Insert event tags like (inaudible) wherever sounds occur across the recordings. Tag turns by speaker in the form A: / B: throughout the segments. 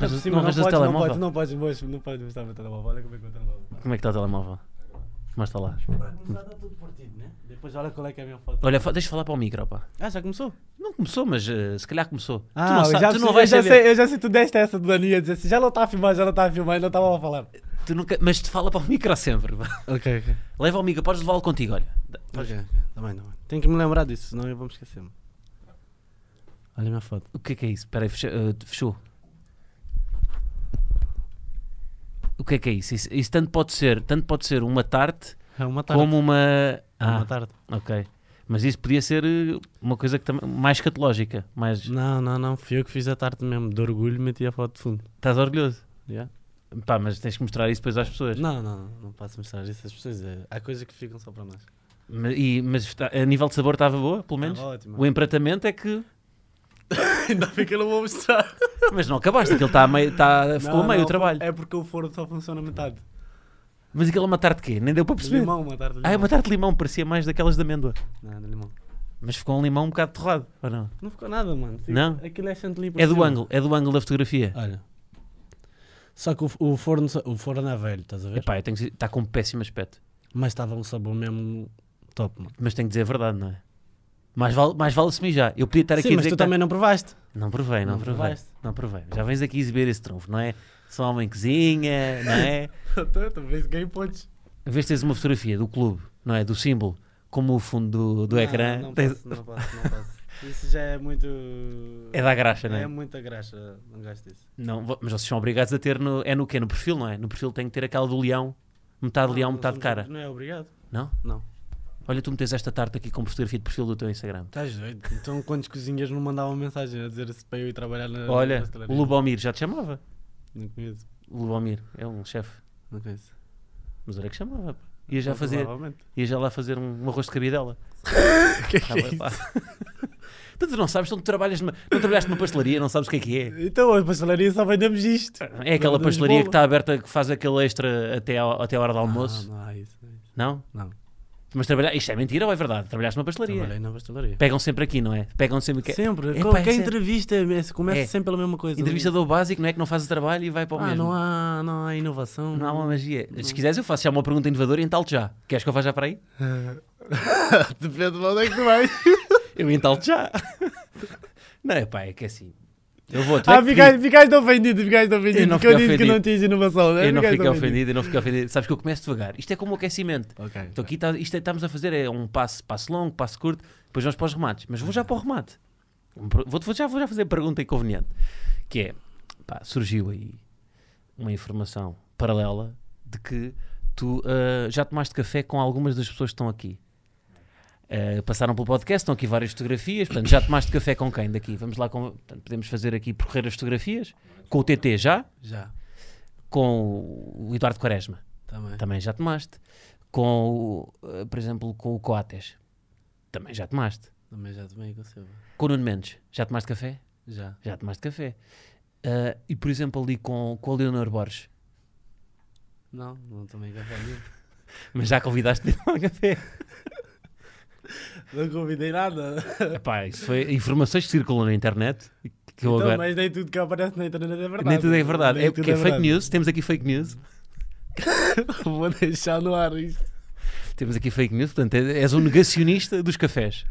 A: Mas
B: por
A: não,
B: cima,
A: não, arranjas
B: podes,
A: telemóvel?
B: Não podes, não podes, não podes mostrar o meu telemóvel. Olha como é que é o telemóvel.
A: Como é que está o telemóvel? Mostra lá.
B: Para começar está tudo partido, né? Depois olha qual é que é a minha foto.
A: Olha, fa- deixa eu falar para o micro, pá.
B: Ah, já começou?
A: Não começou, mas eh, se calhar começou. tu
B: Ah,
A: não,
B: eu
A: sa-
B: já,
A: tu
B: sei-
A: não vais
B: eu já
A: saber.
B: sei, eu já sei, tu deste essa do Daninha, dizer assim, já não está a filmar, já não está a filmar, e não estava a (laughs) falar.
A: Tu nunca... Mas te fala para o micro sempre. (laughs) pá.
B: Ok, ok.
A: Leva o micro, podes levá-lo contigo, olha.
B: Ok, ok. tá Também, também. Tenho que me lembrar disso, senão eu vou me esquecer. -me. Olha a minha foto.
A: O que é que é isso? Espera aí, fecha- eh, fechou. O que é que é isso? Isso, isso tanto, pode ser, tanto pode ser uma tarte
B: É uma É
A: como uma. Ah,
B: Uma tarde.
A: ok. Mas isso podia ser eh, uma coisa que tam- mais catológica. Mais...
B: Não, não, não. Fui eu que fiz a tarde mesmo. De orgulho meti a foto de fundo.
A: Estás orgulhoso?
B: Yeah.
A: Pá, mas tens que mostrar isso depois às pessoas.
B: Não, não, não, não posso mostrar isso às pessoas. é- Há coisas que ficam só para nós.
A: Mas, e- mas está- a nível de sabor estava boa, pelo menos?
B: Tava ótimo.
A: o empratamento é que.
B: Ainda bem que eu não vou mostrar.
A: Mas não acabaste, aquilo está a meio, está, ficou a meio o trabalho.
B: É porque o forno só funciona metade.
A: Mas aquilo é uma tarte de quê? Nem deu para
B: De
A: perceber.
B: limão, uma tarde de
A: Ah, é
B: limão.
A: uma tarte de limão, parecia mais daquelas de amêndoa.
B: Não, de limão.
A: Mas ficou um limão um bocado torrado, ou não?
B: Não ficou nada, mano. Tipo,
A: Não?
B: Aquilo é chantilly por
A: É do
B: cima.
A: ângulo, é do ângulo da fotografia.
B: Olha. Só que o, o forno, só- o forno é velho, estás a ver?
A: Epá, eu tenho que dizer- está com um péssimo aspecto.
B: Mas estava um sabor mesmo top, mano.
A: Mas tenho que dizer a verdade, não é? Mais vale, mais vale se mijar. Eu podia estar aqui
B: Sim,
A: a
B: mas
A: dizer
B: tu
A: que tá-
B: também não (laughs) provaste.
A: Não provei, não,
B: Não
A: provei.
B: provaste.
A: Não provei. Já vens aqui exibir esse trunfo, não é? Só homem cozinha, não é?
B: Talvez ganhei pontos.
A: Em vez de teres uma fotografia do clube, não é? Do símbolo, como o fundo do, do ecrã,
B: Não,
A: tens-
B: posso, não posso, não posso. Isso já é muito...
A: é da graxa, não é?
B: É muita graxa, não gasto isso.
A: Não, vo- mas vocês são obrigados a ter no. É no quê? No perfil, não é? No perfil tem que ter aquela do leão, metade leão, metade Tá de cara.
B: Não é obrigado.
A: Não?
B: Não.
A: Olha, tu metes esta tarta aqui com fotografia de perfil do teu Instagram.
B: Estás doido? Então quantos cozinheiros não mandavam mensagem a dizer se para eu ir trabalhar na
A: Olha,
B: pastelaria?
A: o Lubomir já te chamava.
B: Não conheço.
A: O Lubomir é um chefe.
B: Não conheço.
A: Mas era que chamava. pá. Ia já,
B: Não,
A: fazer,
B: provavelmente.
A: ia já lá fazer um, um arroz de cabidela.
B: (laughs) que é
A: Estava lá. (laughs) Então tu não sabes, então tu trabalhas numa, não trabalhaste numa pastelaria, não sabes o que é que é.
B: Então, a pastelaria só vendemos isto.
A: É aquela
B: Vendemos
A: pastelaria que
B: bolo.
A: está aberta, que faz aquele extra até à- até a hora do almoço.
B: Não, Ah, não há isso. Não, há isso.
A: Não?
B: não.
A: Mas trabalhar, isto é mentira ou é verdade? Trabalhaste numa pastelaria.
B: trabalhei na pastelaria.
A: Pegam sempre aqui, não é? Pegam sempre aqui.
B: Sempre,
A: Epá,
B: qualquer
A: é sério.
B: entrevista é- começa
A: É.
B: sempre pela mesma coisa.
A: Entrevistador básico, não é que não faz o trabalho e vai para o
B: ah,
A: mesmo.
B: não há, não há inovação.
A: Não há uma magia. Se quiseres, eu faço já uma pergunta inovadora e entalo-te já. Queres que eu faça já para aí?
B: Depende de onde é que
A: (laughs)
B: tu vais.
A: Eu entalo-te já. (laughs) não, é pá, é que é assim. Eu vou. tu é
B: ah,
A: que
B: ficaste, ficaste ofendido, ficaste ofendido.
A: Eu não
B: porque eu
A: fiquei
B: disse que
A: ofendido.
B: não tinhas inovação.
A: pedi.
B: né?
A: Eu não
B: Ficaste
A: fico ofendido, eu não fico ofendido. Sabes que eu começo devagar. Isto é como o aquecimento.
B: Ok.
A: Então aqui tá- isto é- estamos a fazer é um passo, passo longo, passo curto, depois vamos para os remates. Mas vou já para o remate. Um pro- Vou, vou já, vou já fazer a pergunta inconveniente. Que é, pá, surgiu aí uma informação paralela de que tu ah, já tomaste café com algumas das pessoas que estão aqui. Ah, passaram pelo podcast, estão aqui várias fotografias. Portanto, já tomaste café com quem daqui? Vamos lá, com, portanto, podemos fazer aqui percorrer as fotografias. Com o TT já,
B: Já,
A: com o Eduardo Quaresma
B: também.
A: também já tomaste. Com, o, eh, por exemplo, com o Coates, também já tomaste.
B: Também já tomei com o Silva.
A: Com o Nuno Mendes, já tomaste café?
B: Já.
A: Já tomaste café. Ah, e, por exemplo, ali com, com a Leonor Borges,
B: Não, não tomei café nenhum.
A: mas já convidaste-me a tomar café.
B: (laughs) Não convidei nada.
A: Epá, isso foi informações que circulam na internet, que eu agora...
B: mas Então, nem tudo que aparece na internet é verdade.
A: Nem tudo é verdade.
B: Nem
A: É, porque
B: tudo
A: é fake news, temos aqui fake news.
B: (laughs) Vou deixar no ar isto.
A: Temos aqui fake news, portanto, é- és um negacionista dos cafés.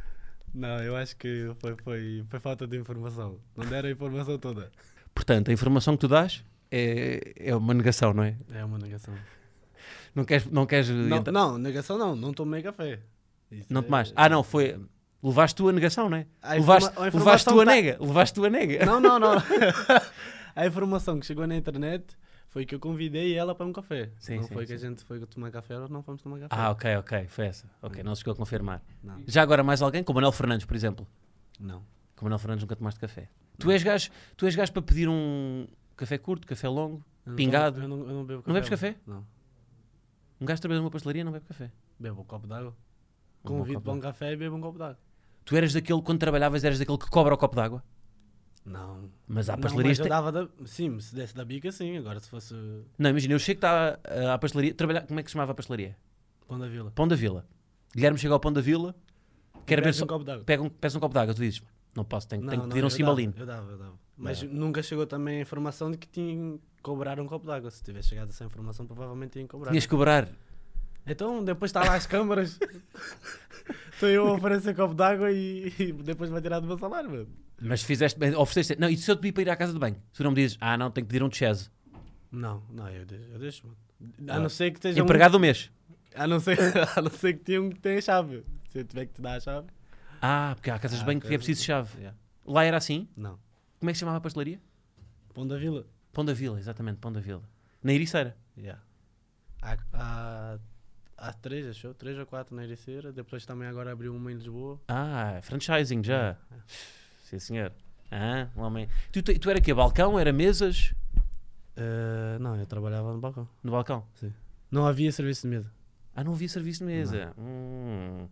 B: Não, eu acho que foi, foi, foi falta de informação. Não deram a informação toda.
A: Portanto, a informação que tu dás é, é uma negação, não é?
B: É uma negação.
A: Não queres... Não, queres
B: Não,
A: entrar-
B: não, negação não. Não tomei café. Isso
A: Não
B: é-
A: tomaste. Ah, não, foi. Levaste tu a negação, não é?
B: A
A: Levaste,
B: informa- a
A: levaste
B: informação
A: tu a
B: tá-
A: nega. Levaste tu a nega.
B: Não,
A: (laughs)
B: não, (laughs) não. a informação que chegou na internet foi que eu convidei ela para um café.
A: Sim,
B: não
A: sim,
B: foi que a
A: sim.
B: gente foi tomar café ou não fomos tomar café.
A: Ah, ok, ok. Foi essa. Ok, não se chegou a confirmar.
B: Não.
A: Já agora mais alguém? Com o Manuel Fernandes, por exemplo.
B: Não.
A: Com o Manuel Fernandes nunca tomaste café. Tu és gajo, tu és gajo para pedir um café curto, café longo.
B: Eu não
A: Pingado.
B: tomo- eu não, eu não bebo café.
A: Não bebes café?
B: Não.
A: Um gajo que trabalha numa pastelaria não bebe café.
B: Bebo um copo d'água.
A: Um bom
B: Convido
A: copo
B: para um café e bebo um copo d'água.
A: Tu eras daquele, quando trabalhavas, eras daquele que cobra o copo d'água.
B: Não.
A: Mas há
B: Não,
A: pastelarias.
B: mas eu
A: Não,
B: dava da... Sim, se desse da bica, sim. Agora se fosse
A: não imagina, eu chego tá, ah, à pastelaria. Trabalhar... Como é que se chamava a pastelaria?
B: Pão da Vila.
A: Pão da Vila. Guilherme chega ao Pão da Vila, quer
B: Bebes
A: ver só.
B: um copo d'água.
A: Pega um, peça um copo d'água, tu dizes. Não posso, tenho,
B: Não,
A: tenho que
B: não,
A: pedir um
B: eu
A: cimbalino.
B: dava, Eu dava, eu dava. Mas nunca chegou também a informação de que tinham cobrar um copo d'água. Se tivesse chegado essa informação, provavelmente tinham cobrar.
A: Tinhas que cobrar.
B: Então, depois está lá as câmaras. Estou eu a oferecer copo d'água e, e depois vai tirar do meu salário, mano.
A: Mas fizeste, mas ofereceste. Não, e se eu te pedir para ir à casa de banho? Se tu não me dizes, ah, não, tenho que pedir um chese.
B: Não, não, eu deixo, eu deixo mano.
A: Ah.
B: A não ser que esteja. um-
A: Empregado do mês.
B: a, não ser, (laughs) a não ser que tenha um que tenha chave. Se eu tiver que te dar a chave.
A: Ah, porque há casas de
B: Ah,
A: banho que é
B: casa-
A: preciso chave.
B: Yeah.
A: Lá era assim.
B: Não.
A: Como é que se chamava a pastelaria?
B: Pão da Vila.
A: Pão da Vila, exatamente, Pão da Vila. Na Ericeira.
B: Yeah. Há, há, há três, achou? Três ou quatro na Ericeira. Depois também agora abriu uma em Lisboa.
A: Ah, franchising
B: (laughs)
A: já. Sim, senhor. Ah, um homem. Tu, tu, tu era que Balcão? Era mesas?
B: Eh, não, eu trabalhava no balcão.
A: No balcão?
B: Não havia serviço de mesa.
A: Ah, não havia serviço de mesa. Hum.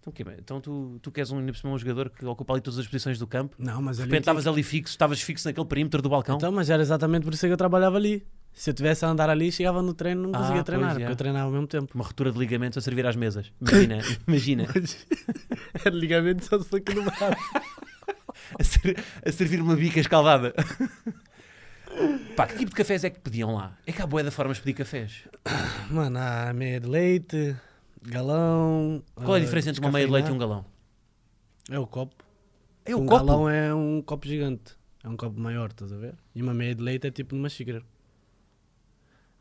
A: Então, que, então tu, tu queres um, ainda por cima um jogador que ocupa ali todas as posições do campo?
B: Não, mas
A: De repente estavas ali fixo, estavas fixo naquele perímetro do balcão.
B: Então, mas era exatamente por isso que eu trabalhava ali. Se eu tivesse a andar ali, chegava no treino não
A: Ah,
B: conseguia
A: pois,
B: treinar,
A: yeah.
B: porque eu treinava ao mesmo tempo.
A: Uma ruptura de ligamentos a servir às mesas. Imagina, imagina.
B: (laughs) Era ligamento só de aqui no braço.
A: A, ser- a servir uma bica
B: (laughs)
A: escaldada. Pá, que tipo de cafés é que pediam lá? É que há boeda formas de pedir cafés.
B: (coughs) Mano, há meia de leite, galão.
A: Qual é a
B: ah,
A: diferença entre uma meia de leite e um galão?
B: É o copo.
A: É o
B: um
A: copo.
B: galão é um copo gigante. É um copo maior, estás a ver? E uma meia de leite é tipo numa xícara.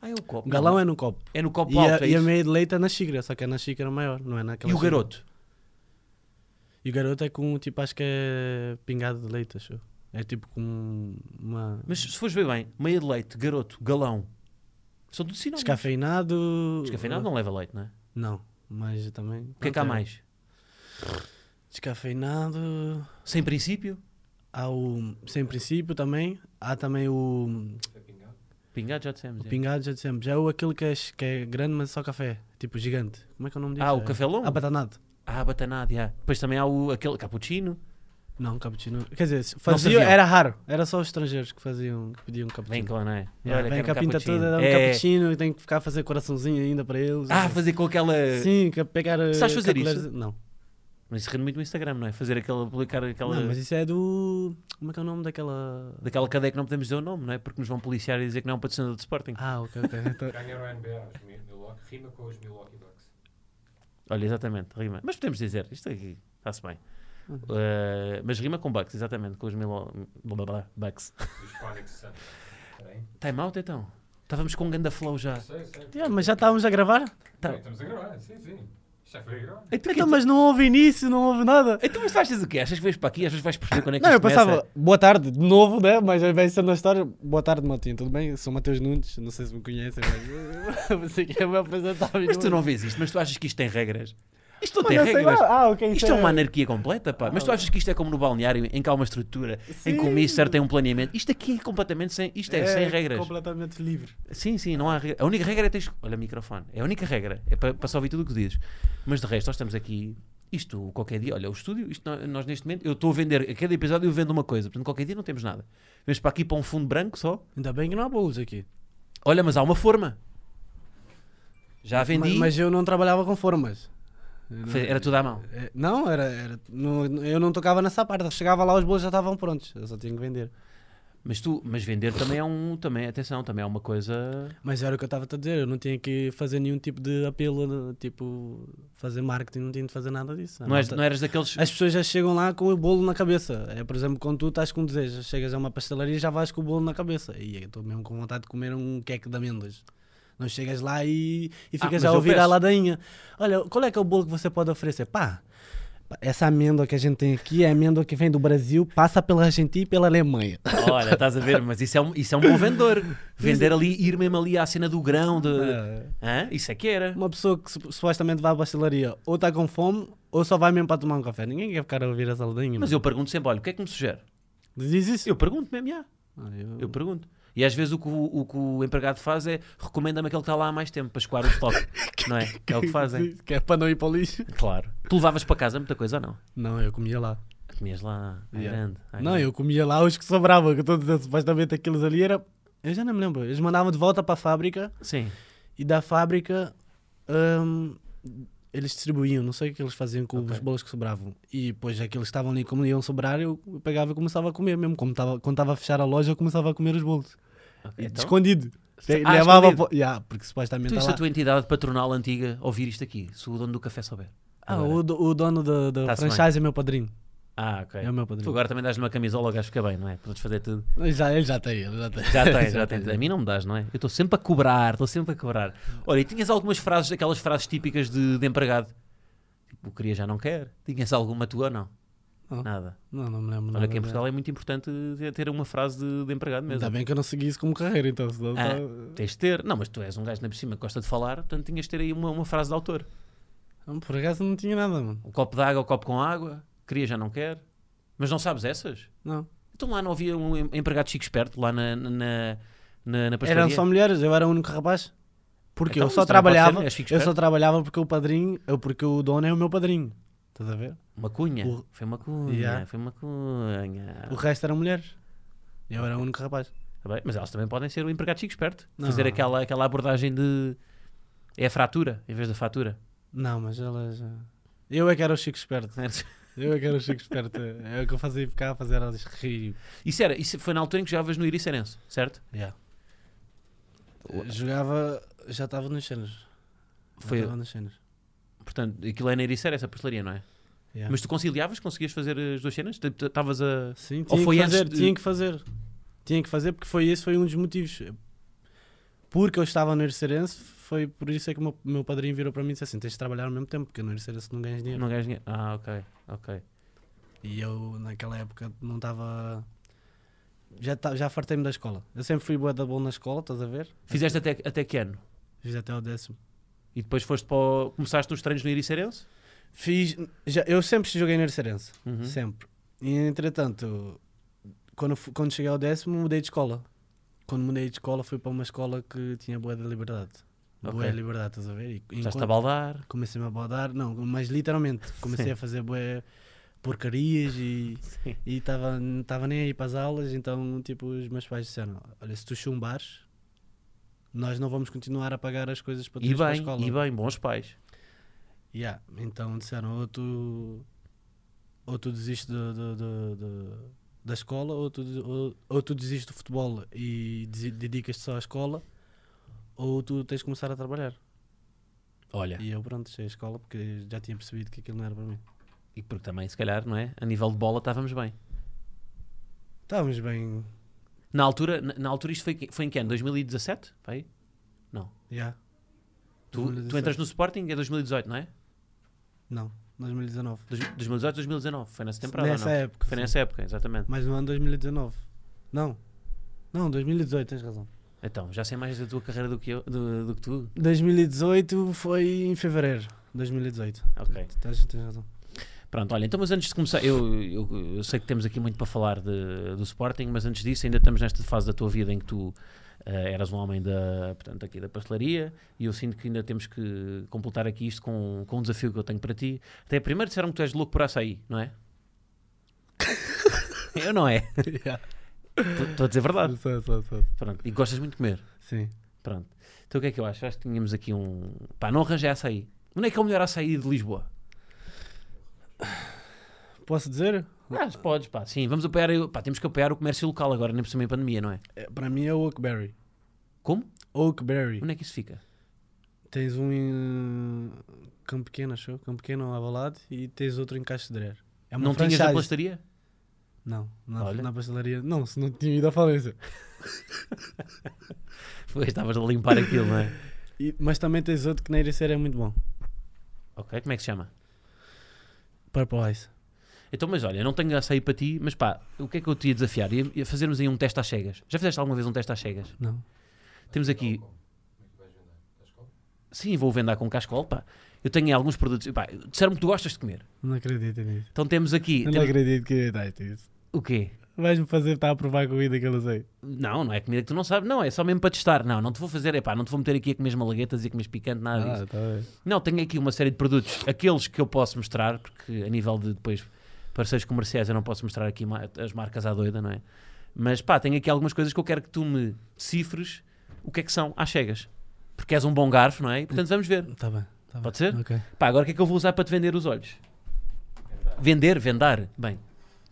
A: Ah, é o copo.
B: O galão é no copo.
A: É no copo
B: E
A: alto,
B: a,
A: é
B: e a
A: isso?
B: meia de leite é na xícara, só que é na xícara maior, não é naquela
A: E o
B: xícara.
A: garoto?
B: E o garoto é com, tipo, acho que é pingado de leite, acho. eu. É tipo com uma...
A: Mas se fores ver bem, meia de leite, garoto, galão, são tudo sinónimos.
B: Descafeinado...
A: Descafeinado não leva leite, não é?
B: Não, mas também...
A: O que é que há
B: Pronto,
A: mais?
B: Descafeinado...
A: Sem princípio?
B: Há o sem princípio também. Há também o,
A: Pingado já dissemos.
B: o
A: é.
B: pingado, já dissemos. Já é o aquele que é, que é grande, mas só café. Tipo, gigante. Como é que é o nome disso?
A: Ah, o
B: É-
A: café longo?
B: Ah, batanado.
A: Ah, batanado, já. Depois também há o, aquele cappuccino.
B: Não, cappuccino. Quer dizer, se fazia,
A: faziam.
B: era raro. Era só os estrangeiros que faziam, que pediam
A: Vem
B: cappuccino.
A: com, não é? Olha,
B: Yeah,
A: quero
B: vem com a pinta
A: cappuccino.
B: toda, dá um
A: É.
B: cappuccino e tem que ficar a fazer coraçãozinho ainda para eles.
A: Ah, fazer com aquela...
B: Sim, que é pegar. eh,
A: Sabes fazer isso?
B: capilares- Não.
A: Mas isso rende muito no Instagram, não é? Fazer aquela, publicar aquela...
B: Não, mas isso é do. Como é que é o nome daquela.
A: Daquela cadeia que não podemos dizer o nome, não é? Porque nos vão policiar e dizer que não é um patrocinador de Sporting.
B: Ah, ok,
A: (laughs)
B: ok. Então-
C: Ganharam a NBA, os Mi- Milwaukee, rima com os Milwaukee Bucks.
A: Olha, exatamente, rima. Mas podemos dizer, isto aqui está-se bem.
B: Uhum.
A: Uh, mas rima com Bucks, exatamente, com os mil... blá, blá, blá, Bucks.
C: Os Phoenix Suns. Espera aí.
A: Time out, então? Estávamos com um ganda flow já.
C: Sei, sei.
B: Yeah, mas já estávamos a gravar?
A: Tá.
C: Bem, Estamos a gravar, sim, sim. Isto já foi a gravar.
A: Então,
B: Então, mas não houve início, não houve nada.
A: então mas tu achas o quê? Achas que vens para aqui? Achas que vais perceber quando é que
B: Não,
A: isto
B: eu
A: começa?
B: passava, boa tarde, de novo, né? Mas ao invés de ser na história, boa tarde, Matinho, tudo bem? Eu sou Mateus Nunes, não sei se me conhecem, mas (laughs) você que é me apresentar.
A: Mas tu não vês isto, mas tu achas que isto tem regras? Isto não
B: Mas
A: tem
B: eu sei
A: regras.
B: lá. Ah, ok,
A: Isto é uma anarquia completa, pá. Mas tu achas que isto é como no balneário, em que há uma estrutura, em que o
B: Sim.
A: ministro tem um planeamento? Isto aqui é completamente sem, isto é, sem regras.
B: completamente livre.
A: Sim, sim, não há regra. A única regra é teres. Olha, microfone. É a única regra. É para, para só ouvir tudo o que dizes. Mas de resto, nós estamos aqui. Isto, qualquer dia, olha, o estúdio, isto nó- nós neste momento, eu estou a vender, a cada episódio eu vendo uma coisa, portanto qualquer dia não temos nada. Vemos para aqui para um fundo branco só.
B: Ainda bem que não há bolos aqui.
A: Olha, mas há uma forma. Já a vendi,
B: Mas, mas eu não trabalhava com formas. Eu
A: fe-
B: não-
A: era tudo à mão.
B: É, Não, era. era não- eu não tocava nessa parte. Chegava lá, os bolos já estavam prontos. Eu só tinha que vender.
A: Mas tu, mas vender também é um, também, atenção, também é uma coisa.
B: Mas era o que eu estava a dizer. Eu não tinha que fazer nenhum tipo de apelo, né, tipo, fazer marketing, não tinha de fazer nada disso. A
A: Não, és,
B: malta-
A: não eras
B: (laughs)
A: daqueles.
B: As pessoas já chegam lá com o bolo na cabeça. É, por exemplo, quando tu estás com desejo, chegas a uma pastelaria e já vais com o bolo na cabeça. E eu estou mesmo com vontade de comer um queque de amêndoas. Não chegas lá e, e
A: Ah,
B: ficas
A: mas
B: já a
A: eu
B: ouvir a
A: peço.
B: ladainha. Olha, qual é que é o bolo que você pode oferecer? Pá, pá, essa amêndoa que a gente tem aqui é a amêndoa que vem do Brasil, passa pela Argentina e pela Alemanha.
A: Olha, estás a ver, mas isso é um, isso é um bom
B: (laughs)
A: vendedor. Vender ali, ir mesmo ali à cena do grão, de.
B: Ah.
A: Hã? Isso é que era.
B: Uma pessoa que sup- supostamente vai à pastelaria ou está com fome ou só vai mesmo para tomar um café. Ninguém quer ficar a ouvir essa ladainha.
A: Mas
B: mano.
A: eu pergunto sempre, olha, o que é que me sugere?
B: Diz isso.
A: Eu pergunto mesmo, já.
B: Ah, eu-
A: Eu pergunto. E às vezes o que o, o que o empregado faz é recomenda-me aquele que está lá há mais tempo para escoar o
B: (laughs)
A: estoque. não é? É o que fazem.
B: Que é para não ir para o lixo.
A: Claro. Tu levavas para casa muita coisa ou não?
B: Não, eu comia lá.
A: Comias lá, à
B: Yeah.
A: grande. à
B: Não,
A: grande.
B: eu comia lá os que sobravam, que eu estou a dizer, supostamente aqueles ali era. Eu já não me lembro. Eles mandavam de volta para a fábrica
A: Sim.
B: e da fábrica hum, eles distribuíam, não sei o que eles faziam com
A: Ok.
B: os bolos que sobravam. E depois aqueles que estavam ali, como iam sobrar, eu eu pegava e começava a comer mesmo. Como tava, quando estava a fechar a loja, eu começava a comer os bolos.
A: Ok, então?
B: Escondido.
A: Ah,
B: Levava
A: escondido.
B: po- Yeah, porque supostamente
A: Tu
B: tá
A: és
B: lá.
A: a tua entidade patronal antiga ouvir isto aqui, se o dono do café souber.
B: Ah,
A: Agora.
B: o, do- o dono da, da
A: Tá-se
B: franchise é meu padrinho.
A: Ah, ok.
B: É o meu
A: Tu
B: padrinho.
A: agora também dás-lhe uma camisola, o gajo fica bem, não é? Podes fazer tudo.
B: Ele já, ele já tem, ele já
A: (laughs)
B: tem.
A: Já tem,
B: (laughs)
A: já tem. A mim não me dás, não é? Eu estou sempre a cobrar, estou sempre a cobrar. Olha, e tinhas algumas frases, aquelas frases típicas de, de empregado? Tipo, o queria já não quer. Tinhas alguma tua ou não?
B: Não.
A: Nada.
B: Não, não me lembro.
A: Olha,
B: não
A: aqui em
B: me
A: Portugal é muito importante ter- ter uma frase de, de empregado
B: lembro. Ainda
A: mesmo.
B: bem que eu não segui isso como carreira, então. senão
A: Ah,
B: tá-
A: Tens de ter. Não, mas tu és um gajo na por cima que gosta de falar, portanto tinhas de ter aí uma, uma frase de autor.
B: Não, Por acaso não tinha nada, mano.
A: O copo de água, o copo com água, queria já não quer. Mas não sabes essas?
B: Não.
A: Então lá não havia um em- empregado chico esperto lá na, na, na, na- na pastelaria?
B: Eram só mulheres, eu era o único rapaz. Porque
A: Então,
B: eu só
A: isso também pode
B: trabalhava.
A: ser, és fixe
B: eu só
A: esperto.
B: trabalhava porque o padrinho, eu, porque o dono é o meu padrinho. Estás a ver?
A: Uma cunha.
B: O-
A: Foi uma cunha.
B: Yeah.
A: Foi uma cunha.
B: O resto eram mulheres. Eu era o único rapaz.
A: Tá bem? Mas elas também podem ser o empregado chico esperto.
B: Não.
A: Fazer aquela, aquela abordagem de. É a fratura, em vez da fatura.
B: Não, mas elas. eh, Eu é que era o Chico Esperto. Eu é que era o Chico Esperto. É o que eu fazia ficar a fazer elas rir.
A: Isso, era, isso foi na altura em que jogavas no Iricerense, certo?
B: Yeah. Jogava. Já estava nos cenas.
A: Foi-
B: Já estava nos cenas.
A: Portanto, aquilo é na Iriceira, essa pastelaria, não é?
B: Yeah.
A: Mas tu conciliavas? Conseguias fazer as duas cenas? Tu- tu- Estavas a.
B: Sim,
A: Ou
B: tinha
A: foi
B: que fazer,
A: antes de-
B: tinha que fazer. Tinha que fazer porque foi esse foi um dos motivos. Porque eu estava no Ercerense, foi por isso é que o meu, meu padrinho virou para mim e disse assim, tens de trabalhar ao mesmo tempo, porque no Ercerense não ganhas dinheiro.
A: Não ganhas dinheiro. Ah, ok, ok.
B: E eu, naquela época, não estava... Já, ta- já fartei-me da escola. Eu sempre fui boa da bom na escola, estás a ver?
A: Fizeste até, até que ano?
B: Fiz até o décimo.
A: E depois foste para o... Começaste os treinos no Iricerense?
B: Fiz... Já, eu sempre joguei no Ercerense.
A: Uhum.
B: Sempre. E entretanto, quando, fu- quando cheguei ao décimo, mudei de escola. Quando mudei de escola, fui para uma escola que tinha boa da liberdade. Boa
A: Ok.
B: liberdade, estás a ver? E,
A: Começaste a
B: enquanto-
A: baldar.
B: Comecei-me a baldar, não, mas literalmente comecei
A: (laughs)
B: a fazer boé porcarias e
A: Sim.
B: e estava tava nem aí para as aulas, então tipo os meus pais disseram, olha, se tu chumbares, nós não vamos continuar a pagar as coisas para tu
A: E
B: ires para a
A: bem,
B: escola.
A: e bem, bons pais.
B: Yeah, Então disseram ou tu, ou tu desistes do- do- do- do- da escola ou tu, de- ou, ou tu desistes do futebol e desi- dedicas-te só à escola ou tu tens de começar a trabalhar.
A: Olha.
B: E eu pronto, cheguei à escola porque já tinha percebido que aquilo não era para mim.
A: E porque também, se calhar, não é? A nível de bola estávamos bem.
B: Estávamos bem,
A: Na altura, na, na altura isto foi, que- foi em que ano? 2017? Vai?
B: já.
A: Tu, tu
B: 2017.
A: entras no Sporting é 2018, não é?
B: Não, 2019.
A: Dois- 2018, 2019. Foi nessa temporada,
B: nessa
A: não?
B: época.
A: Foi
B: sim.
A: nessa época, exatamente.
B: Mas no ano 2019. Não. Não, 2018, tens razão.
A: Então, já sei mais da tua carreira do que eu, do, do que tu.
B: 2018 foi em fevereiro. 2018.
A: Ok.
B: Tens, tens razão.
A: Pronto, olha, então, mas antes de começar, eu, eu, eu sei que temos aqui muito para falar de- do Sporting, mas antes disso, ainda estamos nesta fase da tua vida em que tu eh, eras um homem da, portanto, aqui da pastelaria e eu sinto que ainda temos que completar aqui isto com, com um desafio que eu tenho para ti. Até primeiro disseram que tu és louco por açaí, não é? eu não (laughs) é. Estou a dizer a verdade.
B: Só, só, só.
A: Pronto, e gostas muito de comer.
B: Sim.
A: Pronto. Então o que é que eu acho? Acho que tínhamos aqui um. Pá, não arranjei açaí. Onde é que é o melhor açaí de Lisboa?
B: Posso dizer?
A: Ah, podes, pá, sim, vamos apoiar. Pá, temos que apoiar o comércio local agora, nem por cima em pandemia, não é?
B: É, para mim é o Oakberry.
A: Como?
B: Oakberry.
A: Onde é que isso fica?
B: Tens um em eh, Campo Pequeno, achou? Campo Pequeno, Avalado. E tens outro em Castedrer. É uma
A: não
B: franchise.
A: tinhas a plastaria?
B: Não, na,
A: Olha.
B: na pastelaria. Não, se não tinha ido à falência.
A: Pois, estavas a limpar aquilo, não é?
B: E- mas também tens outro que na Ericeira é muito bom.
A: Ok, como é que se chama?
B: Purple Ice.
A: Então, mas olha, não tenho açaí para ti, mas pá, o que é que eu te ia desafiar? Ia, ia fazermos aí um teste às cegas. Já fizeste alguma vez um teste às cegas?
B: Não.
A: Temos aqui.
C: Como é que vais vender? Estás com?
A: Sim, vou vendar com cascol, pá. Eu tenho aí alguns produtos. Pá, disseram-me que tu gostas de comer.
B: Não acredito nisso.
A: Então temos aqui.
B: Eu não é
A: temos-
B: acredito que acreditaste nisso.
A: O quê?
B: Vais-me fazer estar a provar comida que eu não sei.
A: Não, não é comida que tu não sabes, não, é só mesmo para testar. Não, não te vou fazer, epá, não te vou meter aqui a comer as malaguetas e a comer picante, nada disso.
B: tá bem.
A: Não, tenho aqui uma série de produtos, aqueles que eu posso mostrar, porque a nível de depois parceiros comerciais eu não posso mostrar aqui ma- as marcas à doida, não é? Mas pá, tenho aqui algumas coisas que eu quero que tu me cifres o que é que são às cegas. Porque és um bom garfo, não é? E, portanto, vamos ver.
B: Tá bem. Tá bem.
A: Pode ser?
B: Ok.
A: Pá, agora o que é que eu vou usar para te vender os olhos? Vender, vendar. Bem.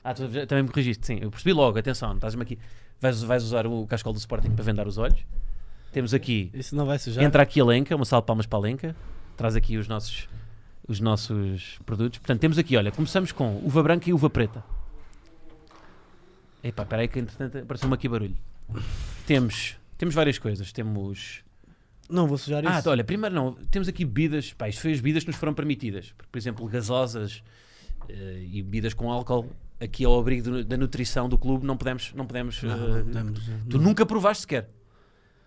A: Ah, tu já- também me corrigiste, sim. Eu percebi logo, atenção, não estás-me aqui. Vais, vais usar o cascol do Sporting para vendar os olhos. Temos aqui.
B: Isso não vai sujar.
A: Entra aqui a Lenca, uma salva de palmas para a Lenca. Traz aqui os nossos, os nossos produtos. Portanto, temos aqui, olha, começamos com uva branca e uva preta. Epá, espera aí que entretanto apareceu-me aqui barulho. Temos, temos várias coisas. Temos
B: Não vou sujar
A: ah,
B: isso.
A: olha, primeiro não, temos aqui bebidas, pá, isto foi as bebidas que nos foram permitidas, Porque, por exemplo, gasosas eh, e bebidas com álcool, aqui ao abrigo do- da nutrição do clube não podemos, não podemos,
B: Não,
A: eh,
B: Ah, não, não, não.
A: tu nunca provaste sequer,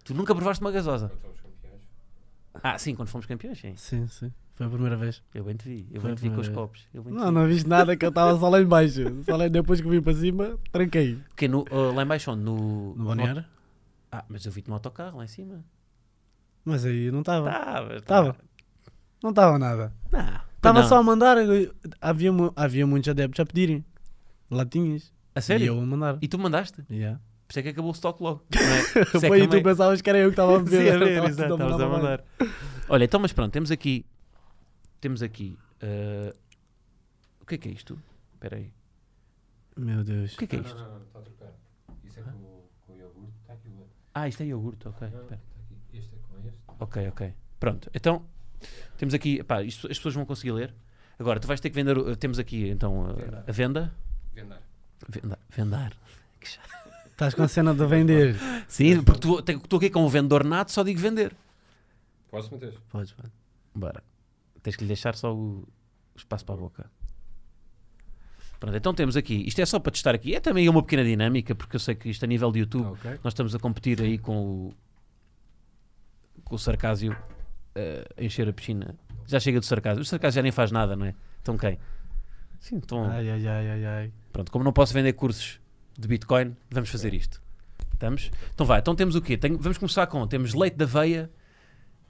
A: tu nunca provaste uma gasosa.
C: Quando fomos campeões.
A: Ah, sim, quando fomos campeões, sim,
B: Sim, sim. Foi a primeira vez.
A: eu bem te vi, eu
B: Foi
A: bem
B: a
A: te vi com os
B: primeira
A: copos, eu bem te
B: Não,
A: vi.
B: não viste nada que eu estava só lá em baixo. Só lá- depois que vim para cima, tranquei.
A: Porque no, ah, lá em baixo, onde? no...
B: No balneário?
A: Ah, mas eu vi-te no autocarro lá em cima. Tá,
B: Mas aí não estava.
A: Estava,
B: Estava. Não estava nada. Estava
A: Estava
B: só a mandar. eu- Havia, mu- havia muitos adeptos a pedirem. Latinhas.
A: A
B: E
A: sério?
B: eu a mandar.
A: E tu mandaste?
B: Yeah.
A: Por isso é que acabou o stock logo. Não
B: (laughs)
A: é? Por isso é
B: Foi
A: que
B: aí tu
A: também-
B: pensavas que era eu que estava a
A: (laughs)
B: beber. (laughs)
A: Sim, a ver,
B: Estava-se
A: exato,
B: a
A: estavas a
B: mandar.
A: mandar. Olha, então, mas pronto, temos aqui. Temos aqui. eh, o que é que é isto? Espera aí.
B: Meu Deus.
A: O que é que é
C: Não,
A: isto?
C: não, não, não, está a trocar. Isso é com, o- com o iogurte. Está aqui o outro.
A: Ah, isto é iogurte, ok.
C: Não,
A: espera.
C: está aqui. Este é com este.
A: Ok, ok. Pronto, então temos aqui. Pá, isto as pessoas vão conseguir ler. Agora, tu vais ter que vender. o- Temos aqui então a- a venda.
C: Vendar.
A: Venda- vendar.
B: Estás com a cena
A: (laughs)
B: de vender.
A: Sim, porque tu te- tu aqui com um vendedor nato, só digo vender.
C: Posso meter?
B: Podes, pode.
A: Bora. Tens que lhe deixar só o o espaço para a boca. Pronto, então temos aqui. Isto é só para testar aqui. É também uma pequena dinâmica, porque eu sei que isto a nível de YouTube,
C: Ah, ok.
A: nós estamos a competir aí com o, com o sarcásio eh, a encher a piscina. Já chega do sarcásio. O sarcásio já nem faz nada, não é? Então quem? Sim, então.
B: Ai, ai, ai, ai, ai.
A: Pronto, como não posso vender cursos de Bitcoin, vamos fazer isto. Estamos? Então vai, então temos o quê? Tenho- vamos começar com, temos leite de aveia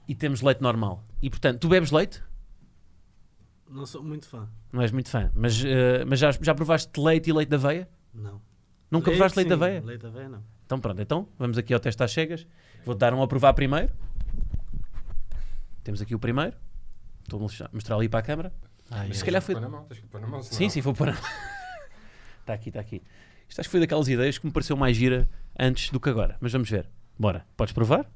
A: e temos leite normal. E portanto, tu bebes leite?
B: Não sou muito fã.
A: Não és muito fã, mas, eh, mas já, já provaste leite e leite de aveia?
B: Não.
A: Nunca provaste leite de
B: sim,
A: aveia?
B: Leite de aveia, não.
A: Então pronto, então vamos aqui ao teste às cegas. Vou-te dar um a provar primeiro. Temos aqui o primeiro. Estou a mostrar- mostrar ali para a câmara.
B: Ai,
A: Mas se
B: ai.
A: calhar
C: Tens que
A: foi...
C: pôr na mão. Tens que pôr na mão.
A: Sim, sim, vou pôr... (laughs) Está aqui, está aqui. Isto acho que foi daquelas ideias que me pareceu mais gira antes do que agora. Mas vamos ver. Bora. Podes provar?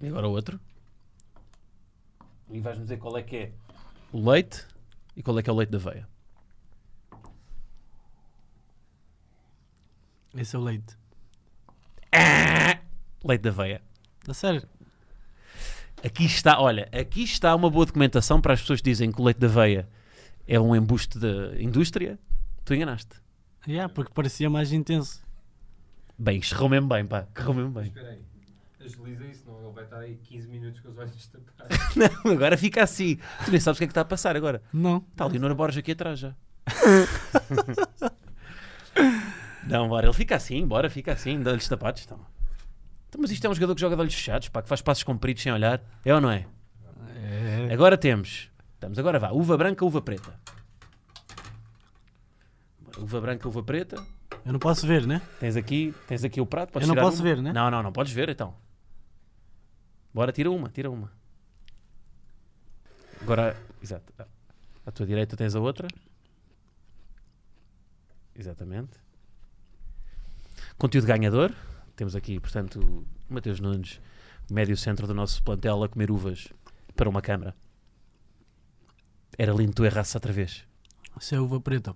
A: E agora o outro. E vais-me dizer qual é que é o leite e qual é que é o leite da veia.
B: Esse é o leite.
A: Leite da veia.
B: A sério?
A: Aqui está, olha, aqui está uma boa documentação para as pessoas que dizem que o leite da veia é um embuste da indústria. Tu enganaste.
B: Yeah, porque parecia mais intenso.
A: Bem, isto correu mesmo bem, pá. Correu mesmo
C: Mas
A: bem.
C: espera aí. Agiliza isso, não. Ele vai estar aí 15 minutos com os olhos (laughs) tapados.
A: (laughs) Não, agora fica assim. Tu nem sabes o que é que está a passar agora.
B: Não.
A: Está a Leonor Borges aqui atrás já. Não, bora, ele fica assim, bora, fica assim, dá-lhe os tapados. Então. Então, mas isto é um jogador que joga de olhos fechados, pá, que faz passos compridos sem olhar. É ou não é?
B: É.
A: Agora temos. Estamos agora, vá. Uva branca, uva preta. Bora, Uva branca, uva preta.
B: Eu não posso ver, né?
A: Tens aqui, tens aqui o prato. Podes
B: Eu não
A: tirar
B: posso
A: uma.
B: ver, né?
A: Não, não, não podes ver então. Bora, tira uma, tira uma. Agora, exato. À tua direita tens a outra. Exatamente. Conteúdo ganhador. Temos aqui, portanto, o Mateus Nunes, médio centro do nosso plantel, a comer uvas para uma câmara. Era lindo tu errasse outra vez.
B: Isso é uva preta.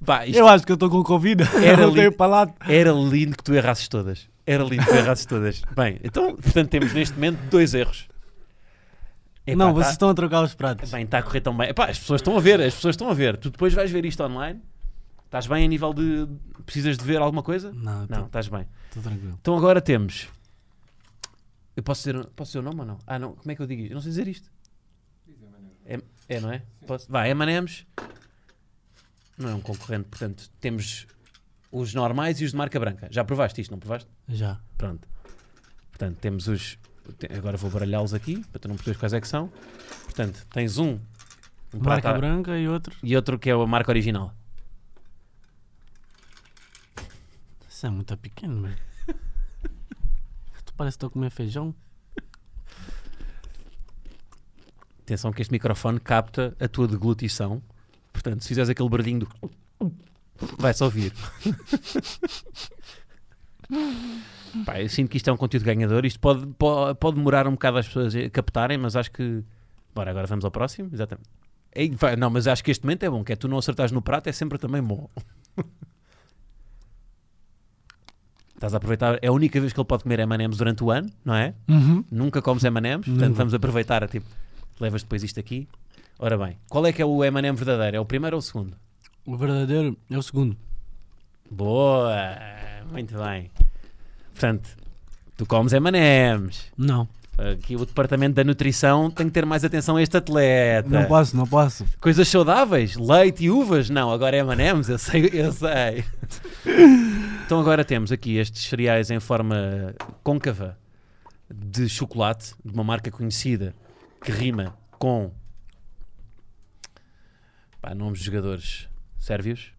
A: Vá, isto-
B: Eu acho que eu estou com Covid. (laughs)
A: Era
B: Eu não tenho
A: ali-
B: palato.
A: Era lindo que tu errasses todas. Era lindo que tu errasses
B: (laughs)
A: todas. Bem, então, portanto, temos neste momento dois erros. Epá,
B: não,
A: tá-
B: vocês estão a trocar os pratos.
A: Bem, está a correr tão bem. Epá, as pessoas estão a ver, as pessoas estão a ver. Tu depois vais ver isto online. Estás bem a nível de. Precisas de ver alguma coisa?
B: Não,
A: Não,
B: estou
A: estás bem.
B: tranquilo.
A: Então agora temos. Eu posso dizer, posso dizer o nome ou não? Ah, não, como é que eu digo isto? Eu não sei dizer isto. É, é não é? Posso? Vá, M&M's. Não é um concorrente, portanto, temos os normais e os de marca branca. Já provaste isto, não provaste?
B: Já.
A: Pronto. Portanto, temos os. te- Agora vou baralhá-los aqui para tu não perceberes quais é que são. Portanto, tens um. um
B: Marca
A: prata-
B: branca e outro.
A: E outro que é a marca original. (laughs)
B: Isso é muito pequeno, mano.
D: parece que estou a comer feijão.
A: Atenção que este microfone capta a tua deglutição. Portanto, se fizeres aquele bardinho do... Vai-se ouvir. Pá, eu sinto que isto é um conteúdo ganhador. Isto pode, pode, pode demorar um bocado as pessoas a captarem, mas acho que... Bora, agora vamos ao próximo. Exatamente. Ei, vai- não, mas acho que este momento é bom, que é tu não acertares no prato, é sempre também bom. (laughs) Estás a aproveitar. É a única vez que ele pode comer M&M's durante o ano, não é?
B: Uhum.
A: Nunca comes M&M's, portanto
B: Nunca.
A: vamos aproveitar a tipo, levas depois isto aqui. Ora bem, qual é que é o M&M verdadeiro? É o primeiro ou o segundo?
D: O verdadeiro é o segundo.
A: Boa! Muito bem. Portanto, tu comes M&M's.
B: Não,
A: Aqui o departamento da nutrição tem que ter mais atenção a este atleta.
D: Não passo, não passo.
A: Coisas saudáveis? Leite e uvas? Não, agora é M&M's, eu sei, eu sei. então agora temos aqui estes cereais em forma côncava de chocolate, de uma marca conhecida, que rima com... Pá, nomes de jogadores sérvios.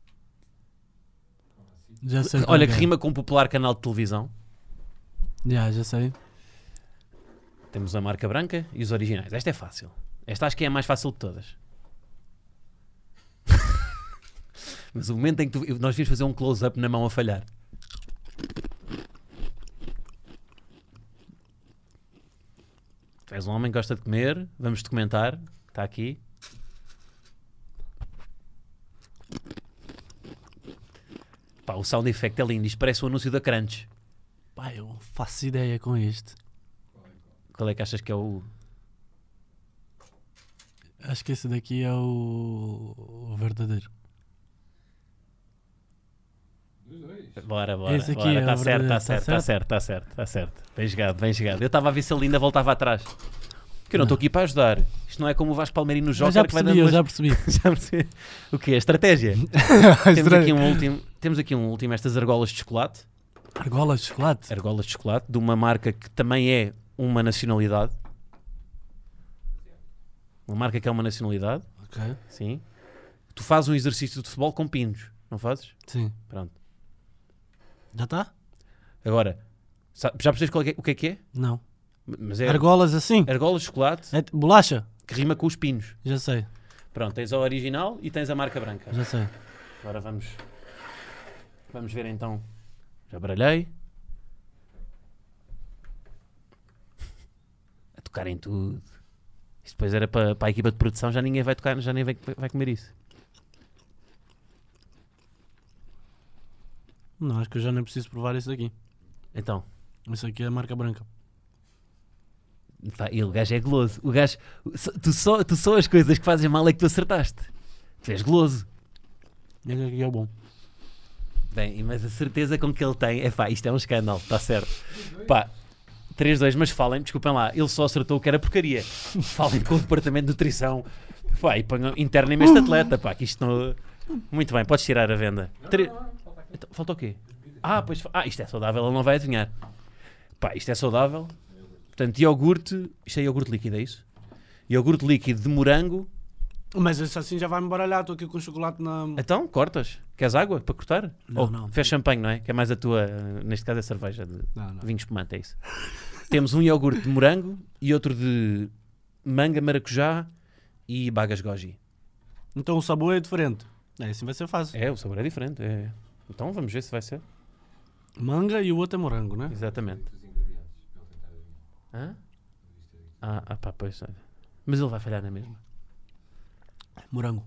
D: Já sei. qual
A: Olha, que
D: é.
A: rima com um popular canal de televisão.
D: Já, já sei.
A: Temos a marca branca e os originais. Esta é fácil. Esta acho que é a mais fácil de todas. (laughs) Mas o momento em que tu- nós vimos fazer um close-up na mão a falhar. Tu és um homem que gosta de comer, vamos documentar, está aqui. Pá, o sound effect é lindo, isto parece o anúncio da Crunch.
D: Pai, eu não faço ideia com este.
A: Qual é que achas que é o.
D: Acho que esse daqui é o, o verdadeiro.
C: Dos dois.
A: Bora, bora.
D: Esse aqui
A: bora.
D: é
A: tá
D: o
A: certo,
D: verdadeiro,
A: está
D: tá
A: certo, está
D: certo?
A: certo, está certo, está certo. Bem jogado, bem jogado. Eu estava a ver se ele ainda voltava atrás. Porque eu não estou aqui para ajudar. Isto não é como o Vasco Palmeirinho no
D: Eu
A: jogo
D: já
A: que vai
D: percebi,
A: dando
D: eu
A: umas-
D: já percebi.
A: (laughs) Já percebi. O que
D: (laughs)
A: é? Estratégia. temos, aqui um último, temos aqui um último, estas argolas de chocolate.
D: Argolas de chocolate.
A: Argolas de chocolate de uma marca que também é uma nacionalidade. Uma marca que é uma nacionalidade,
D: Ok,
A: sim. Tu fazes um exercício de futebol com pinos, não fazes?
D: sim.
A: Pronto.
D: Já tá? está?
A: Agora, sa- já percebes qual é que- o que é que é?
D: Não.
A: Mas é
D: Argolas assim?
A: argola de chocolate
D: É t- bolacha?
A: que rima com os pinos.
D: Já sei,
A: Pronto, tens a original e tens a marca branca.
D: já sei.
A: Agora vamos. Vamos ver então. Já baralhei. A tocar em tudo. Isto depois era para, para a equipa de produção, já ninguém vai tocar, já nem vai, vai comer isso.
D: Não, acho que eu já nem preciso provar isso daqui.
A: Então,
D: Isso aqui é a marca branca.
A: pá, ele, o gajo é goloso. O gajo, so- tu só, tu só as coisas que fazem mal é que tu acertaste. Tu és goloso.
D: E esse aqui é o bom.
A: Bem, mas a certeza com que ele tem é pá, isto é um escândalo, está certo. Pá, 3-2, mas falem, desculpem lá, ele só acertou o que era porcaria. Falem com o departamento de nutrição pá, e ponham internem este atleta, pá, que isto não. Muito bem, podes tirar a venda. (laughs) Tre- Então, falta o quê? Ah, pois fa- ah, isto é saudável, ele não vai adivinhar. Pá, isto é saudável. Portanto, iogurte, isto é iogurte líquido, é isso? Iogurte líquido de morango.
B: mas isso assim já vai me baralhar. Estou aqui com chocolate na.
A: Então, cortas? Queres água para cortar?
D: Não,
A: Ou
D: não.
A: Fez champanhe, não é? Que é mais a tua, eh, neste caso é cerveja de,
D: Não, não.
A: Vinho espumante, é isso. Temos um iogurte de morango e outro de manga, maracujá e bagas goji.
D: Então o sabor é diferente. É, assim vai ser fácil.
A: É, o sabor é diferente. é. Então vamos ver se vai ser.
D: Manga e o outro é morango, né?
A: Exatamente.
C: Dos ingredientes. Para ele tentar adivinhar. é
A: Hã? Ah, ah, pá, pois. olha. Mas ele vai falhar na mesma. É.
D: Morango.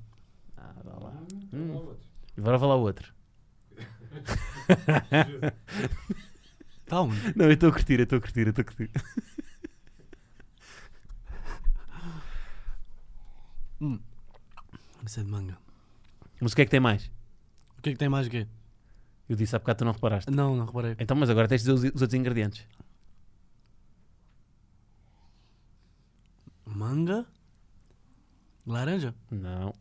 A: Ah, vá lá.
C: Hum,
A: Hum.
C: olha lá outros.
A: Agora vai lá o
C: (laughs)
A: outro.
D: Tá onde?
A: Não, eu estou a curtir, eu estou a curtir, eu estou a curtir.
D: Isso é de manga.
A: Mas o que é que tem mais?
D: O que é que tem mais o quê?
A: Eu disse há bocado, tu não reparaste.
D: Não, não reparei.
A: Então, mas agora tens de dizer os, os outros ingredientes.
D: Manga, laranja,
A: Não,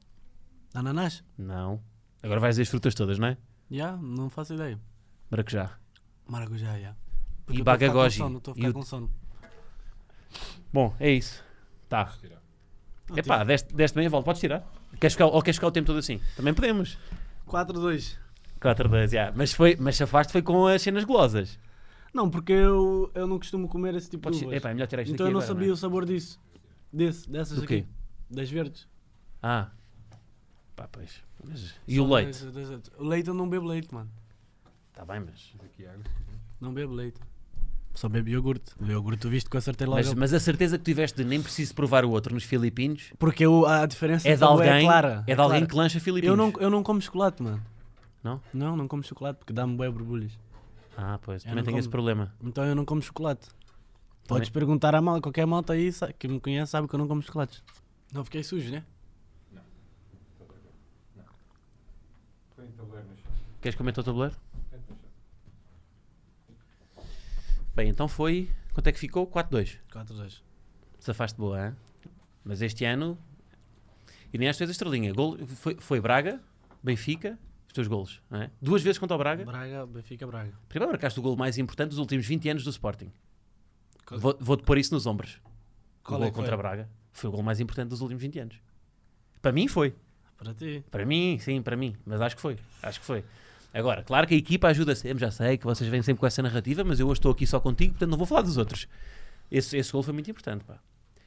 D: ananás.
A: não. Agora vais dizer as frutas todas, não é?
D: Já, não faço ideia.
A: Maracujá.
D: Maracujá, já.
A: E
D: eu tô a
A: baga
D: ficar com
A: goji.
D: sono, tô a
A: E
D: ficar
A: o-
D: com sono.
A: Bom, é isso. Tá.
C: tirar.
B: Ah,
A: Epá, deste, deste bem a volta, podes tirar. Queres ficar, ou queres ficar o tempo todo assim? Também podemos.
B: 4-2.
A: 4 2 já. Mas, foi, mas safaste foi com as cenas golosas.
B: Não, porque eu, eu não costumo comer esse tipo
A: Podes...
B: de uvas.
A: Epá, é melhor tirar isto
B: então
A: daqui
B: eu não
A: agora,
B: sabia
A: não é?
B: o sabor disso. Desse, dessas
A: Do quê?
B: aqui. Das verdes.
A: Ah. Pá, pois. Mas- E
D: Só
A: o leite?
D: das- das- das- O leite eu não bebo leite, mano.
A: Está bem, mas...
C: Aqui é água.
D: Não bebo leite.
B: Só bebo iogurte. O iogurte tu viste que eu acertei logo.
A: mas... Mas a certeza que tiveste de nem preciso provar o outro nos Filipinos
B: Porque eu- a diferença
A: é de alguém, é,
B: clara.
A: de alguém
B: clara.
A: que lancha Filipinos.
B: eu não, eu não como chocolate, mano.
A: Não?
B: Não, não como chocolate porque dá-me bué borbulhas.
A: Ah, pois.
B: Eu
A: Também
B: não
A: tenho esse
B: como.
A: problema.
B: Então eu não como chocolate. Podes perguntar a mal, qualquer malta aí sa- que me conhece sabe que eu não como chocolates.
D: Não fiquei sujo, né?
C: Então, tá Põe o tabuleiro no chão.
A: Queres comentar o tabuleiro?
C: Mete no chão.
A: Bem, então foi... Quanto é que ficou? 4-2.
B: 4-2.
A: Safaste boa, hein? Mas este ano... E nem às vezes a estrelinha. Gol... Foi, foi Braga, Benfica, os teus golos, não é? Duas vezes contra o Braga.
B: Braga, Benfica, Braga.
A: Primeiro marcaste o gol mais importante dos últimos 20 anos do Sporting. Vou- Vou-te pôr isso nos ombros. o
B: Qual
A: gol
B: é que
A: contra
B: foi?
A: Braga foi o gol mais importante dos últimos 20 anos. Para mim foi.
B: Para ti.
A: Para mim, sim, para mim. Mas acho que foi. Acho que foi. Agora, claro que a equipa ajuda sempre. Já sei que vocês vêm sempre com essa narrativa, mas eu hoje estou aqui só contigo, portanto não vou falar dos outros. Esse, esse gol foi muito importante, pá.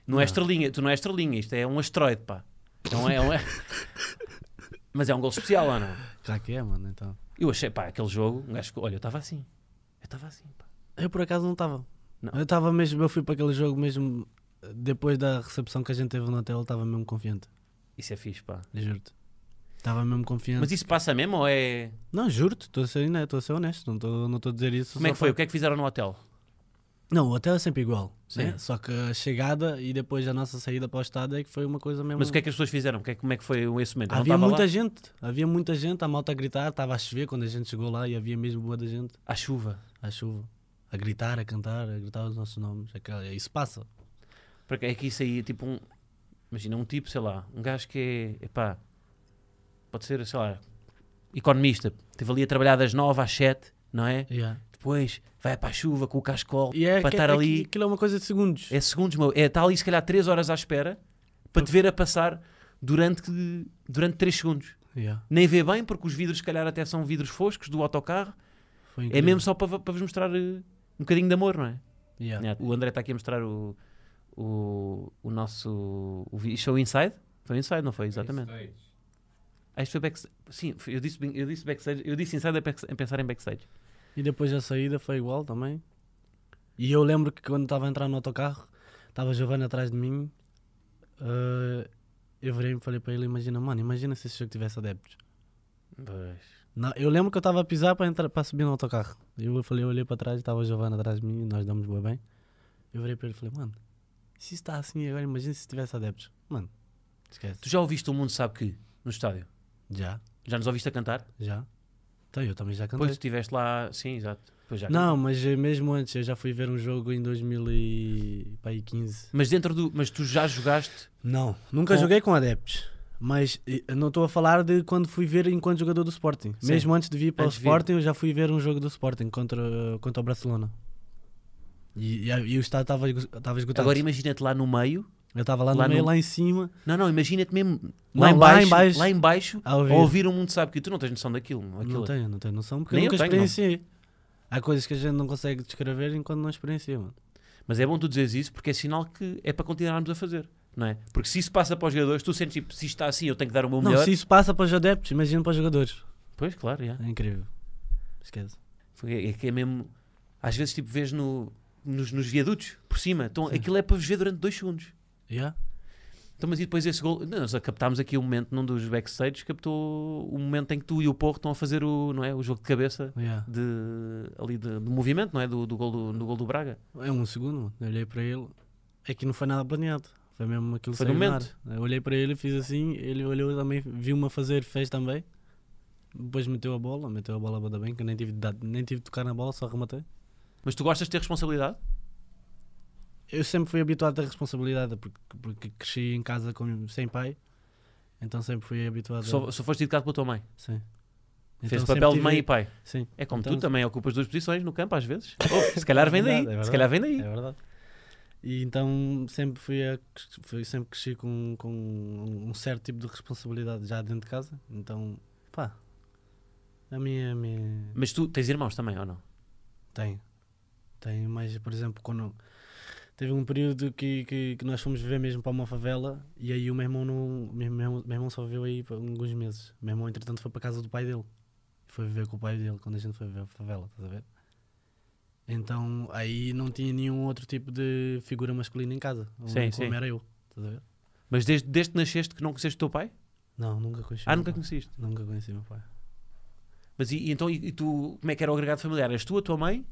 A: Não, é estrelinha, tu não é estrelinha, isto é um asteroide, pá. Não é, é um- (laughs) é- Mas é um gol especial, ou não?
B: Claro que é, mano, então.
A: Eu achei, pá, aquele jogo, um gajo ficou- olha, eu estava assim. Eu estava assim, pá.
B: Eu por acaso não estava.
A: Não.
B: Eu estava mesmo, eu fui para aquele jogo mesmo eh, depois da recepção que a gente teve no hotel, estava mesmo confiante,
A: Isso é fixe, pá.
B: juro-te. Estava mesmo confiante.
A: Mas isso passa mesmo ou é.
B: Não, juro-te, estou a ser, né, tô a ser honesto, não estou não tô a dizer isso.
A: Como é
B: só
A: que foi? O
B: para-
A: que é que fizeram no hotel?
B: Não, o hotel é sempre igual, né?
A: Sim.
B: só que a chegada e depois a nossa saída para o estado é que foi uma coisa mesmo.
A: Mas o que é que as pessoas fizeram? O que é- como é que foi esse momento? Eu não
B: Havia
A: tava
B: muita
A: lá.
B: gente, havia muita gente, a malta a gritar, estava a chover quando a gente chegou lá e havia mesmo boa da gente,
A: À chuva.
B: à chuva, a gritar, a cantar, a gritar os nossos nomes, é que- é- isso passa.
A: Porque é que isso aí é tipo um. Imagina, um tipo, sei lá, um gajo que é. Epá, pode ser, sei lá, economista. Esteve ali a trabalhar das 9 às 7, não é? Depois vai para a chuva com o cascol
B: E é,
A: para
B: que-
A: estar
B: é que
A: ali.
B: aquilo é uma coisa de segundos.
A: É segundos, meu. É, está ali se calhar 3 horas à espera para te ver a passar durante, durante 3 segundos.
B: Yeah,
A: Nem vê bem, porque os vidros, se calhar, até são vidros foscos do autocarro.
B: foi
A: É
B: incrível.
A: mesmo só para, para vos mostrar eh, um bocadinho de amor, não é?
B: Yeah.
A: Yeah, O André está aqui a mostrar o, o, o nosso. O, vi- isto foi o Inside? Foi o Inside, não foi? Exatamente.
C: Backstage.
A: Ah, isto foi backstage. Sim, foi- eu, disse, bem- eu disse backstage. Eu disse Inside a, back- a pensar em backstage.
B: E depois a saída foi igual também. E eu lembro que quando estava a entrar no autocarro, estava a Giovanna atrás de mim. eh, eu virei e falei para ele: Imagina, mano, imagina se esse jogo tivesse adeptos. Não, eu lembro que eu estava a pisar para entrar- para subir no autocarro. Eu falei, eu olhei para trás, estava a Giovanna atrás de mim e nós damos boa bem. Eu virei para ele e falei: Mano, se isso está assim agora, imagina se tivesse adeptos. Mano, esquece.
A: Tu já ouviste O Mundo Sabe Que no estádio?
B: Já,
A: Já nos ouviste a cantar?
B: já. Então eu também já cantei.
A: Depois estiveste lá. Sim, exato. Pois já
B: Não, mas eh, mesmo antes, eu já fui ver um jogo em 2015.
A: Mas dentro do. Mas tu já jogaste.
B: Não, nunca
A: Com-
B: joguei com adeptos. Mas eh, eu não estou a falar de quando fui ver enquanto jogador do Sporting.
A: Sim.
B: Mesmo antes de vir para
A: Antes
B: o
A: de vir.
B: Sporting, eu já fui ver um jogo do Sporting contra, contra o Barcelona. E, e, a- e o estado estava esgo- estava esgotado.
A: Agora imagina-te lá no meio.
B: eu estava lá no
A: lá
B: meio,
A: no-
B: lá em cima,
A: Não, não, imagina-te mesmo.
B: Não, lá
A: Lá,
B: em
A: embaixo,
B: baixo. Ah,
A: Lá embaixo.
B: a ouvir.
A: A ouvir O Mundo Sabe Que. Tu não tens noção daquilo. meu. Aquilo
B: Não tenho, não tenho noção, porque
A: Nem
B: eu
A: eu
B: nunca
A: tenho, não.
B: experienciei. Há coisas que a gente não consegue descrever enquanto não experiencia, mano.
A: Mas é bom tu dizeres isso porque é sinal que é para continuarmos a fazer, não é? Porque se isso passa para os jogadores, tu sentes tipo, se isto está assim, eu tenho que dar o meu
B: Não,
A: melhor.
B: se isso passa para os adeptos, imagina para os jogadores.
A: Pois, claro, já.
B: É incrível. Esquece.
A: Foi- É que é mesmo. Às vezes, tipo, vês no, nos, nos viadutos por cima. Então, aquilo é para vos ver durante dois segundos.
B: Yeah?
A: Então, mas e depois esse gol? Não, Nós captámos aqui o momento num dos backstages, captou o momento em que tu e o Porro estão a fazer o, não é, o jogo de cabeça
B: Yeah.
A: de, ali de, de movimento, não é? Do, do, gol do, do gol do Braga.
B: É um segundo, mano. Eu olhei para ele. É que não foi nada planeado. Foi mesmo aquilo
A: Foi
B: saiu
A: no
B: do
A: momento.
B: nada. Eu olhei para ele, fiz assim. Ele olhou também, viu-me a fazer, fez também. Depois meteu a bola, meteu a bola a bem, que eu nem tive, de dar- nem tive de tocar na bola, só rematei.
A: Mas tu gostas de ter responsabilidade?
B: Eu sempre fui habituado à responsabilidade, porque, porque cresci em casa com, sem pai. Então sempre fui habituado. a-
A: Só, só foste educado pela tua mãe.
B: Sim.
A: Fez
B: Então
A: o papel
B: sempre
A: de mãe e
B: tive-
A: pai.
B: Sim.
A: É como
B: Então,
A: tu também ocupas duas posições no campo às
B: (laughs)
A: vezes. Oh, se calhar
B: É
A: vem daí.
B: verdade, é
A: se calhar vem daí.
B: É verdade. E então sempre fui, a, fui sempre cresci com, com um certo tipo de responsabilidade já dentro de casa. Então, pá, a minha, a minha
A: Mas tu tens irmãos também, ou não?
B: tenho. Tem, mas, por exemplo, quando teve um período que, que, que nós fomos viver mesmo para uma favela e aí o meu irmão, não, meu, meu, meu irmão só viveu aí por alguns meses. O meu irmão, entretanto, foi para casa do pai dele. Foi viver com o pai dele quando a gente foi viver para a favela, estás a ver? Então aí não tinha nenhum outro tipo de figura masculina em casa,
A: Sim,
B: como
A: sim.
B: era eu, estás a ver?
A: Mas desde, desde que nasceste que não conheceste o teu pai?
B: Não, nunca conheci.
A: Ah,
B: meu
A: nunca
B: pai.
A: conheceste.
B: Nunca conheci meu pai.
A: Mas e, e então, e, e tu, como é que era o agregado familiar? És tu, a tua mãe?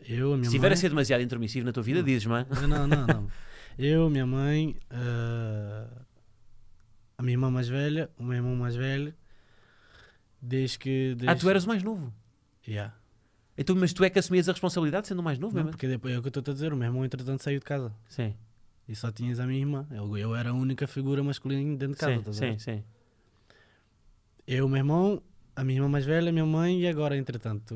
B: Eu, a minha
A: Se
B: mãe. Hum.
A: tiver a ser demasiado intermissivo na tua vida, dizes, mãe.
B: Não, não, não. Eu, minha mãe, ah, a minha irmã mais velha, o meu irmão mais velho, desde que. Desde...
A: Ah, tu eras o mais novo.
B: Yeah.
A: Então, mas tu é que assumias a responsabilidade sendo o mais novo,
B: Não,
A: mesmo?
B: porque depois é o que eu estou a dizer, o meu irmão entretanto saiu de casa
A: Sim,
B: e só tinhas a minha irmã. Eu, eu era a única figura masculina dentro de casa,
A: sim,
B: estás a ver?
A: sim, sim.
B: Eu, meu irmão, a minha irmã mais velha, a minha mãe e agora, entretanto,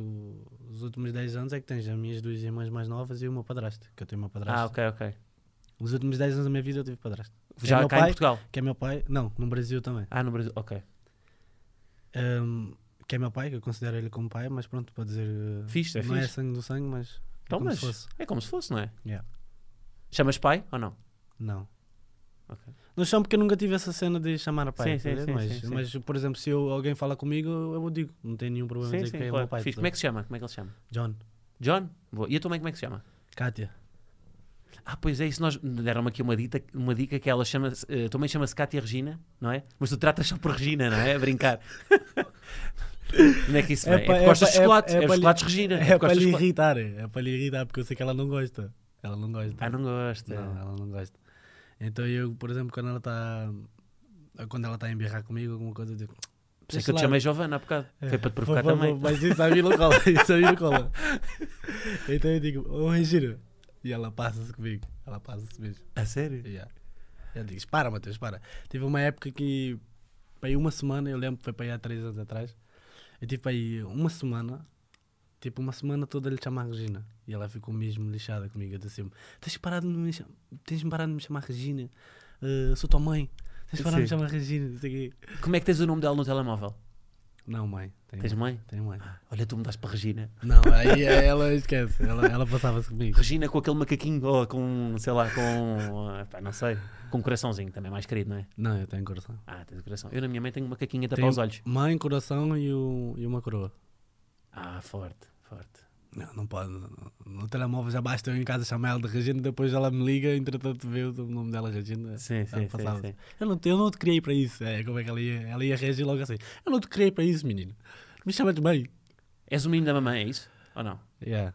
B: os últimos 10 anos é que tens as minhas duas irmãs mais novas e o meu padrasto, que eu tenho uma padrasto.
A: Ah, ok, ok.
B: Os últimos 10 anos da minha vida eu tive padrasto,
A: Já
B: meu
A: cá em
B: pai?
A: Portugal?
B: que é meu pai, não, no Brasil também.
A: Ah, no Brasil, ok.
B: Ahm, que é meu pai, que eu considero ele como pai, mas pronto, para dizer. eh,
A: Fixe, é
B: não é
A: fixe.
B: sangue do sangue, mas. é
A: Então,
B: como
A: mas
B: se fosse.
A: é como se fosse, não é?
B: Yeah.
A: Chamas pai ou não?
B: Não.
A: Ok.
B: Não chamo porque eu nunca tive essa cena de chamar a
A: Sim,
B: pai,
A: sim,
B: entendeu?
A: sim,
B: mas,
A: sim, sim.
B: mas, por exemplo, se eu- alguém fala comigo, eu eu digo, não tem nenhum problema em
A: Sim,
B: dizer
A: sim,
B: que é
A: claro.
B: meu pai.
A: Fixe. Como é que se chama? Como é que ele se chama?
B: John,
A: John? Boa. E a tua mãe como é que se chama?
B: Kátia,
A: Ah, pois é, isso nós deram-me aqui uma, dita, uma dica que ela chama uh, tua mãe chama-se Cátia Regina, não é? Mas tu tratas só por Regina, não é? A (laughs) brincar. Como é que isso
B: É
A: vem? É,
B: pa-
A: porque
B: é
A: gostas
B: pa-
A: de
B: é-
A: chocolates,
B: é
A: é,
B: pa-
A: os chocolates Regina.
B: é,
A: porque
B: para
A: (laughs) gostas de
B: lhe
A: chocolate.
B: irritar, é para lhe irritar, porque eu sei que ela não gosta. Ela não gosta.
A: Ah, não gosta.
B: Não, ela não gosta. Então eu, por exemplo, quando ela está. Quando ela está a embirrar comigo, alguma coisa, eu digo.
A: Por isso é
B: "Deixa
A: que eu te
B: lá,
A: chamei Giovana há bocado. Foi para te provocar
B: Foi, foi,
A: também.
B: foi, Mas isso a mim não cola, (laughs) isso a mim não cola. Então eu digo, ô Regina. E ela passa-se comigo, ela passa-se mesmo.
A: (laughs) A sério?
B: Yeah. Eu digo, para Matheus, para. Tive uma época que, para aí uma semana, eu lembro que foi para aí há três anos atrás, eu tive para aí uma semana, tipo uma semana toda a lhe chamar Regina. E ela ficou mesmo lixada comigo, eu disse assim, tens parado de me, cham- tens parado de me chamar Regina, Eh, sou tua mãe, tens parado de me
A: Sim.
B: chamar Regina, não sei o quê.
A: Como é que tens o nome dela no telemóvel?
B: Não mãe, tenho
A: Tens
B: mãe.
A: mãe?
B: Tenho mãe.
A: Olha, tu mudaste para Regina.
B: Não, aí é ela esquece. Ela, ela passava-se comigo.
A: Regina com aquele macaquinho, ou com, sei lá, com. ah, pá, não sei. Com um coraçãozinho também, mais querido, não é?
B: Não, eu tenho coração.
A: Ah, tens o coração. Eu na minha mãe tenho uma caquinha a tapar
B: Tenho
A: os olhos.
B: Mãe, coração e, o- e uma coroa.
A: Ah, forte, forte.
B: Não, não pode. não- No telemóvel já basta eu em casa chamar ela de Regina, depois ela me liga, entretanto vê o nome dela Regina.
A: Sim, sim, sim,
B: passava-se.
A: sim.
B: Eu não, te- eu não te criei para isso. É, como é que ela ia, ela ia reagir logo assim? Eu não te criei para isso, menino. Me chama de mãe.
A: És o menino da mamãe, é isso? Ou não?
B: Yeah.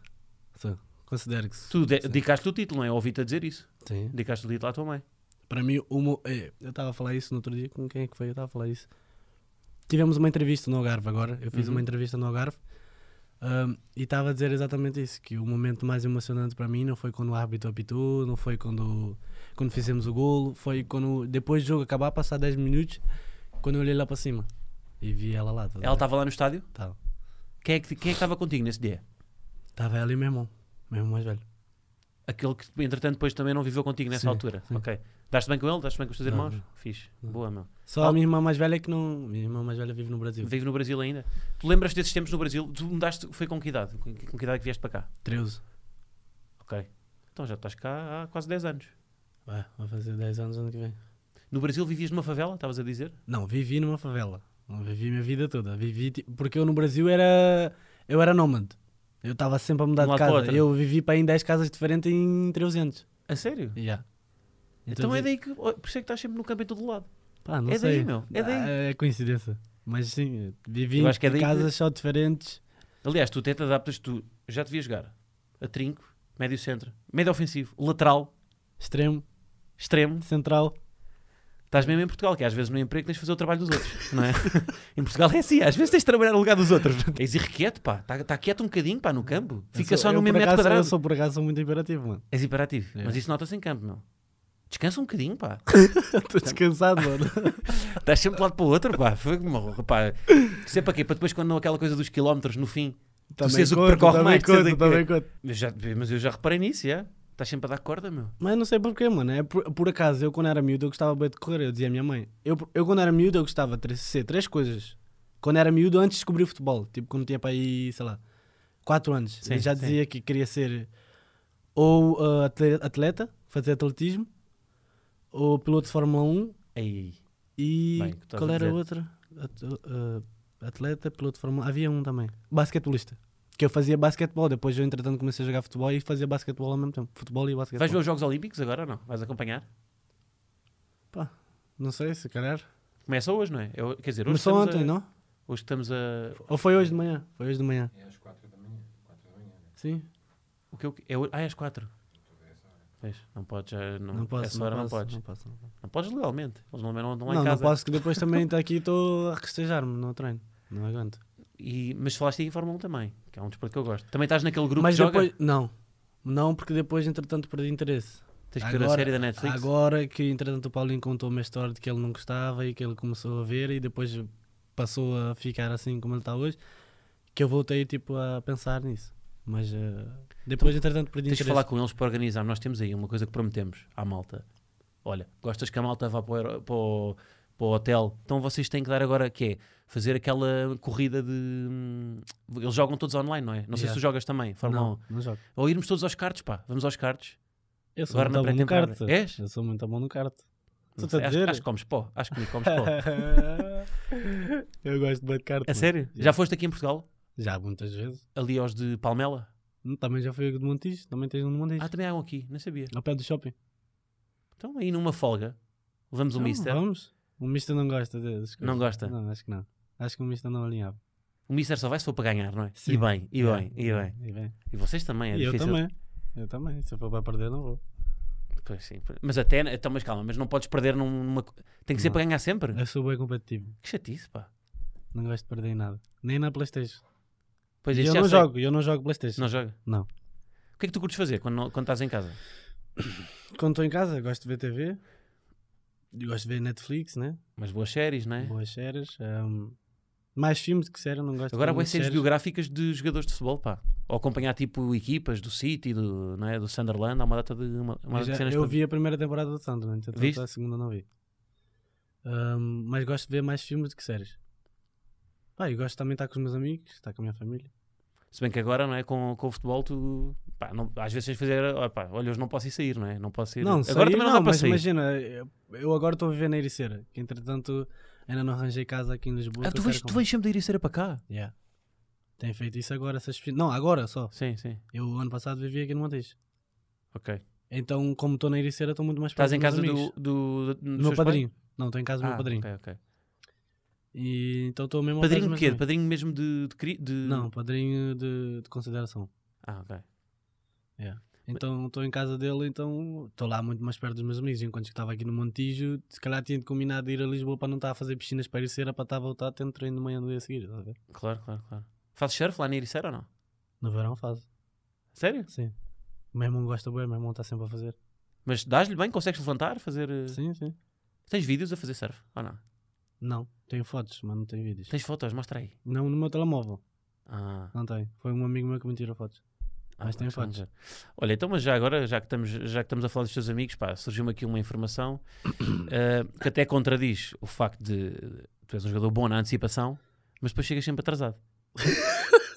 B: So, considero que
A: Tu de- dedicaste o título, não é? Eu Ouvi-te a dizer isso.
B: Sim.
A: Dedicaste o título à tua mãe.
B: Para mim, uma, é, eu estava a falar isso no outro dia, com quem é que foi? Eu estava a falar isso. Tivemos uma entrevista no Algarve agora, eu fiz
A: Uhum.
B: uma entrevista no Algarve ahm, e estava a dizer exatamente isso, que o momento mais emocionante para mim não foi quando o árbitro apitou, não foi quando, quando fizemos o golo, foi quando, depois do jogo acabar, passar 10 minutos, quando eu olhei lá para cima e vi ela lá. tá
A: Ela tá- estava lá no estádio?
B: Estava
A: Quem é que quem é que estava contigo nesse dia?
B: Tava ela e meu irmão, meu irmão mais velho.
A: Aquele que, entretanto, depois também não viveu contigo nessa
B: Sim,
A: altura.
B: sim.
A: Ok. Daste bem com ele? Daste bem com os teus
B: Não,
A: irmãos?
B: não.
A: Fixe.
B: Não.
A: Boa, meu.
B: Só
A: Ela-
B: a minha irmã mais velha é que não. Minha irmã mais velha vive no Brasil.
A: Vive no Brasil ainda. Tu lembras desses tempos no Brasil? Tu mudaste, foi com que idade? Com que com que idade é que vieste para cá?
B: 13.
A: Ok. Então já estás cá há quase 10 anos.
B: Vai, vai fazer 10 anos ano que vem.
A: No Brasil vivias numa favela, estavas a dizer?
B: Não, vivi numa favela. Não vivi minha vida toda. Vivi, ti- porque eu no Brasil era. Eu era nômade. Eu estava sempre a mudar
A: De um
B: de
A: lado para o
B: casa.
A: outro.
B: Eu vivi para em 10 casas diferentes em 300.
A: A sério?
B: Yeah.
A: Então, é
B: vi-
A: daí que. oh, Por isso é que estás sempre no campo em todo lado.
B: Pá, não
A: é daí,
B: sei.
A: meu, é daí.
B: Ah, é coincidência. Mas sim, vivi
A: Eu
B: em
A: acho que é daí que-
B: casas só diferentes.
A: Aliás, tu até te adaptas, tu já devias jogar a trinco, médio centro, médio ofensivo, lateral,
B: Extremo,
A: extremo.
B: central.
A: Estás mesmo em Portugal, que às vezes no emprego tens de fazer o trabalho dos outros,
B: (laughs)
A: não é? em Portugal é assim, às vezes tens de trabalhar no lugar dos outros. És irrequieto, pá. Está quieto um bocadinho, pá, no campo.
B: Eu
A: Fica
B: sou-
A: só
B: eu,
A: no
B: por
A: mesmo metro
B: acaso,
A: quadrado.
B: Eu sou por acaso muito imperativo, mano. (laughs)
A: És hiperativo.
B: É.
A: Mas isso nota-se em campo, meu. Descansa um bocadinho,
B: (laughs)
A: pá.
B: Estou descansado,
A: (laughs)
B: mano.
A: Estás sempre de um lado para o outro, pá. Foi uma pá. Isso é para quê? Para depois, quando não aquela coisa dos quilómetros no fim.
B: Também
A: seres o que
B: conto,
A: percorre
B: também
A: mais,
B: conto,
A: seres o que-
B: também conto.
A: Mas, já, mas eu já reparei nisso, é? Estás sempre a dar corda, meu.
B: Mas não sei porquê, mano. É por, por acaso, eu quando era miúdo, eu gostava bem de correr. Eu dizia à minha mãe. Eu, eu quando era miúdo, eu gostava de tre- ser três coisas. Quando era miúdo, antes de descobrir o futebol. Tipo, quando tinha para aí, sei lá, quatro anos.
A: Sim,
B: eu já
A: sim.
B: dizia que queria ser ou ah, atle- atleta, fazer atletismo, ou piloto de Fórmula 1
A: Aí.
B: e
A: Bem, o que estás
B: qual
A: a
B: era a
A: dizer?
B: outra? At- ah, atleta, piloto de Fórmula 1, havia um também, basquetebolista. Que eu fazia basquetebol, depois eu entretanto comecei a jogar futebol e fazia basquetebol ao mesmo tempo. Futebol e basquetebol.
A: Vais ver os Jogos Olímpicos agora ou não? Vais acompanhar?
B: Não sei, se calhar.
A: Começa hoje, não é? Eu- quer dizer, hoje
B: Começou
A: estamos
B: ontem,
A: a,
B: não?
A: Hoje estamos a...
B: Ou foi hoje de manhã? Foi hoje de manhã.
C: É às 4 da manhã. 4 da manhã. né?
B: Sim.
A: O que eu- é, hoje- ah, é às quatro. Pois, não podes, já, não,
B: Não posso.
A: essa hora
B: não,
A: não,
B: posso,
A: podes.
B: Não posso. Não, posso.
A: Não podes legalmente. Eles não, não estão lá
B: Não,
A: em
B: não
A: casa.
B: posso, que depois também está aqui e estou a restejar-me no treino. Não aguento.
A: E, mas falaste aí em Fórmula 1 também, que é um desporto que eu gosto. Também estás naquele grupo
B: Mas
A: que
B: depois.
A: joga?
B: Não. Não, porque depois, entretanto, perdi interesse.
A: Tens que ver a
B: Agora-
A: série da Netflix?
B: Agora que, entretanto, o Paulinho contou-me a história de que ele não gostava e que ele começou a ver e depois passou a ficar assim como ele está hoje, que eu voltei, tipo, a pensar nisso. Mas eh, depois, entretanto, perdi
A: Então, Tens que
B: interesse.
A: falar com eles para organizar. Nós temos aí uma coisa que prometemos à malta. Olha, gostas que a malta vá para o, aer- para o- para o hotel? Então vocês têm que dar agora que é fazer aquela corrida de. hum, Eles jogam todos online, não é? Não sei se
B: Yeah.
A: tu jogas também, Fórmula 1.
B: Não, não jogo.
A: Ou irmos todos aos karts, pá. Vamos aos karts.
B: Eu sou
A: Agora na
B: muito bom no
A: pré-temporada.
B: kart.
A: És?
B: Eu sou muito bom no kart.
A: Não
B: Tu tá
A: sei,
B: a
A: acho,
B: dizer?
A: acho que comes pó. Acho que me comes pó.
B: (laughs) eu gosto de bate carta.
A: A sério?
B: Yeah.
A: Já foste aqui em Portugal?
B: Já muitas vezes.
A: Ali aos de Palmela?
B: Hum, Também já fui ao de Montijo, também tens um de Montijo.
A: Ah, também há um aqui. Não sabia.
B: Ao pé do shopping.
A: Então aí numa folga. Levamos o
B: Então,
A: Mister.
B: Vamos. O Mister não gosta dessas coisas.
A: Não gosta?
B: Não, acho que não. Acho que o Mister não alinhava.
A: O Mister só vai se for para ganhar, não é? E
B: Sim.
A: bem, e
B: É,
A: bem, e bem.
B: E, bem.
A: E vocês também, é
B: E eu
A: difícil.
B: também. Eu também. Se eu for para perder, não vou.
A: Pois sim, pois- Mas até, então, mas calma, mas não podes perder num- numa. co- Tem que ser
B: Não. É.
A: para ganhar sempre?
B: Eu sou bem competitivo.
A: Que chatice, pá.
B: Não gosto de perder em nada. Nem na Playstation.
A: Pois
B: E
A: isto
B: eu
A: já
B: não
A: sei.
B: jogo, eu não jogo Playstation.
A: Não joga?
B: Não.
A: O que é que tu curtes fazer quando, não- quando estás em casa?
B: Quando estou em casa, gosto de ver TV. Eu Gosto de ver Netflix, né?
A: Mas boas séries, não é?
B: Boas séries. ahm, mais filmes do que séries, não gosto
A: Agora boas
B: de ver muito
A: séries
B: séries.
A: biográficas de jogadores de futebol, pá. Ou acompanhar tipo equipas do City, do, não é? do Sunderland, há uma data de, uma, uma
B: Eu
A: data de
B: já-
A: cenas.
B: eu
A: para-
B: vi a primeira temporada do Sunderland, então
A: Viste?
B: a segunda não vi. Ahm, mas gosto de ver mais filmes do que séries. Pá, eu gosto também de estar com os meus amigos, estar com a minha família.
A: Se bem que agora, não é? Com, com o futebol, tu. Pá, não- às vezes tens de fazer. ó, pá, olha, hoje não posso ir sair, não é? Não posso ir.
B: Não,
A: agora
B: sair,
A: também não, dá para
B: mas
A: sair.
B: imagina, eu, eu agora estou a viver na Ericeira, que entretanto ainda não arranjei casa aqui em Lisboa.
A: Ah,
B: que eu
A: tu, vais,
B: quero
A: tu vais sempre da Iriceira para cá?
B: comprar. Yeah. Tenho feito isso agora, essas... fi- não, agora só.
A: Sim, sim.
B: Eu ano passado vivi aqui no Montijo.
A: Ok.
B: Então, como estou na Ericeira, estou muito mais perto
A: Estás em
B: dos meus
A: casa do,
B: amigos.
A: do, do, dos
B: do
A: seus
B: meu
A: pais?
B: padrinho. Não, estou em casa do
A: Ah,
B: meu padrinho.
A: ok, ok.
B: E então estou mesmo ao pé
A: Padrinho de
B: dos
A: quê?
B: meus amigos.
A: Padrinho mesmo de. de, cri- de...
B: Não, padrinho de, de consideração.
A: Ah, ok.
B: Então estou em casa dele, então estou lá muito mais perto dos meus amigos. Enquanto que estava aqui no Montijo, se calhar tinha de combinar de ir a Lisboa para não estar a fazer piscinas para Ericeira para estar a voltar tendo treino de manhã do dia a seguir. estás a ver?
A: Claro, claro, claro. Fazes surf lá na Iriceira ou não?
B: No verão faz,
A: Sério?
B: sim. O meu irmão gosta bem, o meu irmão está sempre a fazer.
A: Mas dás-lhe bem? Consegues levantar? Fazer. eh,
B: Sim, sim.
A: Tens vídeos a fazer surf ou não?
B: Não, tenho fotos, mas não tenho vídeos.
A: Tens fotos? Mostra aí.
B: Não no meu telemóvel,
A: Ah,
B: não tenho. Foi um amigo meu que me
A: (laughs)
B: tirou fotos. Mas
A: pá,
B: tem
A: só vamos
B: fotos.
A: ver. Olha, então, mas já agora, já que estamos, já que estamos a falar dos teus amigos, pá, surgiu-me aqui uma
B: (coughs)
A: informação eh, que até contradiz o facto de tu és um jogador bom na antecipação, mas depois chegas sempre
B: (laughs)
A: atrasado.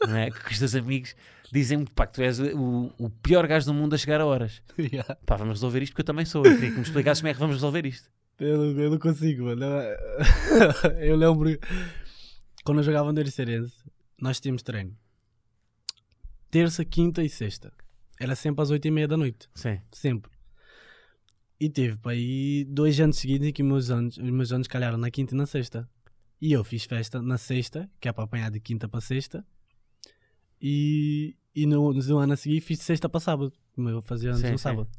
A: não é? Que os teus amigos dizem-me pá, que tu és o, o pior gajo do mundo a chegar a horas.
B: Yeah.
A: Pá, vamos resolver isto porque eu também sou. Eu queria que me explicasses como é que vamos resolver isto.
B: Eu, não- eu não consigo, mano. Eu (laughs) lembro quando eu jogava no Ericerense, nós tínhamos treino terça, quinta e sexta. Era sempre às oito e meia da noite,
A: Sim.
B: sempre. E teve para aí dois anos seguidos em que meus anos, os meus anos calharam na quinta e na sexta. E eu fiz festa na sexta, que é para apanhar de quinta para sexta. E, e no, no ano a seguir fiz de sexta para sábado, como eu fazia antes
A: Sim,
B: no
A: sim.
B: sábado.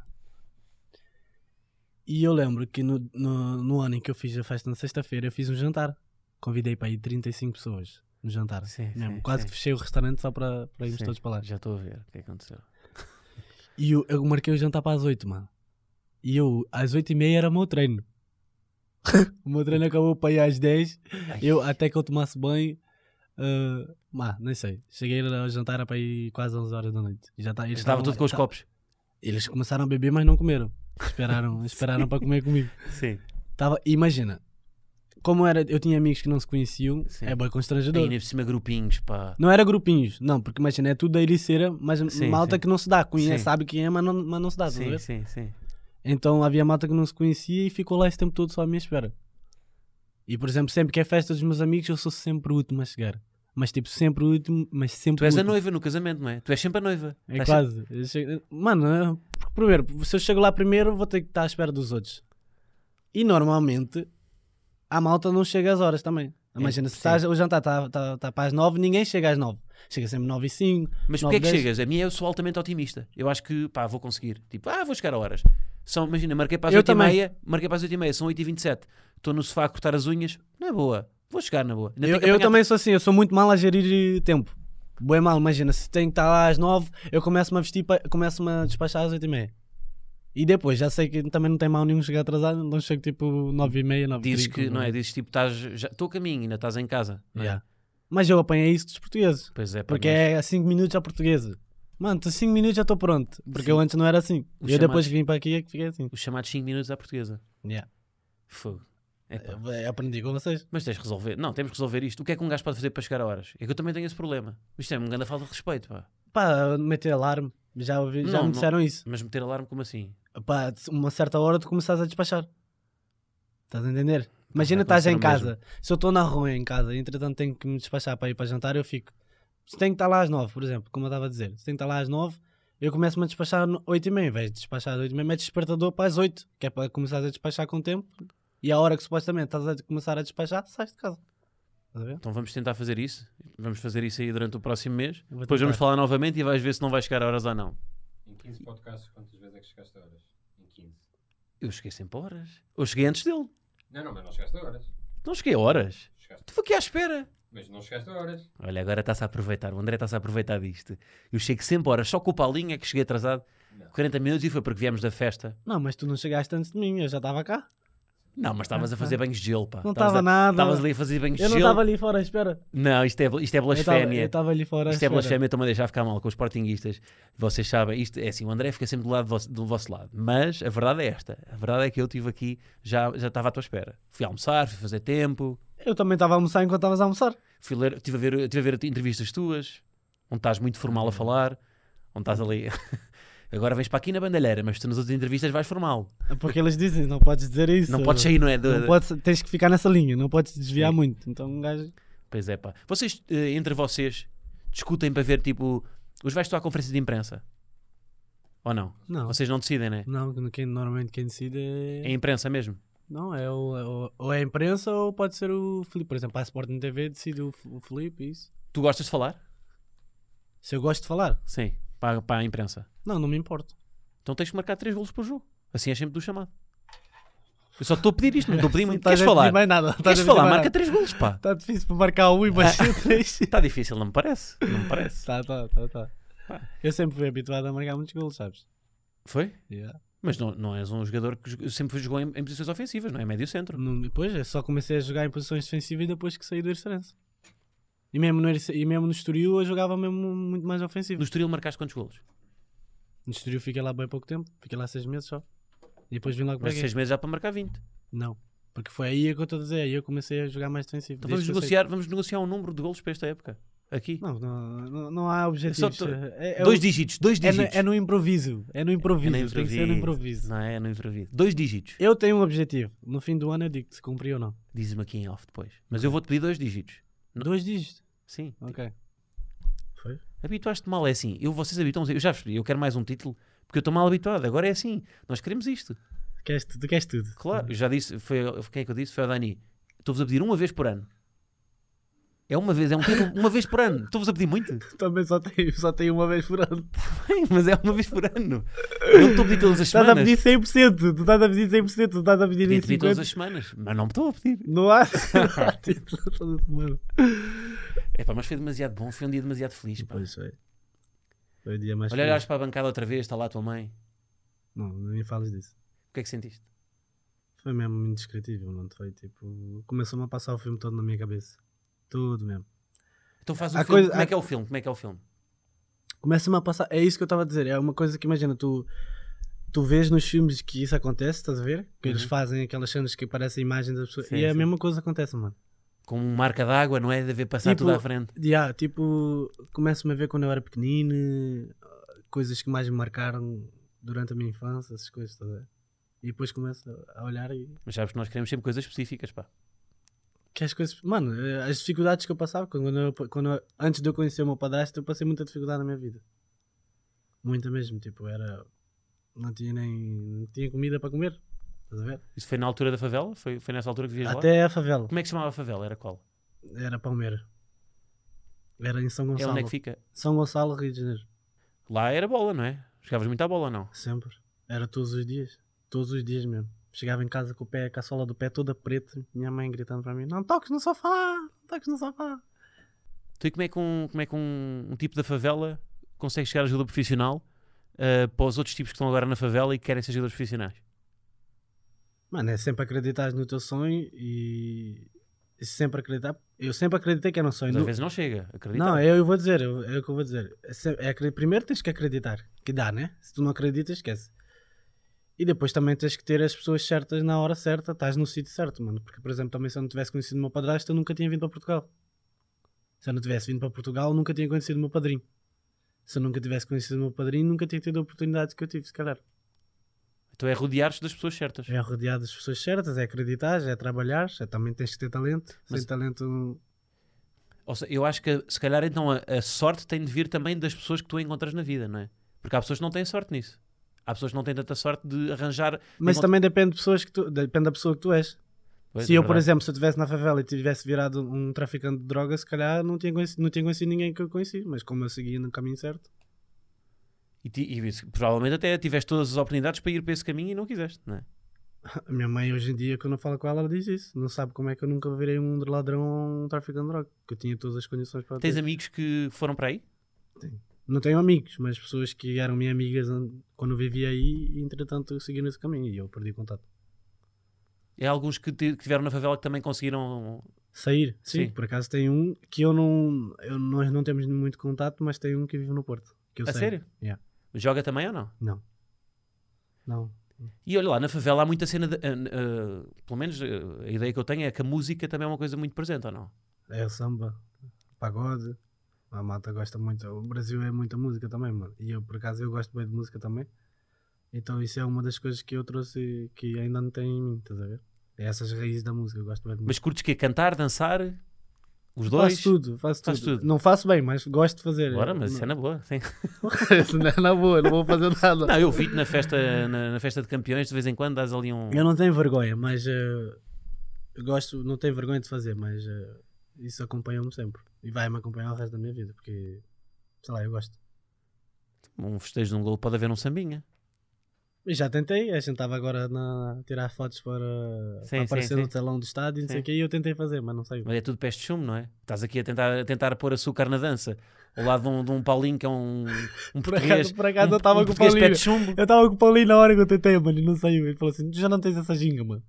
B: E eu lembro que no, no, no ano em que eu fiz a festa na sexta-feira, eu fiz um jantar. Convidei para aí 35 pessoas no jantar.
A: Sim,
B: Mesmo,
A: sim,
B: quase
A: sim.
B: que fechei o restaurante só para, para irmos
A: Sim.
B: todos para lá.
A: Já estou a ver o que é que aconteceu.
B: E eu, eu marquei o jantar para as 8, mano. E eu, às 8 e meia era o meu treino. (laughs) o meu treino acabou para aí às 10. Eu, até que eu tomasse banho. ah, Má, nem sei. Cheguei ao jantar era para aí quase 11 horas da noite. E Já tá, eles
A: Estava
B: estavam-
A: tudo com os
B: tá-
A: copos.
B: Eles começaram
A: (laughs)
B: a beber, mas não comeram. Esperaram, esperaram para comer comigo.
A: Sim.
B: Tava, imagina, como era, eu tinha amigos que não se conheciam,
A: Sim.
B: é bem constrangedor.
A: Ainda por cima, grupinhos, pá.
B: Não era grupinhos, não, porque imagina, é tudo da Ericeira, mas
A: Sim,
B: malta
A: sim.
B: que não se dá, conhece,
A: Sim.
B: sabe quem é, mas não, mas não se dá, estás a
A: Sim,
B: ver?
A: sim, sim.
B: Então havia malta que não se conhecia e ficou lá esse tempo todo só à minha espera. E por exemplo, sempre que é festa dos meus amigos, eu sou sempre o último a chegar. Mas tipo, sempre o último, mas sempre
A: Tu
B: o
A: és a
B: último.
A: noiva no casamento, não é? Tu és sempre a noiva.
B: É
A: Estás
B: quase. Eu chego- Mano, eu- porque primeiro, se eu chego lá primeiro, vou ter que estar à espera dos outros. E normalmente, a malta não chega às horas também. Imagina, se
A: É, sim.
B: estás- o jantar está tá, tá para as nove, ninguém chega às nove. Chega sempre nove e cinco.
A: Mas
B: Nove,
A: porquê é que
B: dez.
A: chegas? A mim eu sou altamente otimista. Eu acho que, pá, vou conseguir. Tipo, ah, vou chegar a horas. São, imagina, marquei para as
B: Eu
A: 8 e
B: também.
A: meia, marquei para as 8 e meia, são 8 e 27. Estou no sofá a cortar as unhas, na boa. Vou chegar na boa. Ainda
B: Eu,
A: tenho que
B: eu
A: apanhar-
B: também sou assim, eu sou muito mal a gerir eh, tempo. Bem mal, imagina, se tenho que estar lá às nove, eu começo-me a vestir, pa- começo-me a despachar às oito e meia. E depois, já sei que também não tem mal nenhum chegar atrasado, então chego tipo nove e meia, nove e
A: Dizes
B: trinta,
A: que, não é?
B: nove.
A: Dizes tipo, estás, já- estou a caminho, ainda estás em casa. não é?
B: Yeah. Mas eu apanhei isso dos portugueses.
A: Pois é, pá,
B: Porque
A: nós-
B: é a 5 minutos à portuguesa. Mano, 5 minutos já estou pronto. Porque eu antes não era assim.
A: Os
B: eu depois
A: chamados-
B: que vim para aqui é que fiquei assim.
A: os chamados 5 minutos à portuguesa. Fogo. É, pá.
B: Eu- eu aprendi com vocês.
A: Mas tens de resolver. Não, temos que resolver isto. O que é que um gajo pode fazer para chegar a horas? É que eu também tenho esse problema. Isto é uma grande falta de respeito, pá.
B: Pá, meter alarme. Já, ouvi, já
A: Não,
B: me
A: não.
B: disseram isso.
A: Mas meter alarme como assim?
B: Pá, uma certa hora tu começas a despachar. Estás a entender? Imagina
A: Então, vai
B: estás em
A: acontecer o
B: casa. Se eu estou na rua em casa, entretanto tenho que me despachar para ir para jantar, eu fico. Se tenho que estar lá às 9, por exemplo, como eu estava a dizer. Se tenho que estar lá às 9, eu começo-me a despachar às 8 e meia. Em vez de despachar às 8 e meia, metes despertador para as 8, que é para começar a despachar com o tempo. E a hora que supostamente estás a começar a despachar, sais de casa. Estás a ver?
A: Então vamos tentar fazer isso. Vamos fazer isso aí durante o próximo mês.
B: Eu vou
A: Depois
B: tentar.
A: vamos falar novamente e vais ver se não vai chegar a horas ou não.
C: Em 15 podcasts, quantas vezes é que chegaste a horas? Em 15.
A: Eu cheguei sempre a horas. Eu cheguei antes dele.
C: Não, não, mas não chegaste a horas.
A: Não cheguei a horas.
C: Chegaste.
A: Tu aqui à espera.
C: Mas não chegaste a horas.
A: Olha, agora está-se a aproveitar. O André está-se a aproveitar disto. Eu chego sempre a horas. Só com o Paulinho é que cheguei atrasado.
C: Não.
A: 40 minutos e foi porque viemos da festa.
B: Não, mas tu não chegaste antes de mim, eu já estava cá.
A: Não, mas estavas a fazer banhos de gelo, pá.
B: Ah, Não
A: Estavas
B: estava
A: a-
B: nada.
A: Estavas ali a fazer banhos de
B: Eu não
A: gelo.
B: estava ali fora à espera.
A: Não, isto é, isto é
B: Eu estava- Eu
A: blasfémia.
B: estava ali fora à
A: Isto é
B: espera.
A: blasfémia, estou-me a deixar ficar mal com os portinguistas. Vocês sabem, isto é assim, o André fica sempre do, lado do, vosso, do vosso lado. Mas a verdade é esta. A verdade é que eu estive aqui, já, já estava à tua espera. Fui almoçar, fui fazer tempo,
B: Eu também estava a almoçar enquanto estavas a almoçar.
A: fui ler, estive a ver, estive a ver entrevistas tuas, onde estás muito formal
B: Uhum.
A: a falar, onde estás ali... (laughs) Agora vens para aqui na bandalheira, mas tu nas outras entrevistas vais formal.
B: É Porque eles dizem, não podes dizer isso.
A: Não podes sair, não é? Do-
B: Não podes, tens que ficar nessa linha, não podes desviar
A: Sim.
B: muito. Então um gajo.
A: Pois é, pá. Vocês, eh, entre vocês, discutem para ver, tipo... Hoje vais tu à conferência de imprensa? Ou não?
B: Não,
A: Vocês não decidem, né?
B: não quem, normalmente quem decide é.
A: É a imprensa mesmo.
B: Não, é o, é o- ou é a imprensa ou pode ser o Felipe. Por exemplo, a Sporting TV decide o, F- o Felipe isso.
A: Tu gostas de falar?
B: Se eu gosto de falar,
A: Sim, para, para a imprensa.
B: não, não me importo.
A: Então tens que marcar 3 golos por jogo. Assim é sempre do chamado. Eu só estou a pedir isto, não estou
B: (laughs)
A: a pedir
B: Não
A: muito.
B: estás
A: Queres
B: a pedir
A: falar?
B: Mais nada, estás
A: Queres
B: a pedir
A: falar?
B: mais
A: Marca
B: nada.
A: 3 golos, pá.
B: Tá difícil para marcar um
A: (laughs)
B: e baixar três.
A: Está difícil, não me parece. Não me parece.
B: Tá, tá, tá, tá. Eu sempre fui habituado a marcar muitos golos, sabes?
A: Foi?
B: Yeah.
A: Mas não, não és um jogador que jo- sempre jogou em, em posições ofensivas, não é? Médio centro.
B: Não- Depois, eu só comecei a jogar em posições defensivas depois que saí do Ercerense. E mesmo no, Erce- e mesmo no Estoril eu jogava mesmo muito mais ofensivo.
A: No Estoril marcaste quantos golos?
B: No Estoril fiquei lá bem pouco tempo, fiquei lá seis meses só. E depois vim logo para
A: Mas
B: aqui.
A: 6 meses já para marcar 20.
B: Não, porque foi aí que eu estou a dizer, aí eu comecei a jogar mais defensivo.
A: Então vamos
B: desde que eu
A: negociar, vamos negociar um número de golos para esta época. Aqui.
B: saí. Não, não, não, não há objetivos.
A: tô-
B: É- é
A: Dois
B: o-
A: dígitos, dois
B: é no,
A: dígitos.
B: é no improviso, é no improviso,
A: É no
B: tem que ser no improviso.
A: Não é, é no improviso. Dois dígitos.
B: Eu tenho um objetivo, no fim do ano eu digo se cumpri ou não.
A: Dizes-me aqui em off depois. Mas eu vou-te pedir dois dígitos. Não.
B: Dois dígitos,
A: Sim.
B: ok.
A: Habituaste-te mal, é assim. Eu, vocês habituam-se. Eu já percebi, eu quero mais um título porque eu estou mal habituado. Agora é assim. Nós queremos isto.
B: Queres tudo, queres tudo. (laughs)
A: Claro, eu já disse. Foi, quem é que eu disse? Foi o Dani. Estou-vos a pedir uma vez por ano. É uma vez, é um título, uma vez por ano. Estou-vos a pedir muito.
B: Também só tenho, só tenho uma vez por ano.
A: Bem, mas é uma vez por ano. Não estou a pedir todas as
B: Estás a
A: semanas.
B: pedir 100%, tu estás a pedir 100%, tu estás a pedir
A: Podia
B: em
A: te pedir todas
B: 50%.
A: as semanas, mas não me estou a pedir. (laughs)
B: Não há (laughs) não há título toda semana.
A: Epá, mas foi demasiado bom, foi um dia demasiado feliz. Pá.
B: Pois é. foi. Foi o dia mais
A: é. Olha,
B: feliz.
A: olhaste para a bancada outra vez, está lá a tua mãe.
B: Não, nem me falas disso.
A: O que é que sentiste?
B: Foi mesmo muito descritivo, mano. Foi tipo. Começou-me a passar o filme todo na minha cabeça. Tudo mesmo.
A: Então faz o
B: Há
A: filme.
B: coisa-
A: Como é
B: há-
A: que é o filme? Como é que é o filme?
B: Começa-me a passar. É isso que eu estava a dizer. É uma coisa que imagina, tu. tu vês nos filmes que isso acontece, estás a ver? Que eles
A: Uhum.
B: fazem aquelas cenas que aparecem imagens das pessoas.
A: Sim,
B: e é a
A: sim.
B: mesma coisa que acontece, mano.
A: Com marca d'água, não é? Deve passar
B: Tipo,
A: tudo à frente.
B: Yeah, tipo, começo-me a ver quando eu era pequenino, coisas que mais me marcaram durante a minha infância, essas coisas, estás a ver? E depois começo a olhar e.
A: Mas sabes que nós queremos sempre coisas específicas, pá.
B: Que as coisas. Mano, eh, as dificuldades que eu passava, quando eu- quando eu- antes de eu conhecer o meu padrasto, eu passei muita dificuldade na minha vida. Muita mesmo, tipo, era. Não tinha nem. Não tinha comida para comer, estás a ver?
A: Isso foi na altura da favela? Foi, foi nessa altura que vias lá?
B: Até a favela,
A: Como é que se chamava a favela? Era qual?
B: era Palmeira. Era em São
A: É
B: Gonçalo.
A: onde é que fica?
B: São Gonçalo, Rio de Janeiro.
A: Lá era bola, não é? Jogavas muito à bola, não?
B: Sempre. Era todos os dias. Todos os dias mesmo. Chegava em casa com o pé, com a sola do pé toda preta, minha mãe gritando para mim: Não toques no sofá! Não toques no sofá!
A: Então, e como é que um, como é que um, um tipo da favela consegue chegar a ajuda profissional ah, para os outros tipos que estão agora na favela e que querem ser jogadores profissionais?
B: Mano, é sempre acreditar no teu sonho e. e sempre acreditar. Eu sempre acreditei que era um sonho.
A: Mas
B: Nu-
A: às vezes não chega, acredita?
B: Não, é eu vou dizer, eu- é o que eu vou dizer. É se- é acre- primeiro tens que acreditar que dá, né? Se tu não acreditas, esquece. E depois também tens que ter as pessoas certas na hora certa, estás no sítio certo, mano. Porque, por exemplo, também se eu não tivesse conhecido o meu padrasto, eu nunca tinha vindo para Portugal. Se eu não tivesse vindo para Portugal, eu nunca tinha conhecido o meu padrinho. Se eu nunca tivesse conhecido o meu padrinho, nunca tinha tido a oportunidade que eu tive, se calhar.
A: Então é rodear-se das pessoas certas.
B: É rodeado das pessoas certas, é acreditar, é trabalhar, é também tens que ter talento.
A: Mas-
B: Sem talento.
A: Ou seja, eu acho que se calhar então a, a sorte tem de vir também das pessoas que tu encontras na vida, não é? Porque há pessoas que não têm sorte nisso. Há pessoas que não têm tanta sorte de arranjar.
B: Mas
A: encontro-
B: também depende de pessoas que tu, depende da pessoa que tu és.
A: Pois,
B: se
A: é
B: eu, por
A: verdade.
B: exemplo, se eu estivesse na favela e tivesse virado um traficante de droga, se calhar não tinha conhecido, não tinha conhecido ninguém que eu conheci, mas como eu seguia no caminho certo.
A: E, ti- e isso, provavelmente até tiveste todas as oportunidades para ir para esse caminho e não quiseste, não é?
B: A minha mãe, hoje em dia, quando eu falo com ela, ela diz isso. Não sabe como é que eu nunca virei um ladrão ou um traficante de droga, que eu tinha todas as condições para
A: Tens
B: ter.
A: amigos que foram para aí?
B: Não tenho amigos, mas pessoas que eram minhas amigas an- quando eu vivia aí e, entretanto, seguiram esse caminho e eu perdi contato.
A: É alguns que, ti- que tiveram na favela que também conseguiram.
B: Sair, sim,
A: Sim.
B: Por acaso tem um que eu não. eu- nós não temos muito contato, mas tem um que vive no Porto. Que eu
A: a
B: sei.
A: sério?
B: Yeah.
A: Joga também ou não?
B: Não.
A: E olha lá, na favela há muita cena. de- ah, n- ah, pelo menos ah, a ideia que eu tenho é que a música também é uma coisa muito presente, ou não?
B: É o samba, pagode. A malta gosta muito. O Brasil é muita música também, mano. E eu, por acaso, eu gosto bem de música também. Então isso é uma das coisas que eu trouxe que ainda não tem em mim, estás a ver? É essas raízes da música, eu gosto bem de
A: Mas
B: música.
A: curtes que Cantar, dançar? Os dois?
B: Faço tudo, faço
A: Faz
B: tudo.
A: tudo.
B: Não faço bem, mas gosto de fazer.
A: Bora, mas
B: (laughs)
A: isso é
B: não,
A: na boa. Sim.
B: Isso não é na boa, não vou fazer nada.
A: Não, eu vi-te na festa, na, na festa de campeões, de vez em quando dás ali um.
B: Eu não tenho vergonha, mas eh, eu gosto, não tenho vergonha de fazer, mas eh, isso acompanha-me sempre. E vai-me acompanhar o resto da minha vida, porque sei lá, eu gosto.
A: Um festejo de um gol pode haver um sambinha.
B: Eu já tentei, a gente estava agora na- a tirar fotos para,
A: Sim,
B: para aparecer
A: sim,
B: no
A: sim.
B: telão do estádio e não sei
A: Sim.
B: o que, e eu tentei fazer, mas não saiu.
A: Mas é tudo peste de chumbo, não é? Estás aqui a tentar, a tentar pôr açúcar na dança. Ao lado de um, de um Paulinho que é um, um
B: Por
A: português.
B: acaso, por acaso
A: um,
B: eu estava
A: um
B: com o
A: português pé
B: Paulinho.
A: de chumbo.
B: Eu estava com o Paulinho na hora que eu tentei, mano, e não saiu. Ele falou assim: Tu já não tens essa ginga, mano.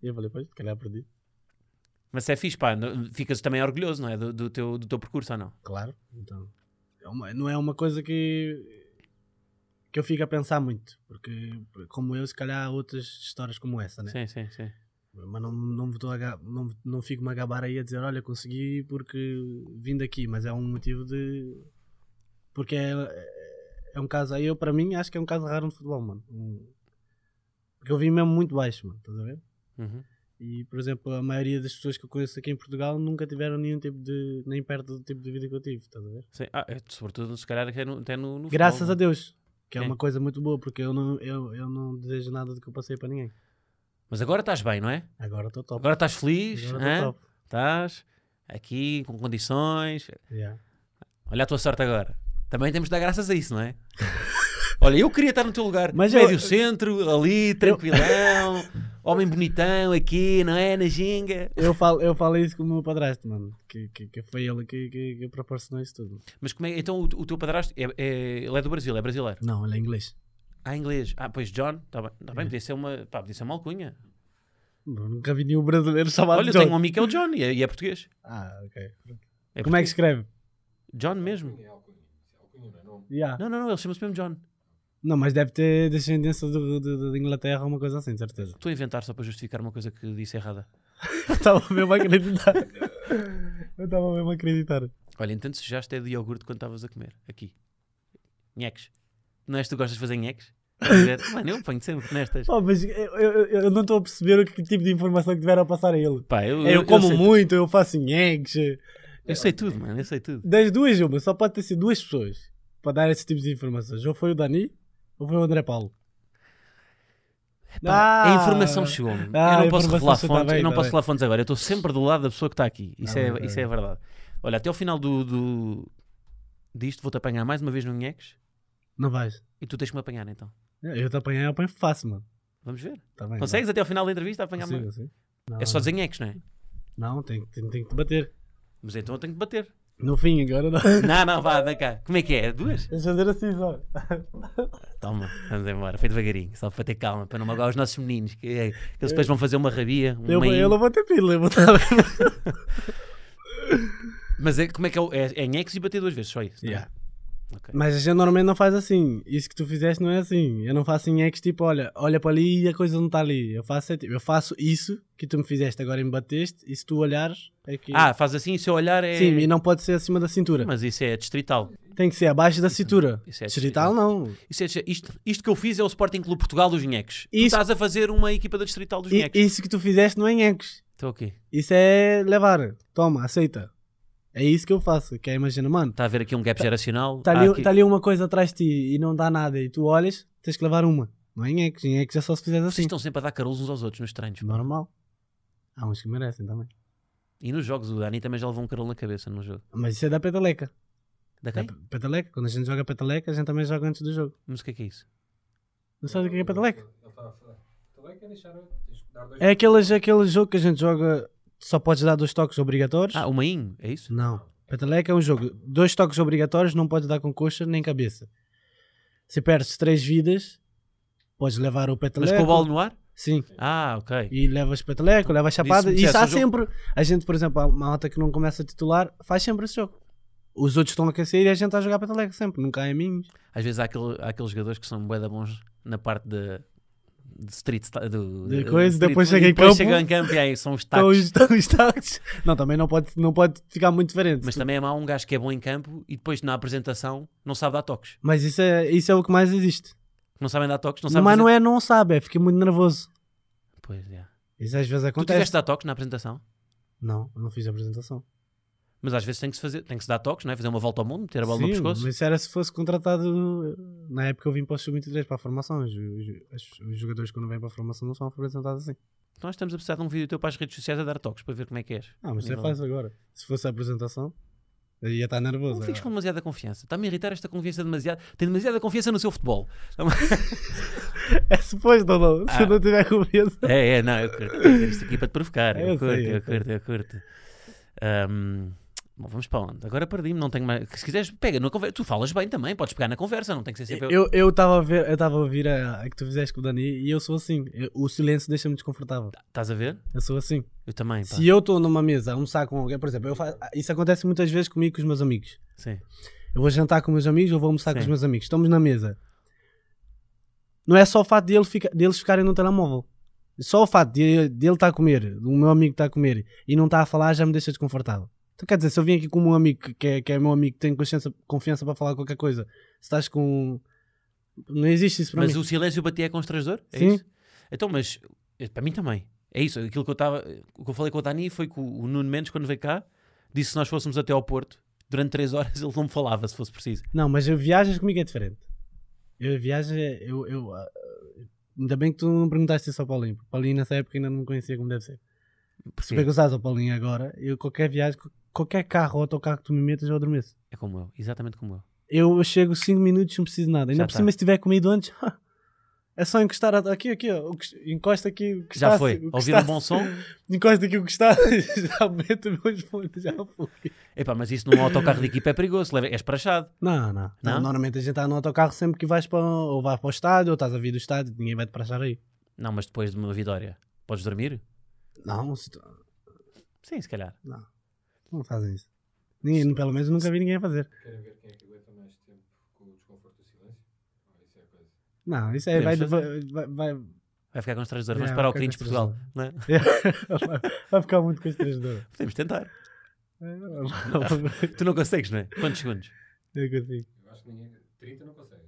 B: E eu falei: Pois, se calhar perdi.
A: Mas é fixe, pá. não- Ficas também orgulhoso, não é? Do, do teu, do teu percurso, ou não?
B: Claro, então. é uma- não é uma coisa que. que eu fico a pensar muito, porque, como eu, se calhar há outras histórias como essa, né?
A: Sim, sim, sim.
B: Mas não, não, me estou a ga- não, não fico-me a gabar aí a dizer, olha, consegui porque vim daqui, mas é um motivo de. Porque é, é um caso aí, eu para mim acho que é um caso raro no futebol, mano. Um- Porque eu vim mesmo muito baixo, mano, estás a ver?
A: Uhum.
B: E, por exemplo, a maioria das pessoas que eu conheço aqui em Portugal nunca tiveram nenhum tipo de. nem perto do tipo de vida que eu tive, estás a ver?
A: Sim. Ah, é, sobretudo, se calhar, até no, até no, no
B: Graças
A: futebol,
B: a Deus, que é
A: Sim.
B: uma coisa muito boa, porque eu não, eu, eu não desejo nada do que eu passei para ninguém.
A: Mas agora estás bem, não é?
B: Agora estou top.
A: Agora estás feliz,
B: Agora
A: hã?
B: estou top.
A: estás aqui com condições.
B: Yeah.
A: Olha a tua sorte agora. Também temos de dar graças a isso, não é? (laughs) Olha, eu queria estar no teu lugar.
B: Mas eu-
A: Médio centro, ali,
B: (laughs)
A: tranquilão, homem bonitão aqui, não é? Na ginga.
B: Eu falo, eu falo isso com o meu padrasto, mano. Que, que, que foi ele que, que, que proporcionou isso tudo.
A: Mas como é? Então o, o teu padrasto, é, é- ele é do Brasil, é brasileiro.
B: Não, ele é inglês.
A: Ah, inglês. Ah, pois John, está bem, tá bem
B: É.
A: podia, ser uma, pá, podia ser uma alcunha.
B: Eu nunca vi nenhum brasileiro chamado
A: Olha, eu
B: John.
A: tenho um amigo que é o John e é, e é português.
B: Ah, ok.
A: É
B: Como é que
A: português.
B: escreve?
A: John mesmo.
C: É alcunha, é alcunha, não é nome.
B: Yeah.
A: Não, não, não, ele chama-se mesmo John.
B: Não, mas deve ter descendência do- do- do- da Inglaterra, uma coisa assim, de certeza. (laughs)
A: Estou a inventar só para justificar uma coisa que disse errada.
B: Estava mesmo a acreditar. Eu estava mesmo a acreditar.
A: Olha, então sujaste é de iogurte quando estavas a comer. Aqui. Nheques. Não és tu que gostas de fazer nheques? Estás a ver? Mano, eu ponho sempre nestas.
B: Pá, mas eu, eu- eu- eu não estou a perceber o que tipo de informação que tiveram a passar a ele.
A: Pá, eu,
B: Eu, como
A: sei,
B: muito, eu faço eggs.
A: eu sei tudo, mano. Eu sei tudo.
B: Das duas, uma, só pode ter sido duas pessoas para dar esses tipos de informações. Ou foi o Dani, ou foi o André Paulo.
A: Pá,
B: Ah.
A: a informação chegou-me. eu
B: Ah, a
A: não posso
B: informação
A: revelar
B: está
A: fontes.
B: bem,
A: eu não posso
B: está bem. Ah,
A: revelar fontes agora. Eu estou sempre do lado da pessoa que está aqui. Isso,
B: Está
A: é,
B: bem, está
A: isso
B: bem.
A: é verdade. Olha, até ao final do, do- disto vou-te apanhar mais uma vez no nheques
B: Não vais.
A: e tu tens que me apanhar então.
B: Eu te apanhei, eu apanho fácil, mano.
A: Vamos ver.
B: Tá bem,
A: Consegues até ao final da entrevista
B: vai.
A: apanhar
B: Consigo,
A: uma...
B: consigo. assim?
A: É só dizer nheques, não é?
B: Não, tem, tem, tem que te bater.
A: Mas então eu tenho que bater.
B: No fim, agora não. (laughs)
A: não, não, vá, vem cá. Como é que é? É Duas?
B: Deixa eu fazer assim, só.
A: Toma, vamos embora. Foi devagarinho, só para ter calma, para não magoar os nossos meninos, que, é- que eles depois vão fazer uma rabia. um uma
B: Eu,
A: in-
B: eu não vou ter pila, eu vou estar.
A: Mas é, como é que é? o- É, é nheques e bater duas vezes, só isso. não é?
B: Yeah.
A: Ok.
B: né? Mas a gente normalmente não faz assim. Isso que tu fizeste não é assim. Eu não faço em ex tipo, olha, olha para ali e a coisa não está ali. Eu faço, é, tipo, eu faço isso que tu me fizeste, agora me bateste, e se tu olhares é que.
A: Ah, faz assim, se eu olhar é.
B: Sim, e não pode ser acima da cintura.
A: Mas isso é distrital.
B: Tem que ser abaixo da cintura.
A: isso é
B: Distrital
A: distrital.
B: não.
A: Isso é, isto, isto que eu fiz é o Sporting Clube Portugal dos Nheques. Tu
B: Isso-
A: estás a fazer uma equipa da distrital dos
B: I-
A: Nheques.
B: isso que tu fizeste não é em ex.
A: Estou aqui.
B: Isso é levar. Toma, aceita. É isso que eu faço. Que é, imagina, mano,
A: Está a haver aqui um gap geracional.
B: está
A: Há
B: ali,
A: aqui-
B: tá ali uma coisa atrás de ti e não dá nada e tu olhas, tens que levar uma. Não é em ex. Em ex é só se fizeres
A: Vocês
B: assim.
A: estão sempre a dar carolos uns aos outros nos treinos. pá.
B: tipo, Normal. Há uns que merecem também.
A: E nos jogos, o Dani também já levou um carolo na cabeça no jogo.
B: Mas isso é da petaleca.
A: Da
B: Da
A: quem?
B: pe- petaleca. Quando a gente joga petaleca, a gente também joga antes do jogo.
A: Mas o que é que é isso?
B: Não sabe o que é petaleca?
C: Ele estava a falar. Peteleca é deixar. Tens que dar dois.
B: É aqueles, aquele jogo que a gente joga, só podes dar dois toques obrigatórios.
A: Ah, o mainho, é isso?
B: Não. Petaleca é um jogo, dois toques obrigatórios, não podes dar com coxa nem cabeça. Se perdes três vidas, podes levar o
A: Mas
B: petaleco.
A: com o bolo no ar?
B: Sim.
A: Ah, ok.
B: E levas petaleco, levas chapada.
A: Disse-me,
B: Isso há
A: Jess, um
B: sempre. A gente, por exemplo, há uma alta que não começa a titular, faz sempre esse jogo. Os outros estão a aquecer e a gente está a jogar petaleca sempre. Nunca há em mim.
A: Às vezes há, aquele- há aqueles jogadores que são bué da bons na parte de, de street style- do,
B: De
A: do
B: coisa,
A: street-
B: depois chega em
A: depois
B: campo. Então
A: chegam em campo e aí são
B: (laughs)
A: os
B: Estão
A: taques.
B: estão os taques. Não, também não pode, não pode ficar muito diferente.
A: Mas
B: Mas,
A: também há um gajo que é bom em campo e depois na apresentação não sabe dar toques.
B: isso, é, isso é o que mais existe.
A: Não sabem dar toques, não sabem
B: mas
A: fazer-
B: não é não sabe, é fiquei muito nervoso.
A: Pois, é.
B: Isso às vezes
A: Tu
B: acontece.
A: tiveste dar toques na apresentação?
B: Não, eu não fiz a apresentação.
A: Mas às vezes tem que se, fazer, tem que se dar toques, não é? Fazer uma volta ao mundo, meter a bola no
B: Sim,
A: pescoço.
B: Mas isso era se fosse contratado. eh, Na época eu vim para o Sub-23 para a formação. Os, os- os jogadores quando vêm para a formação não são apresentados assim.
A: Então nós estamos a precisar de um vídeo teu para as redes sociais a dar toques para ver como é que és.
B: Ah, mas isso é
A: Nível-
B: fácil agora. Se fosse a apresentação, eu ia estar nervoso. é
A: Não fiques com
B: agora.
A: demasiada confiança. Está-me a irritar esta confiança demasiado. Tem demasiada confiança no seu futebol.
B: É suposto, não, não. Se
A: Ah.
B: eu não tiver confiança.
A: É, é, não, eu curto. eu quero Isto aqui para te provocar. Eu,
B: Eu
A: curto,
B: sei, eu
A: eu curto, eu curto. Ahm, bom, vamos para onde? Agora perdi-me, não tenho mais. Se quiseres, pega na conversa. Tu falas bem também, podes pegar na conversa, não tem que ser sempre.
B: Eu eu estava a ver, eu estava a ouvir a, a que tu fizeste com o Dani e eu sou assim. Eu- o silêncio deixa-me desconfortável.
A: Estás a ver?
B: Eu sou assim.
A: Eu também. Pá.
B: Se eu estou numa mesa a almoçar com alguém, por exemplo, eu fa- isso acontece muitas vezes comigo e com os meus amigos.
A: Sim.
B: Eu vou jantar com meus amigos, eu vou almoçar com
A: Sim.
B: os meus amigos. Estamos na mesa. Não é só o fato de ele fica- deles ficarem no telemóvel. Só o fato de, de ele estar a comer, do meu amigo estar a comer e não estar a falar já me deixa desconfortável. Então quer dizer, se eu vim aqui com um amigo que- que é, que é meu amigo que tem consciência, confiança para falar qualquer coisa, se estás com. Não existe isso para
A: Mas
B: mim.
A: o silêncio batia é constrangedor? É
B: Sim.
A: isso? Então, mas eh, para mim também. É isso. Aquilo que eu estava. O que eu falei com o Dani foi que o o Nuno Mendes, quando veio cá, disse que se nós fôssemos até ao Porto, durante três horas (laughs) ele não me falava se fosse preciso.
B: Não, mas eu- viagens comigo é diferente. Eu viajo, eu, eu, ah, ainda bem que tu não perguntaste isso ao Paulinho. porque o Paulinho nessa época ainda não me conhecia como deve ser. Se
A: Porquê?
B: perguntaste ao Paulinho agora, eu qualquer viagem, qu- qualquer carro ou autocarro que tu me metas, eu adormeço.
A: É como eu, exatamente como eu.
B: Eu chego 5 minutos, não preciso de nada. Ainda
A: Já
B: por
A: tá.
B: cima, se tiver comido antes, (laughs) é só encostar a- aqui, aqui, ó, o que- encosta aqui o que
A: Já
B: está-
A: foi.
B: o que
A: Ouvir um
B: está-
A: bom som?
B: Encosta aqui o que está, (laughs) já meto meus pontos, já foi.
A: Epá, mas isso num autocarro de equipa é perigoso, leva- és prachado.
B: Não, não, não.
A: Não?
B: Normalmente a gente está no autocarro sempre que vais para, ou vais para o estádio, ou estás a vir do estádio, ninguém vai te praxar aí.
A: Não, mas depois de uma vitória, podes dormir?
B: Não, se tu-
A: Sim, se calhar.
B: não fazem isso. Ninguém, pelo menos nunca vi ninguém a fazer.
C: Querem ver quem é que aguenta mais tempo com o desconforto do silêncio? Ah, isso é a coisa.
B: Não, isso aí vai,
A: Podemos
B: vai, vai, vai,
A: Vai ficar com constrangedor. Vamos
B: Yeah,
A: para o
B: vai ficar
A: Queridos Portugal. Não é?
B: vai (laughs) ficar muito constrangedor. É,
A: Podemos
B: (laughs)
A: tentar.
B: Eu
A: Tu não consegues, não é? Quantos segundos?
B: consigo.
C: Eu acho que ninguém. 30 não consegue.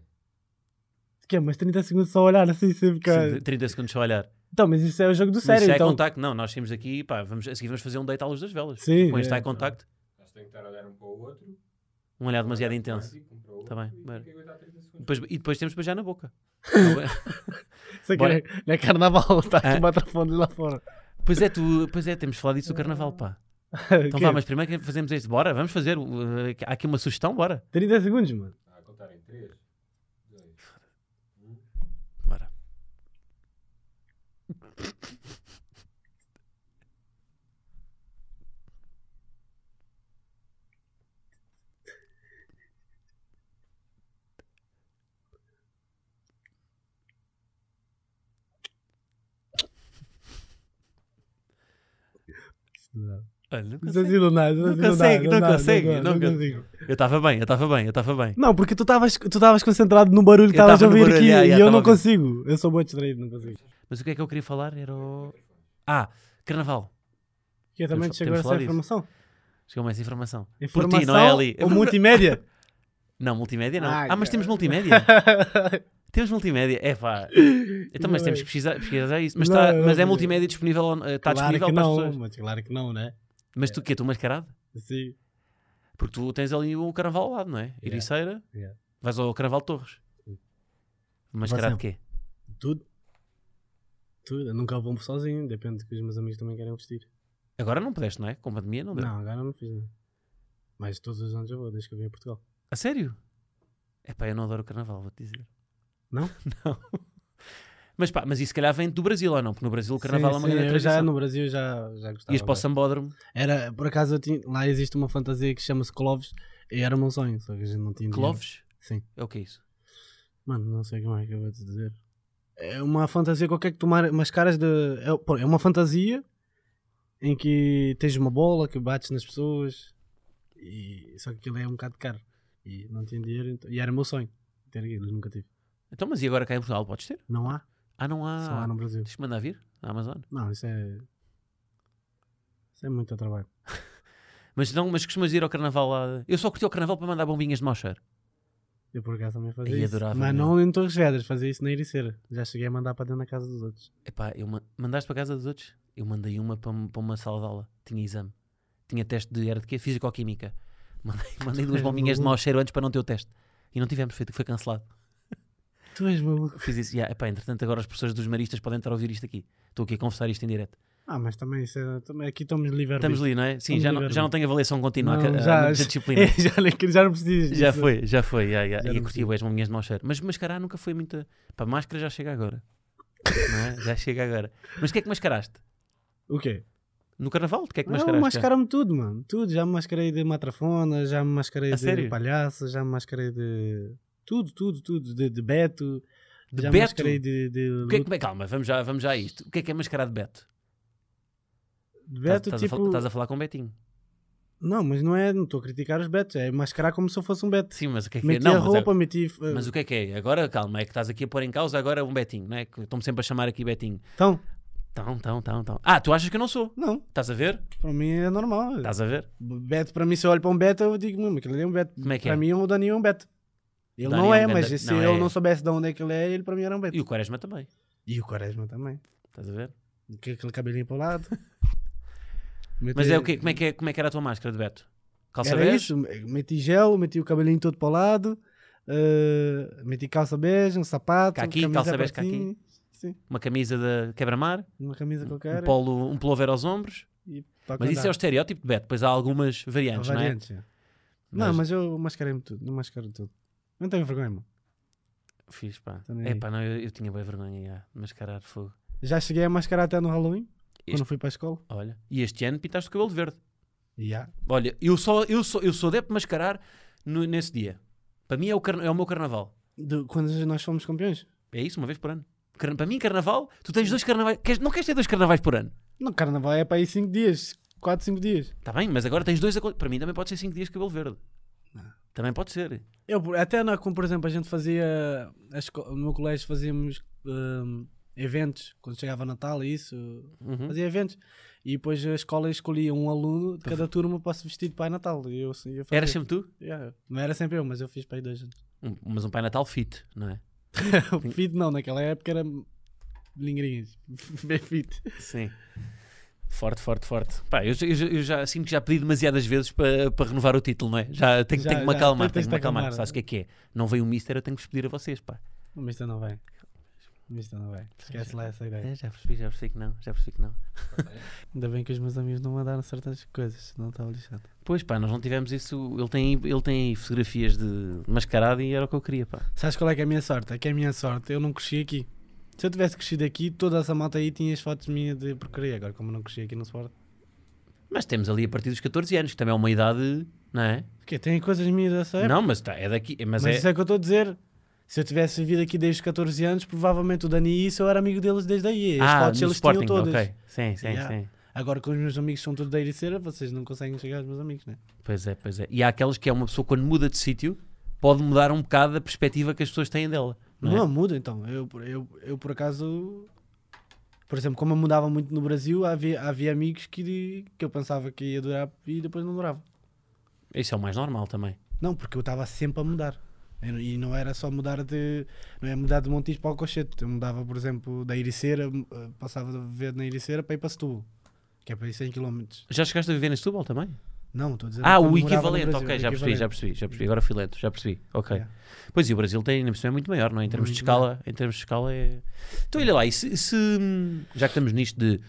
B: Que é, mas 30 segundos só a olhar assim sempre, cara.
A: 30 segundos só a olhar.
B: Então, mas isso é o jogo do
A: Mas
B: sério,
A: isso é
B: então.
A: contacto. Não, nós temos aqui, pá, vamos, a seguir vamos fazer um deita à luz das velas.
B: Sim,
A: Com
B: é,
A: este eye
B: pá.
A: contacto,
C: Acho que tem que estar a olhar um para o outro.
A: um olhar demasiado
C: olhar
A: intenso.
C: Um para o outro
A: Tá bem,
C: e
A: bora.
C: tem que aguentar 30 segundos.
A: Depois- e depois temos beijar na
B: (laughs)
A: boca. Não é?
B: Isso é que
A: Bora.
B: é, não é carnaval, (laughs) está
A: Ah.
B: a tomar telefone lá fora.
A: pois é, tu, pois é, temos falado disso do carnaval, pá. Então
B: Que
A: vá,
B: é?
A: mas primeiro que fazemos este, bora, vamos fazer. uh, há aqui uma sugestão, bora.
B: 30 segundos, mano.
C: Ah, a contar em 3, 2,
A: Bora.
B: Não.
A: Olha, não
B: Isso é
A: consigo.
B: nada,
A: Não
B: não
A: consegue, não
B: dá, dá,
A: consegue,
B: dá,
A: não consegue.
B: consigo.
A: eu estava bem, eu estava bem, eu estava bem.
B: Não, porque tu estavas tu estavas concentrado no barulho que
A: Eu
B: estavas a
A: tava no
B: ouvir
A: barulho,
B: aqui
A: yeah, yeah,
B: e eu não
A: tava a
B: consigo. Eu sou muito distraído, não consigo.
A: Mas o que é que eu queria falar? Era o. Ah, carnaval.
B: Que eu
A: também
B: também
A: Temos- te chegou temos
B: chegou
A: essa falar
B: essa
A: disso.
B: informação.
A: Chegou-me essa informação. Por ti,
B: Informação
A: não é ali. (laughs)
B: ou multimédia?
A: Não, multimédia não.
B: Ah,
A: Ah, mas
B: cara.
A: temos
B: (laughs)
A: multimédia. Temos multimédia, é pá. Então, mas
B: Não
A: temos
B: é.
A: que pesquisar, pesquisar isso. Mas,
B: Não,
A: tá-
B: não,
A: mas é
B: não.
A: multimédia disponível, on- eh, está
B: claro
A: disponível
B: que
A: para
B: não,
A: as pessoas.
B: mas claro que não, né?
A: Mas tu o quê? Tu mascarado?
B: Assim,
A: Porque tu tens ali o carnaval ao lado, não é? Ericeira,
B: Yeah.
A: vais ao carnaval de Torres. Mascarado de quê?
B: tudo. Tudo. Eu nunca vou sozinho, depende do que os meus amigos também querem vestir.
A: Agora não pudeste, não é? Com a pandemia não deu.
B: Não, agora não fiz, não. Mas todos os anos eu vou, desde que eu vim a Portugal.
A: A sério? É pá, eu não adoro o carnaval, vou-te dizer.
B: Não?
A: (laughs) não. Mas pá, mas isso se calhar vem do Brasil ou não? Porque no Brasil o carnaval
B: Sim,
A: é uma
B: sim,
A: grande
B: eu já
A: tradição.
B: no Brasil já, já gostava.
A: Ias para o
B: bué.
A: Sambódromo.
B: Era, por acaso, eu tinha- lá existe uma fantasia que chama-se Cloves e era o meu sonho, só que a gente não tinha dinheiro.
A: Cloves?
B: Sim.
A: É o que é isso?
B: Mano, não sei como é que eu vou te dizer. É uma fantasia qualquer que tomar umas caras de. É, pô, é uma fantasia em que tens uma bola que bates nas pessoas e só que aquilo é um bocado caro. E não tinha dinheiro então- e era o meu sonho ter aquilo, nunca tive.
A: Então, mas e agora cá em Portugal podes ter?
B: Não há?
A: Ah, não há.
B: Só há no Brasil.
A: Deixa-me mandar vir na Amazon.
B: Não, isso é. Isso é muito trabalho.
A: Mas não, mas costumas ir ao carnaval lá. Eu só curti ao carnaval para mandar bombinhas de mau cheiro.
B: Eu por acaso também fazia
A: Aí
B: isso.
A: adorava,
B: Mas
A: meu.
B: não em Torres Vedras, fazia isso na Ericeira. Já cheguei a mandar para dentro da casa dos outros.
A: Epá, eu ma- mandaste para casa dos outros? Eu mandei uma para, um- para uma sala de aula. Tinha exame. Tinha teste de era de quê? Físico-química.
B: (laughs)
A: Mandei, mandei duas
B: és
A: bombinhas de
B: maluco.
A: mau cheiro antes para não ter o teste. E não tivemos feito, que foi cancelado.
B: Tu és maluco.
A: Fiz isso. Yeah, epá, entretanto, agora as pessoas dos maristas podem estar a ouvir isto aqui. Estou aqui a confessar isto em direto.
B: Ah, mas também isso é. também Aqui estamos livres.
A: Estamos ali, não é? Sim,
B: Estamos
A: já não,
B: livres.
A: já não tenho avaliação contínua
B: Não,
A: a, ca- a,
B: já-
A: a
B: (laughs)
A: disciplina.
B: já, nem- já não precisas.
A: Já
B: disso.
A: foi, já foi. Yeah, yeah.
B: Já
A: e eu
B: não
A: curti
B: sei.
A: bué as maminhas de mau cheiro. Mas mascarar nunca foi muita. Pá, máscara já chega agora. Não é? Já chega agora. Mas o que é que mascaraste?
B: O quê?
A: No carnaval? O que é que
B: Não,
A: mascaraste?
B: mascaram-me tudo, mano. Tudo. Já me mascarei de matrafona, já me mascarei
A: A
B: de
A: sério?
B: palhaço, já me mascarei de. Tudo, tudo, tudo. De, de Beto.
A: De
B: já me
A: Beto?
B: mascarei de. de,
A: O que é que- Calma, vamos já, vamos já a isto. O que é que é mascarar de Beto?
B: de
A: Estás-
B: Beto,
A: estás, a, fal-
B: tipo.
A: estás a falar com o Betinho.
B: Não, mas não é. Não estou a criticar os Betos. É mascarar como se eu fosse um Beto.
A: Sim, mas o que é que é?
B: Meti
A: Não,
B: a
A: mas é-
B: roupa, meti. eh,
A: Mas o que é que é? Agora, calma, é que estás aqui a pôr em causa agora um Betinho, não é? Que estão sempre a chamar aqui Betinho.
B: Então,
A: Tão, tão, tão, tão. Ah, tu achas que eu não sou?
B: não.
A: Estás a ver?
B: Para mim é normal.
A: Estás a ver?
B: Beto, para mim, se eu olho para um Beto, eu digo, mesmo, aquele ali é um Beto.
A: Como é que
B: Para
A: é?
B: mim, o Daninho é um Beto. Ele
A: Daninho
B: não
A: é um
B: é,
A: grande-
B: mas se
A: não
B: eu
A: é.
B: não soubesse de onde é que ele é, ele para mim era um Beto.
A: E o Quaresma também.
B: E o Quaresma também.
A: Estás a ver?
B: Que- Aquele cabelinho para o lado.
A: (laughs) Mas
B: Meti-
A: é o quê? Como é que, é, como é que era a tua máscara de Beto? Calça
B: Era
A: bege?
B: isso. Meti gel, meti o cabelinho todo para o lado. eh, meti calça bege, um sapato.
A: Caqui,
B: camisa
A: calça
B: para
A: bege, caqui.
B: cima, Sim,
A: Uma camisa de quebra-mar?
B: uma camisa qualquer.
A: um, polo, um pullover aos ombros.
B: e toca
A: Mas isso é o
B: andar.
A: estereótipo de Beto. Pois há algumas
B: Há
A: variantes, não é?
B: variantes, é. Não, mas, eu mascarei-me tudo. Não mascaro tudo. Não tenho vergonha, mano.
A: Fiz, pá.
B: Também
A: É
B: Então
A: pá,
B: aí.
A: não, eu, eu tinha bem vergonha já, de mascarar de fogo.
B: Já cheguei a mascarar até no Halloween,
A: Este-
B: quando fui para a escola.
A: Olha. E este ano pintaste o cabelo de verde.
B: Já.
A: Olha, eu, só, eu, sou, eu sou adepto de mascarar no- nesse dia. Para mim é o, carna- é o meu carnaval.
B: De- quando nós fomos campeões?
A: É isso, uma vez por ano. Carna- Para mim, carnaval, tu tens dois carnavais. queres- não queres ter dois carnavais por ano?
B: Não, carnaval é para aí 5 dias, 4, 5 dias.
A: Tá Está bem, mas agora tens dois. a co- Para mim também pode ser cinco dias de cabelo verde. Também pode ser.
B: Eu, até na, como por exemplo, a gente fazia. a esco- no meu colégio fazíamos hum, eventos, quando chegava Natal e isso,
A: Uhum.
B: fazia eventos. E depois a escola escolhia um aluno de cada turma para se vestir de Pai Natal. E eu, assim, eu fazia.
A: Eras sempre tu?
B: Yeah. Não era sempre eu, mas eu fiz para
A: (laughs)
B: aí dois anos.
A: Um- mas um Pai Natal fit, não é?
B: O fit não, naquela época era. Lingrinhas. (laughs) Bem fit.
A: Sim. Forte, forte, forte. Pá, eu, já- eu já- eu já sinto que já pedi demasiadas vezes para para renovar o título, não é? Já tenho,
B: Já-
A: tenho que me
B: já,
A: acalmar, tenho
B: tens-
A: que
B: tens
A: me
B: de
A: acalmar.
B: acalmar.
A: Sabes o que é que é? Não veio o Mister, eu tenho que vos pedir a vocês, pá.
B: O mister não vai. O mister não vai. Esquece lá essa ideia.
A: É, já percebi, já percebi que não, já percebi que não.
B: Ainda bem que os meus amigos não mandaram certas coisas, não estava lixado.
A: Pois pá, nós não tivemos isso. Ele tem, ele tem fotografias de mascarado e era o que eu queria, pá.
B: Sabes qual é que é a minha sorte? É que é a minha sorte, eu não cresci aqui. Se eu tivesse crescido aqui, toda essa malta aí tinha as fotos minhas de porcaria. Agora, como eu não cresci aqui no Sport.
A: Mas temos ali a partir dos 14 anos, que também é uma idade, não é?
B: Porque tem coisas minhas dessa época.
A: Não, mas tá, é daqui. Mas,
B: mas
A: é,
B: isso é que eu estou a dizer. Se eu tivesse vivido aqui desde os 14 anos, provavelmente o Dani e isso eu era amigo deles desde aí. As
A: Ah,
B: fotos
A: no
B: eles
A: Sporting,
B: tinham todas.
A: ok. Sim, sim,
B: Yeah.
A: sim.
B: Agora que os meus amigos são todos da Ericeira, vocês não conseguem chegar aos meus amigos, né?
A: Pois é, pois é. E há aquelas que é uma pessoa quando muda de sítio pode mudar um bocado a perspectiva que as pessoas têm dela.
B: Não,
A: Não, é?
B: muda então. Eu, eu, eu por acaso, por exemplo, como eu mudava muito no Brasil, havia, havia amigos que, que eu pensava que ia durar e depois não durava.
A: Isso é o mais normal também.
B: Não, porque eu estava sempre a mudar. Eu não- E não era só mudar de. Não é mudar de Montijo para Alcochete. Eu mudava, por exemplo, da Ericeira, eh, passava a viver na Ericeira para ir para Setúbal, que é para ir 100 km.
A: Já chegaste a viver neste Setúbal também?
B: Não, estou a dizer.
A: Ah,
B: quando
A: o
B: morava no
A: equivalente,
B: Brasil,
A: ok,
B: o
A: já percebi, já
B: equivalente. Uhum.
A: percebi, já percebi. Agora fui lento, já percebi. Ok.
B: Yeah.
A: Pois e o Brasil tem, na percepção, é muito maior, não é? Em termos de
B: Muito maior.
A: escala, em termos de escala é. Então olha lá, e se, se- já que estamos nisto de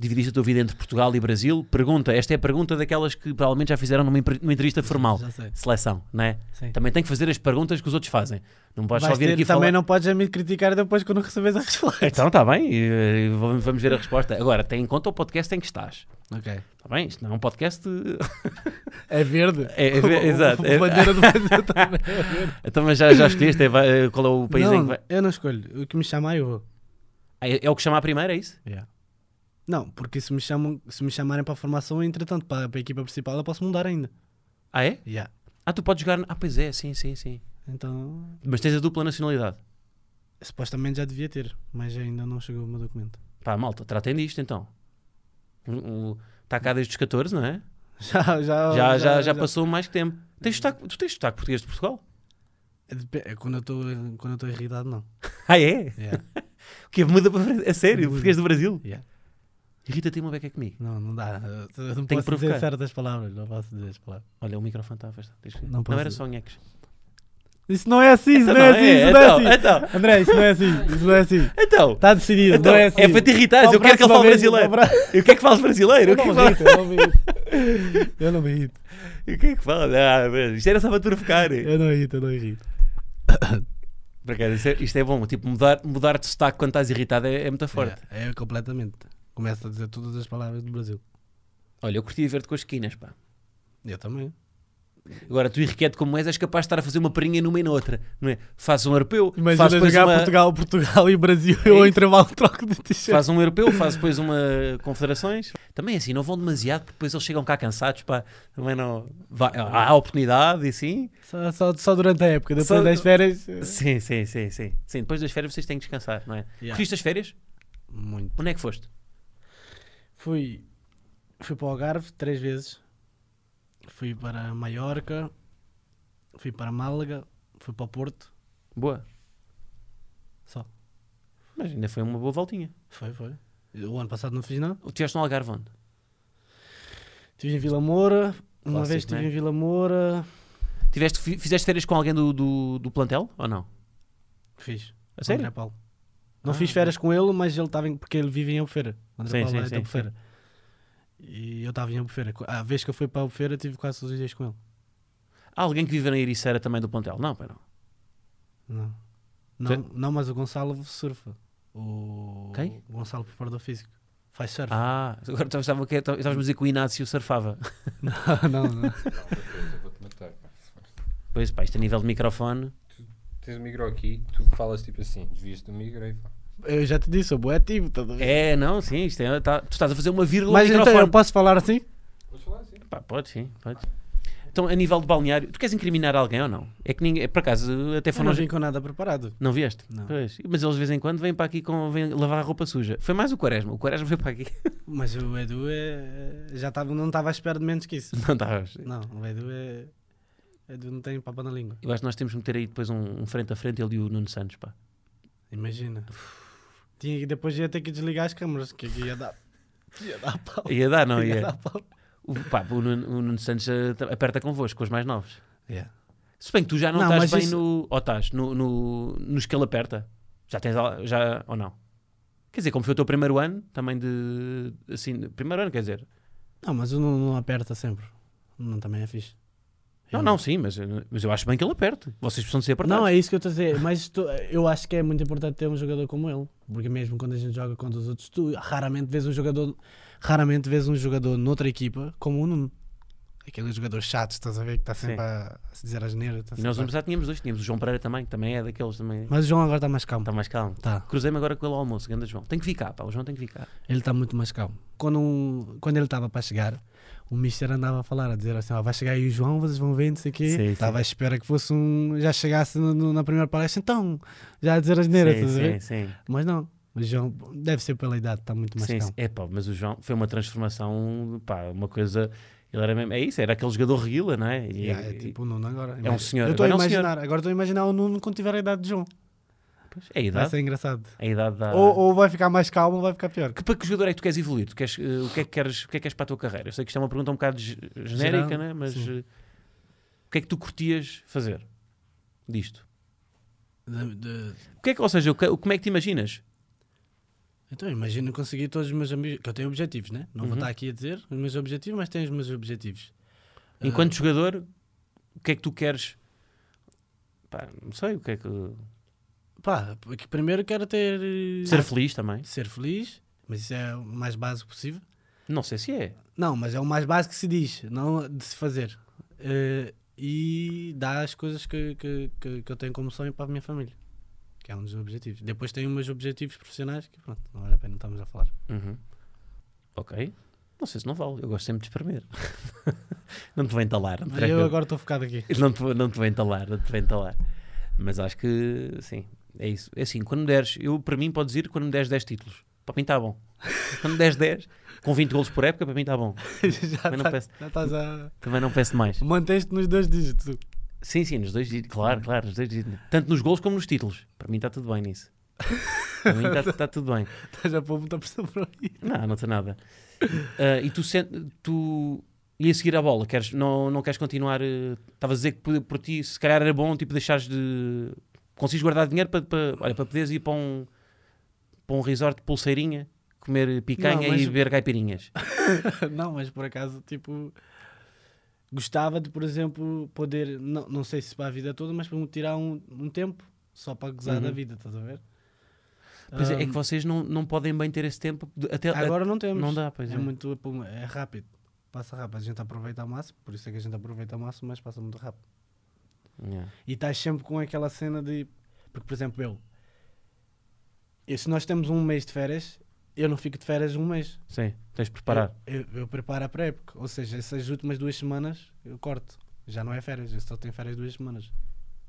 A: dividiste a tua vida entre Portugal e Brasil, pergunta, esta é a pergunta daquelas que provavelmente já fizeram numa, impre- numa entrevista formal.
B: Já sei.
A: Seleção, não é?
B: Sim.
A: Também tem que fazer as perguntas que os outros fazem. Não podes só
B: Vais
A: vir
B: ter-
A: aqui
B: também
A: falar.
B: não podes é me criticar depois quando recebes a
A: (laughs)
B: resposta.
A: Então está bem, e, e vamos vamos ver a resposta. Agora, tem em conta o podcast em que estás.
B: Ok.
A: Está bem? Isto não é um podcast. eh,
B: É verde?
A: É- é
B: (laughs)
A: ver- exato, é-
B: A
A: (laughs)
B: bandeira do Brasil também é verde.
A: Então, mas já, já escolheste eh, vai- eh, qual é o país em
B: não,
A: que vai.
B: eu não escolho. O que me chamar, eu vou.
A: Ah, É, é o que chama a primeira, é isso?
B: Não, porque se me, chamam, se me chamarem para a formação, entretanto, para, para a equipa principal, eu posso mudar ainda.
A: Ah, é?
B: Yeah.
A: Ah, tu podes jogar. Ah, pois é, sim, sim, sim.
B: Então,
A: Mas tens a dupla nacionalidade.
B: supostamente já devia ter, mas ainda não chegou o meu documento. (laughs)
A: Pá, malta, tratem disto então. Está cá desde os 14, não é?
B: Já, já,
A: já, já, já, passou mais que tempo. Tens sotaque, tu tens sotaque português de Portugal?
B: Dep- é Quando eu estou- quando eu estou irritado, não.
A: Ah, é?
B: Yeah.
A: O que muda para frente? A sério?
B: Muda.
A: Português do Brasil?
B: Yeah.
A: Irrita-te uma beca comigo.
B: (laughs) Não, não dá. Eu não
A: Tem que
B: posso dizer
A: provocar.
B: certas palavras. Não posso dizer as palavras.
A: Olha, o microfone está afastado. Tens que-
B: Não
A: Não,
B: posso
A: era
B: dizer.
A: só um nheques.
B: Isso não é assim, isso
A: Então
B: não, é
A: não
B: assim,
A: é,
B: isso não é
A: então,
B: assim.
A: então.
B: André, isso não é assim, isso não é assim.
A: Então,
B: Está decidido,
A: então,
B: não é
A: é,
B: assim.
A: para te irritares. Eu quero que ele fale brasileiro. Eu quero que fales
B: É
A: brasileiro. Eu quero que fales-
B: eu não me irrito. Eu não me irrito.
A: Eu quero que fales. Ah, mas isto era só para turficar.
B: Eu não irrito, eu não irrito.
A: Por acaso, Isto é, isto é bom. Tipo, mudar, mudar de sotaque quando estás irritado é, é muito forte.
B: É, é completamente. Começo a dizer todas as palavras do Brasil.
A: Olha, eu curtia ver-te com as esquinas, pá.
B: Eu também.
A: Agora, tu irrequieto como és, és capaz de estar a fazer uma perinha numa e noutra, não é? Faz um europeu,
B: Imagina
A: faz depois
B: jogar
A: uma...
B: Portugal, Portugal e Brasil,
A: É
B: eu
A: isso.
B: ao intervalo troco de t-shirt.
A: Faz um europeu, faz depois uma confederações. Também assim, não vão demasiado, porque depois eles chegam cá cansados, pá. Também não... Vai- há oportunidade e sim.
B: Só, só, só durante a época, depois
A: Só-
B: das férias. eh,
A: Sim, sim, sim, sim. Sim, depois das férias vocês têm que descansar, não é?
B: Yeah.
A: Curtiste as férias?
B: Muito.
A: Onde é que foste?
B: Fui, fui para o Algarve três vezes. Fui para Maiorca, fui para Málaga, fui para o Porto.
A: Boa.
B: Só.
A: Mas ainda foi uma boa voltinha.
B: Foi, foi. O ano passado não fiz nada.
A: O Tiveste no Algarve onde?
B: Estive em Vila Moura, uma
A: Clássico,
B: vez estive
A: né?
B: em Vila Moura.
A: Tiveste, fi- fizeste férias com alguém do, do, do plantel ou não?
B: Fiz.
A: A sério?
B: André Paulo. Não
A: Ah,
B: fiz férias com ele, mas ele estava em. porque ele vive em Albufeira. O André
A: Sim,
B: Paulo
A: sim,
B: é
A: sim,
B: de Albufeira. E eu estava em Albufeira. A vez que eu fui para Albufeira, tive quase todos os dias com ele.
A: Há alguém que vive na Ericeira também do plantel? Não, pá, não.
B: Não. Não, não mas o Gonçalo surfa. O.
A: Quem?
B: O Gonçalo, preparador físico. Faz surf.
A: Ah, agora estava- estava que- estava- estávamos a dizer que o Inácio surfava.
B: (laughs) não, não.
C: Eu vou-te matar. pá.
A: Pois pá, isto a nível de microfone.
C: Tens o micro aqui, tu falas tipo assim, desvias do micro e pá.
B: Eu já te disse, sou boé ativo. estás a ver?
A: É, não, sim, isto é, tá- tu estás a fazer uma vírgula
B: Mas
A: no
B: então
A: microfone.
B: eu posso falar assim?
C: Vamos falar assim.
A: Pá, pode sim, pode. Então, a nível de balneário, tu queres incriminar alguém ou não? É que ninguém, por acaso, até
B: Eu
A: foram.
B: não vim com nada preparado.
A: Não vieste?
B: Não.
A: Pois. Mas eles de vez em quando vêm para aqui com, vêm lavar a roupa suja. Foi mais o Quaresma. O Quaresma veio para aqui. (laughs)
B: Mas o Edu é... já tava, não estava à espera de menos que isso.
A: Não tá, estavas.
B: Não, o Edu é. Edu não tem papo na língua.
A: Eu acho que nós temos que meter aí depois um, um frente a frente, ele e o Nuno Santos, pá.
B: Imagina. (sighs) Tinha que depois ia ter que desligar as câmaras, que ia dar. Ia dar pau.
A: Ia dar, não
B: Ia
A: ia?
B: (laughs) dar pau.
A: O, pá, o Nuno, o Nuno Santos eh, t- aperta convosco, com os mais novos.
B: Yeah.
A: Se bem que tu já não,
B: Não,
A: estás
B: mas
A: bem
B: isso-
A: no. Ou estás no, no, nos que ele aperta. Já tens. al- Já, ou não? Quer dizer, como foi o teu primeiro ano, também de. Assim, primeiro ano, quer dizer.
B: Não, mas o não, não aperta sempre. Não, também é fixe.
A: Não,
B: Eu-
A: não, sim, mas, eh, mas eu acho bem que ele aperte. Vocês precisam de ser apertados.
B: Não, é isso que eu estou a dizer. Mas tu- eu acho que é muito importante ter um jogador como ele. Porque mesmo quando a gente joga contra os outros, tu raramente vês um jogador. Raramente vês um jogador noutra equipa como o Nuno. Aquele jogador chato, estás a ver? Que está sempre
A: Sim.
B: a, a se dizer as neiras.
A: E nós no passado tínhamos dois, tínhamos o João Pereira também, que também é daqueles também.
B: Mas o João agora está mais calmo.
A: Está mais calmo.
B: Tá.
A: Cruzei-me agora com ele ao almoço, grande João. Tem que ficar, pá, o João tem que ficar.
B: Ele está muito mais calmo. Quando, um- quando ele estava para chegar, o Mister andava a falar, a dizer assim: ó, vai chegar aí o João, vocês vão ver, não sei o
A: Sim,
B: quê.
A: sim.
B: Estava à espera que fosse um. Já chegasse no- no- na primeira palestra, então, já a dizer as neiras,
A: Sim,
B: estás a
A: sim,
B: ver?
A: sim.
B: Mas não, o João deve ser pela idade, está muito mais
A: sim, sim.
B: calmo.
A: É, pá, mas o João foi uma transformação, pá, uma coisa. Ele era mesmo. É isso, era aquele jogador reguila, não é? E-
B: Yeah, é tipo o Nuno agora.
A: É um senhor.
B: Eu estou a
A: Agora é um senhor.
B: imaginar, agora estou a imaginar o Nuno quando tiver a idade de João.
A: pois, é a
B: Vai
A: idade.
B: ser engraçado.
A: A idade da.
B: Ou, ou vai ficar mais calmo ou vai ficar pior.
A: Que, para que jogador é que tu queres evoluir? Tu queres, eh, o, que é que queres, o que é que queres para a tua carreira? Eu sei que isto é uma pergunta um bocado ge- genérica,
B: Geral,
A: né? mas eh,
B: sim.
A: o que é que tu curtias fazer disto? O que é que, ou seja, o que, o- como é que te imaginas?
B: Então, imagina conseguir todos os meus amigos. Que eu tenho objetivos, né? Não
A: Uhum.
B: vou estar aqui a dizer os meus objetivos, mas tenho os meus objetivos. Ah.
A: Enquanto jogador, o que é que tu queres? Pá, não sei, o que é que.
B: Ah, pá, porque primeiro quero ter. eh,
A: Ser feliz também?
B: ser feliz, mas isso é o mais básico possível.
A: Não sei se é.
B: Não, mas é o mais básico que se diz, não de se fazer. Eh, e dar as coisas que, que, que, que eu tenho como sonho para a minha família, que é um dos objetivos. Depois tenho meus objetivos profissionais que, pronto, não vale a pena estamos a falar.
A: Uhum. Ok. Não sei se não vale. Eu gosto sempre de espremer. (laughs) não te vou entalar. Não te,
B: Mas eu
A: preocupes.
B: agora estou focado aqui. (laughs)
A: não, te, vou- não te vou entalar, não te vou entalar. Mas acho que, sim, é isso. É assim, quando me deres, eu, para mim, podes ir quando me deres 10 títulos. Para mim está bom. Quando me deres 10, com 20 golos por época, para mim está bom.
B: já,
A: Mas não
B: tá-
A: peço.
B: já estás a.
A: Também não peço mais.
B: Manteste nos dois dígitos. (laughs)
A: Sim, sim, nos dois dígitos. Claro, claro, nos dois dígitos. Tanto nos golos como nos títulos. Para mim está tudo bem nisso. Para mim está está tudo bem.
B: Estás a pôr muita pressão para aí.
A: Não, não tem nada. Ah, e tu, sen- tu e a seguir à bola, queres, não, não queres continuar? eh, Estavas a dizer que por, por ti se calhar era bom tipo, deixares de. Consegues guardar dinheiro para, para, olha, para poderes ir para um, para um resort de pulseirinha, comer picanha
B: Não, mas-
A: e beber caipirinhas.
B: (laughs) Não, mas por acaso, tipo, gostava de, por exemplo, poder, não, não sei se para a vida toda, mas para me tirar um, um tempo só para gozar da
A: Uhum.
B: vida, estás a ver?
A: Pois é, é que
B: Ahm,
A: vocês não, não podem bem ter esse tempo. de- Até,
B: Ah. agora não
A: a-
B: temos.
A: não dá, pois
B: É,
A: é.
B: muito, pum, é rápido. Passa rápido, a gente aproveita ao máximo, por isso é que a gente aproveita ao máximo, mas passa muito rápido.
A: Yeah.
B: E estás sempre com aquela cena de. Porque, por exemplo, eu. eu, se nós temos um mês de férias, eu não fico de férias um mês.
A: Sim, tens de preparar.
B: Eu, eu- eu preparo a pré-época, ou seja, essas últimas duas semanas eu corto. Já não é férias, eu só tenho férias duas semanas.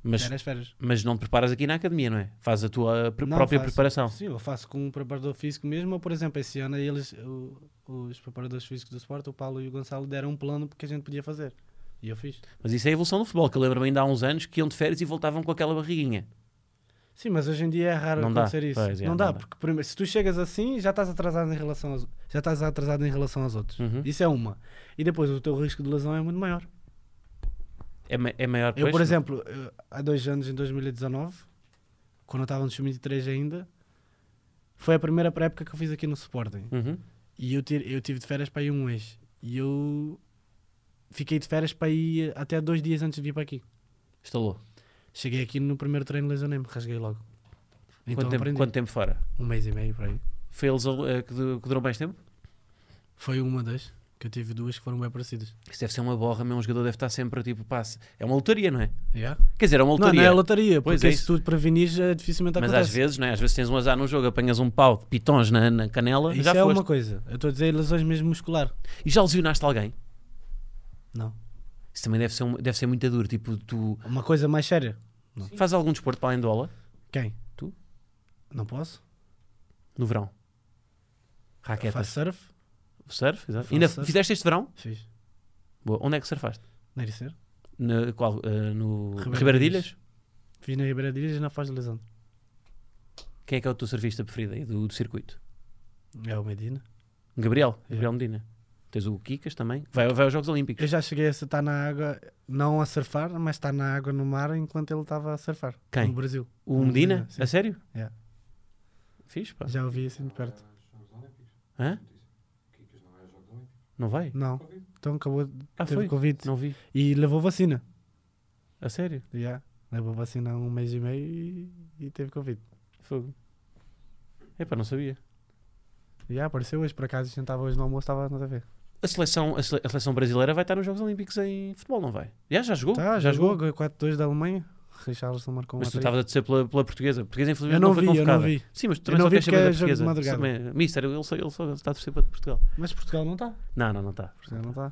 A: Mas,
B: Férias, férias.
A: mas não te preparas aqui na academia, não é? Faz a tua pr-
B: Não,
A: própria
B: faço.
A: preparação.
B: Sim, eu faço com um preparador físico mesmo, ou por exemplo, esse ano eles, o- os preparadores físicos do Sport, o Paulo e o Gonçalo, deram um plano que a gente podia fazer. E eu fiz.
A: Mas isso é a evolução do futebol, que eu lembro-me ainda há uns anos que iam de férias e voltavam com aquela barriguinha.
B: Sim, mas hoje em dia é raro
A: Não dá,
B: acontecer isso.
A: pois, é,
B: não,
A: não
B: dá,
A: dá.
B: porque primeiro, se tu chegas assim, já estás atrasado em relação aos, já estás atrasado em relação aos outros.
A: Uhum.
B: Isso é uma. E depois o teu risco de lesão é muito maior.
A: É, ma- é maior
B: Eu,
A: pois,
B: por exemplo, eu- há dois anos, em 2019, quando eu estava no sub-23 ainda, foi a primeira pré-época que eu fiz aqui no Sporting.
A: Uhum.
B: E eu, tir- eu tive de férias para ir um mês. E eu fiquei de férias para ir até dois dias antes de vir para aqui.
A: Estalou.
B: Cheguei aqui no primeiro treino, lesionei-me, rasguei logo. Então
A: quanto, tempo,
B: aprendi.
A: quanto tempo fora?
B: Um mês e meio por aí.
A: Foi eles eh, que, du- que durou mais tempo?
B: Foi uma das, que eu tive duas que foram bem parecidas.
A: Isso deve ser uma borra, meu. Um jogador deve estar sempre tipo passe. É uma lotaria, não é?
B: Yeah?
A: Quer dizer, é uma
B: Não,
A: lotaria.
B: não é lotaria,
A: Pois
B: porque
A: é
B: se
A: isso.
B: tu prevenires, eh, dificilmente
A: mas
B: acontece.
A: às vezes, não é? Às vezes tens um azar num jogo, apanhas um pau de pitons na, na canela
B: Isso
A: já
B: é
A: foste.
B: uma coisa. Eu estou a dizer lesões mesmo muscular.
A: E já lesionaste alguém?
B: Não.
A: Isso Isso também deve ser, um- deve ser muito duro. Tipo, tu
B: Uma coisa mais séria.
A: fazes algum desporto para além do aula
B: Quem?
A: Tu?
B: Não posso?
A: no verão?
B: Faço
A: Raquetas.
B: surf?
A: Surf, exato.
B: faço
A: Ainda
B: surf.
A: fizeste este verão?
B: Fiz.
A: Boa. Onde é que surfaste?
B: Não era ser?
A: Na, qual, eh, no
B: Ribeira
A: Ribeira de
B: de Ilhas.
A: Ilhas?
B: Fiz na Ribeira de Ilhas e na Faz de Lisandro.
A: Quem é que é o teu surfista preferido aí do, do circuito?
B: É o Medina.
A: Gabriel,
B: É.
A: Gabriel Medina. Tens o Kikas também. Vai, vai aos Jogos Olímpicos.
B: Eu já cheguei a estar na água, não a surfar, mas estar na água no mar enquanto ele estava a surfar.
A: Quem?
B: No Brasil.
A: O
B: O Medina,
A: Medina?
B: sim. É.
A: a sério?
B: Yeah.
A: Fiz, pá.
B: Já ouvi assim de perto.
C: Jogos Olímpicos.
A: Hã?
C: Kikas não é Jogos Olímpicos.
A: Não vai?
B: Não,
C: Covid.
B: então acabou de
A: Ah,
B: ter
A: foi?
B: Covid.
A: Não vi.
B: E levou vacina.
A: A sério?
B: Já. Levou vacina há um mês e meio e, e teve Covid.
A: Fogo. Epá, não sabia.
B: Já apareceu hoje, por acaso, a gente estava hoje no almoço, estava na TV.
A: A seleção, a sele- a seleção brasileira vai estar nos Jogos Olímpicos em futebol, não vai? Já, já jogou?
B: Tá, já jogou, ganhou 4-2 da Alemanha. Richarlison marcou um
A: Mas tu
B: hat-trick.
A: estavas a dizer pela, pela portuguesa. A portuguesa,
B: Eu
A: infelizmente,
B: não
A: foi
B: vi, eu
A: convocada.
B: não vi.
A: Sim, mas tu também
B: Eu não
A: só
B: vi
A: queres
B: porque
A: saber da
B: é jogo de
A: portuguesa.
B: madrugada.
A: Também- Mister, ele só, ele só está a torcer para Portugal.
B: Mas Portugal não tá. está.
A: Não, não, não está.
B: Portugal não está.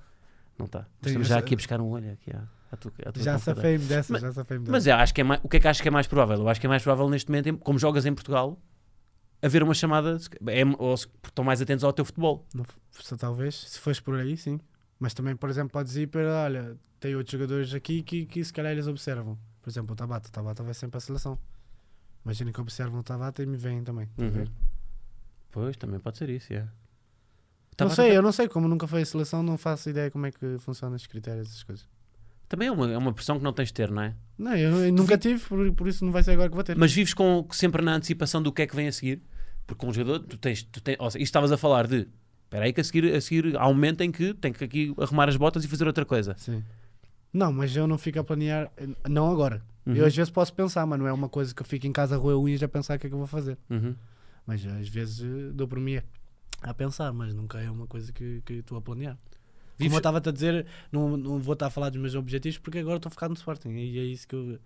A: Não está.
B: Tem
A: Estamos já
B: essa-
A: aqui a buscar um olho aqui à, à tua, à tua
B: Já
A: convocada.
B: safei-me dessa,
A: Mas-
B: já safei-me dessa.
A: Mas eu acho que é mais, o que é que acho que é mais provável? Eu acho que é mais provável neste momento, em- como jogas em Portugal, haver uma chamada, se- é, ou se- porque estão mais atentos ao teu futebol.
B: Não f- só talvez, se fores por aí, sim. Mas também, por exemplo, podes ir para, olha, tem outros jogadores aqui que, que se calhar eles observam. Por exemplo, o Tabata. O Tabata vai sempre à seleção. Imagina que observam o Tabata e me veem também.
A: Uhum.
B: tá a ver?
A: Pois, também pode ser isso, é.
B: Não
A: Tabata tá-
B: sei,
A: ta-
B: eu não sei. Como nunca foi à seleção, não faço ideia como é que funcionam os critérios, essas coisas.
A: Também é uma, é uma pressão que não tens de ter, não é?
B: Não, eu, eu nunca tive, por, por isso não vai ser agora que vou ter.
A: Mas vives com, sempre na antecipação do que é que vem a seguir, porque um jogador, tu tens, tu tens ou seja, isto estavas a falar de, espera aí que a seguir, a seguir há um momento em que tem que aqui arrumar as botas e fazer outra coisa.
B: Sim. Não, mas eu não fico a planear, eh, não agora. Eu
A: Uhum.
B: às vezes posso pensar, mas não é uma coisa que eu fico em casa roer unhas a pensar o que é que eu vou fazer.
A: Uhum.
B: Mas às vezes eh, dou por mim a- a pensar, mas nunca é uma coisa que, que estou a planear. Como eu
A: Vives-
B: estava-te a dizer, não, não vou estar a falar dos meus objetivos porque agora estou focado no Sporting e é isso que eu,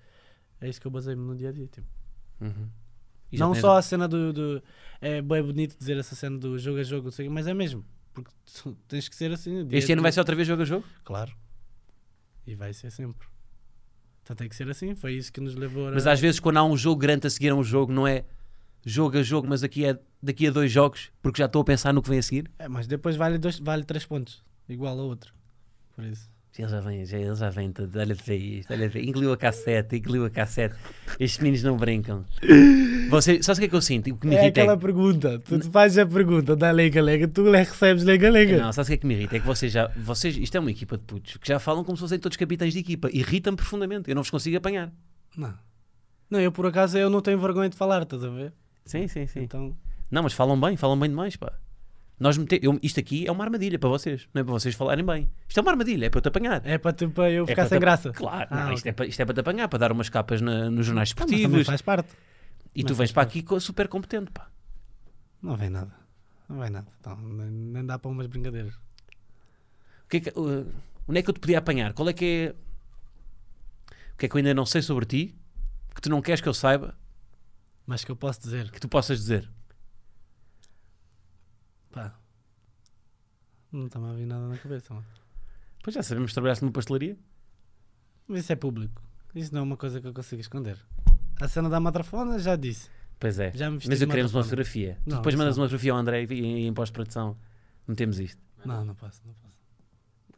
B: é isso que eu basei-me no dia a dia. Tipo.
A: Uhum. E já
B: Não
A: tens-
B: só a cena do, do- É bem bonito dizer essa cena do jogo a jogo, não sei o quê, mas é mesmo. Porque tu (laughs) tens que ser assim. dia
A: Este
B: a
A: ano vai
B: dia.
A: ser outra vez jogo a jogo?
B: Claro. E vai ser sempre. Então tem que ser assim. Foi isso que nos levou a.
A: Mas às vezes quando há um jogo grande a seguir a um jogo, não é jogo a jogo, mas aqui é daqui a dois jogos, porque já estou a pensar no que vem a seguir.
B: É, mas depois vale, dois, vale três pontos, igual a outro. Por isso.
A: Ele já vem, já, ele já vem, todo, olha para isto, olha para Engoliu a cassete, engoliu a cassete. Estes meninos não brincam. Você, sabes o que é que eu sinto? O que me
B: É
A: irrita é,
B: aquela pergunta. Tu te fazes a pergunta da Lega Lega, tu le- recebes Lega
A: que-
B: Lega.
A: Não, sabes o que é que me irrita? É que vocês já. Vocês, isto é uma equipa de putos que já falam como se fossem todos capitães de equipa. Irrita-me profundamente. Eu não vos consigo apanhar.
B: Não. Não, eu por acaso eu não tenho vergonha de falar, estás a ver?
A: Sim, sim, sim.
B: Então,
A: Não, mas falam bem, falam bem demais, pá. Nós mete... eu- isto aqui é uma armadilha para vocês, não é para vocês falarem bem. Isto é uma armadilha, é para eu te apanhar.
B: é para, tu, para eu
A: É
B: ficar
A: para
B: sem
A: te-
B: graça.
A: Claro,
B: Ah,
A: não,
B: ok.
A: isto, é para, isto é para te apanhar, para dar umas capas na- nos jornais
B: Ah, mas também
A: esportivos.
B: faz parte.
A: e tu
B: mas
A: vens
B: faz
A: para aqui co- super competente, pá.
B: Não vem nada. Não vem nada. Então, nem, nem dá para umas brincadeiras.
A: O que é que- uh, onde é que eu te podia apanhar? Qual é que é. O que é que eu ainda não sei sobre ti, que tu não queres que eu saiba,
B: Mas que eu posso dizer,
A: que tu possas dizer?
B: pá. Não está-me a vir nada na cabeça, mano.
A: Pois já sabemos que trabalhaste numa pastelaria.
B: Mas isso é público. Isso não é uma coisa que eu consiga esconder. A cena da matrafona, já disse.
A: Pois é.
B: Já me vesti
A: Mas
B: de
A: eu queremos uma
B: matrafona.
A: fotografia. tu
B: Não,
A: depois
B: isso
A: mandas
B: não.
A: uma fotografia ao André e, e em pós-produção metemos isto.
B: Não, não posso, não posso.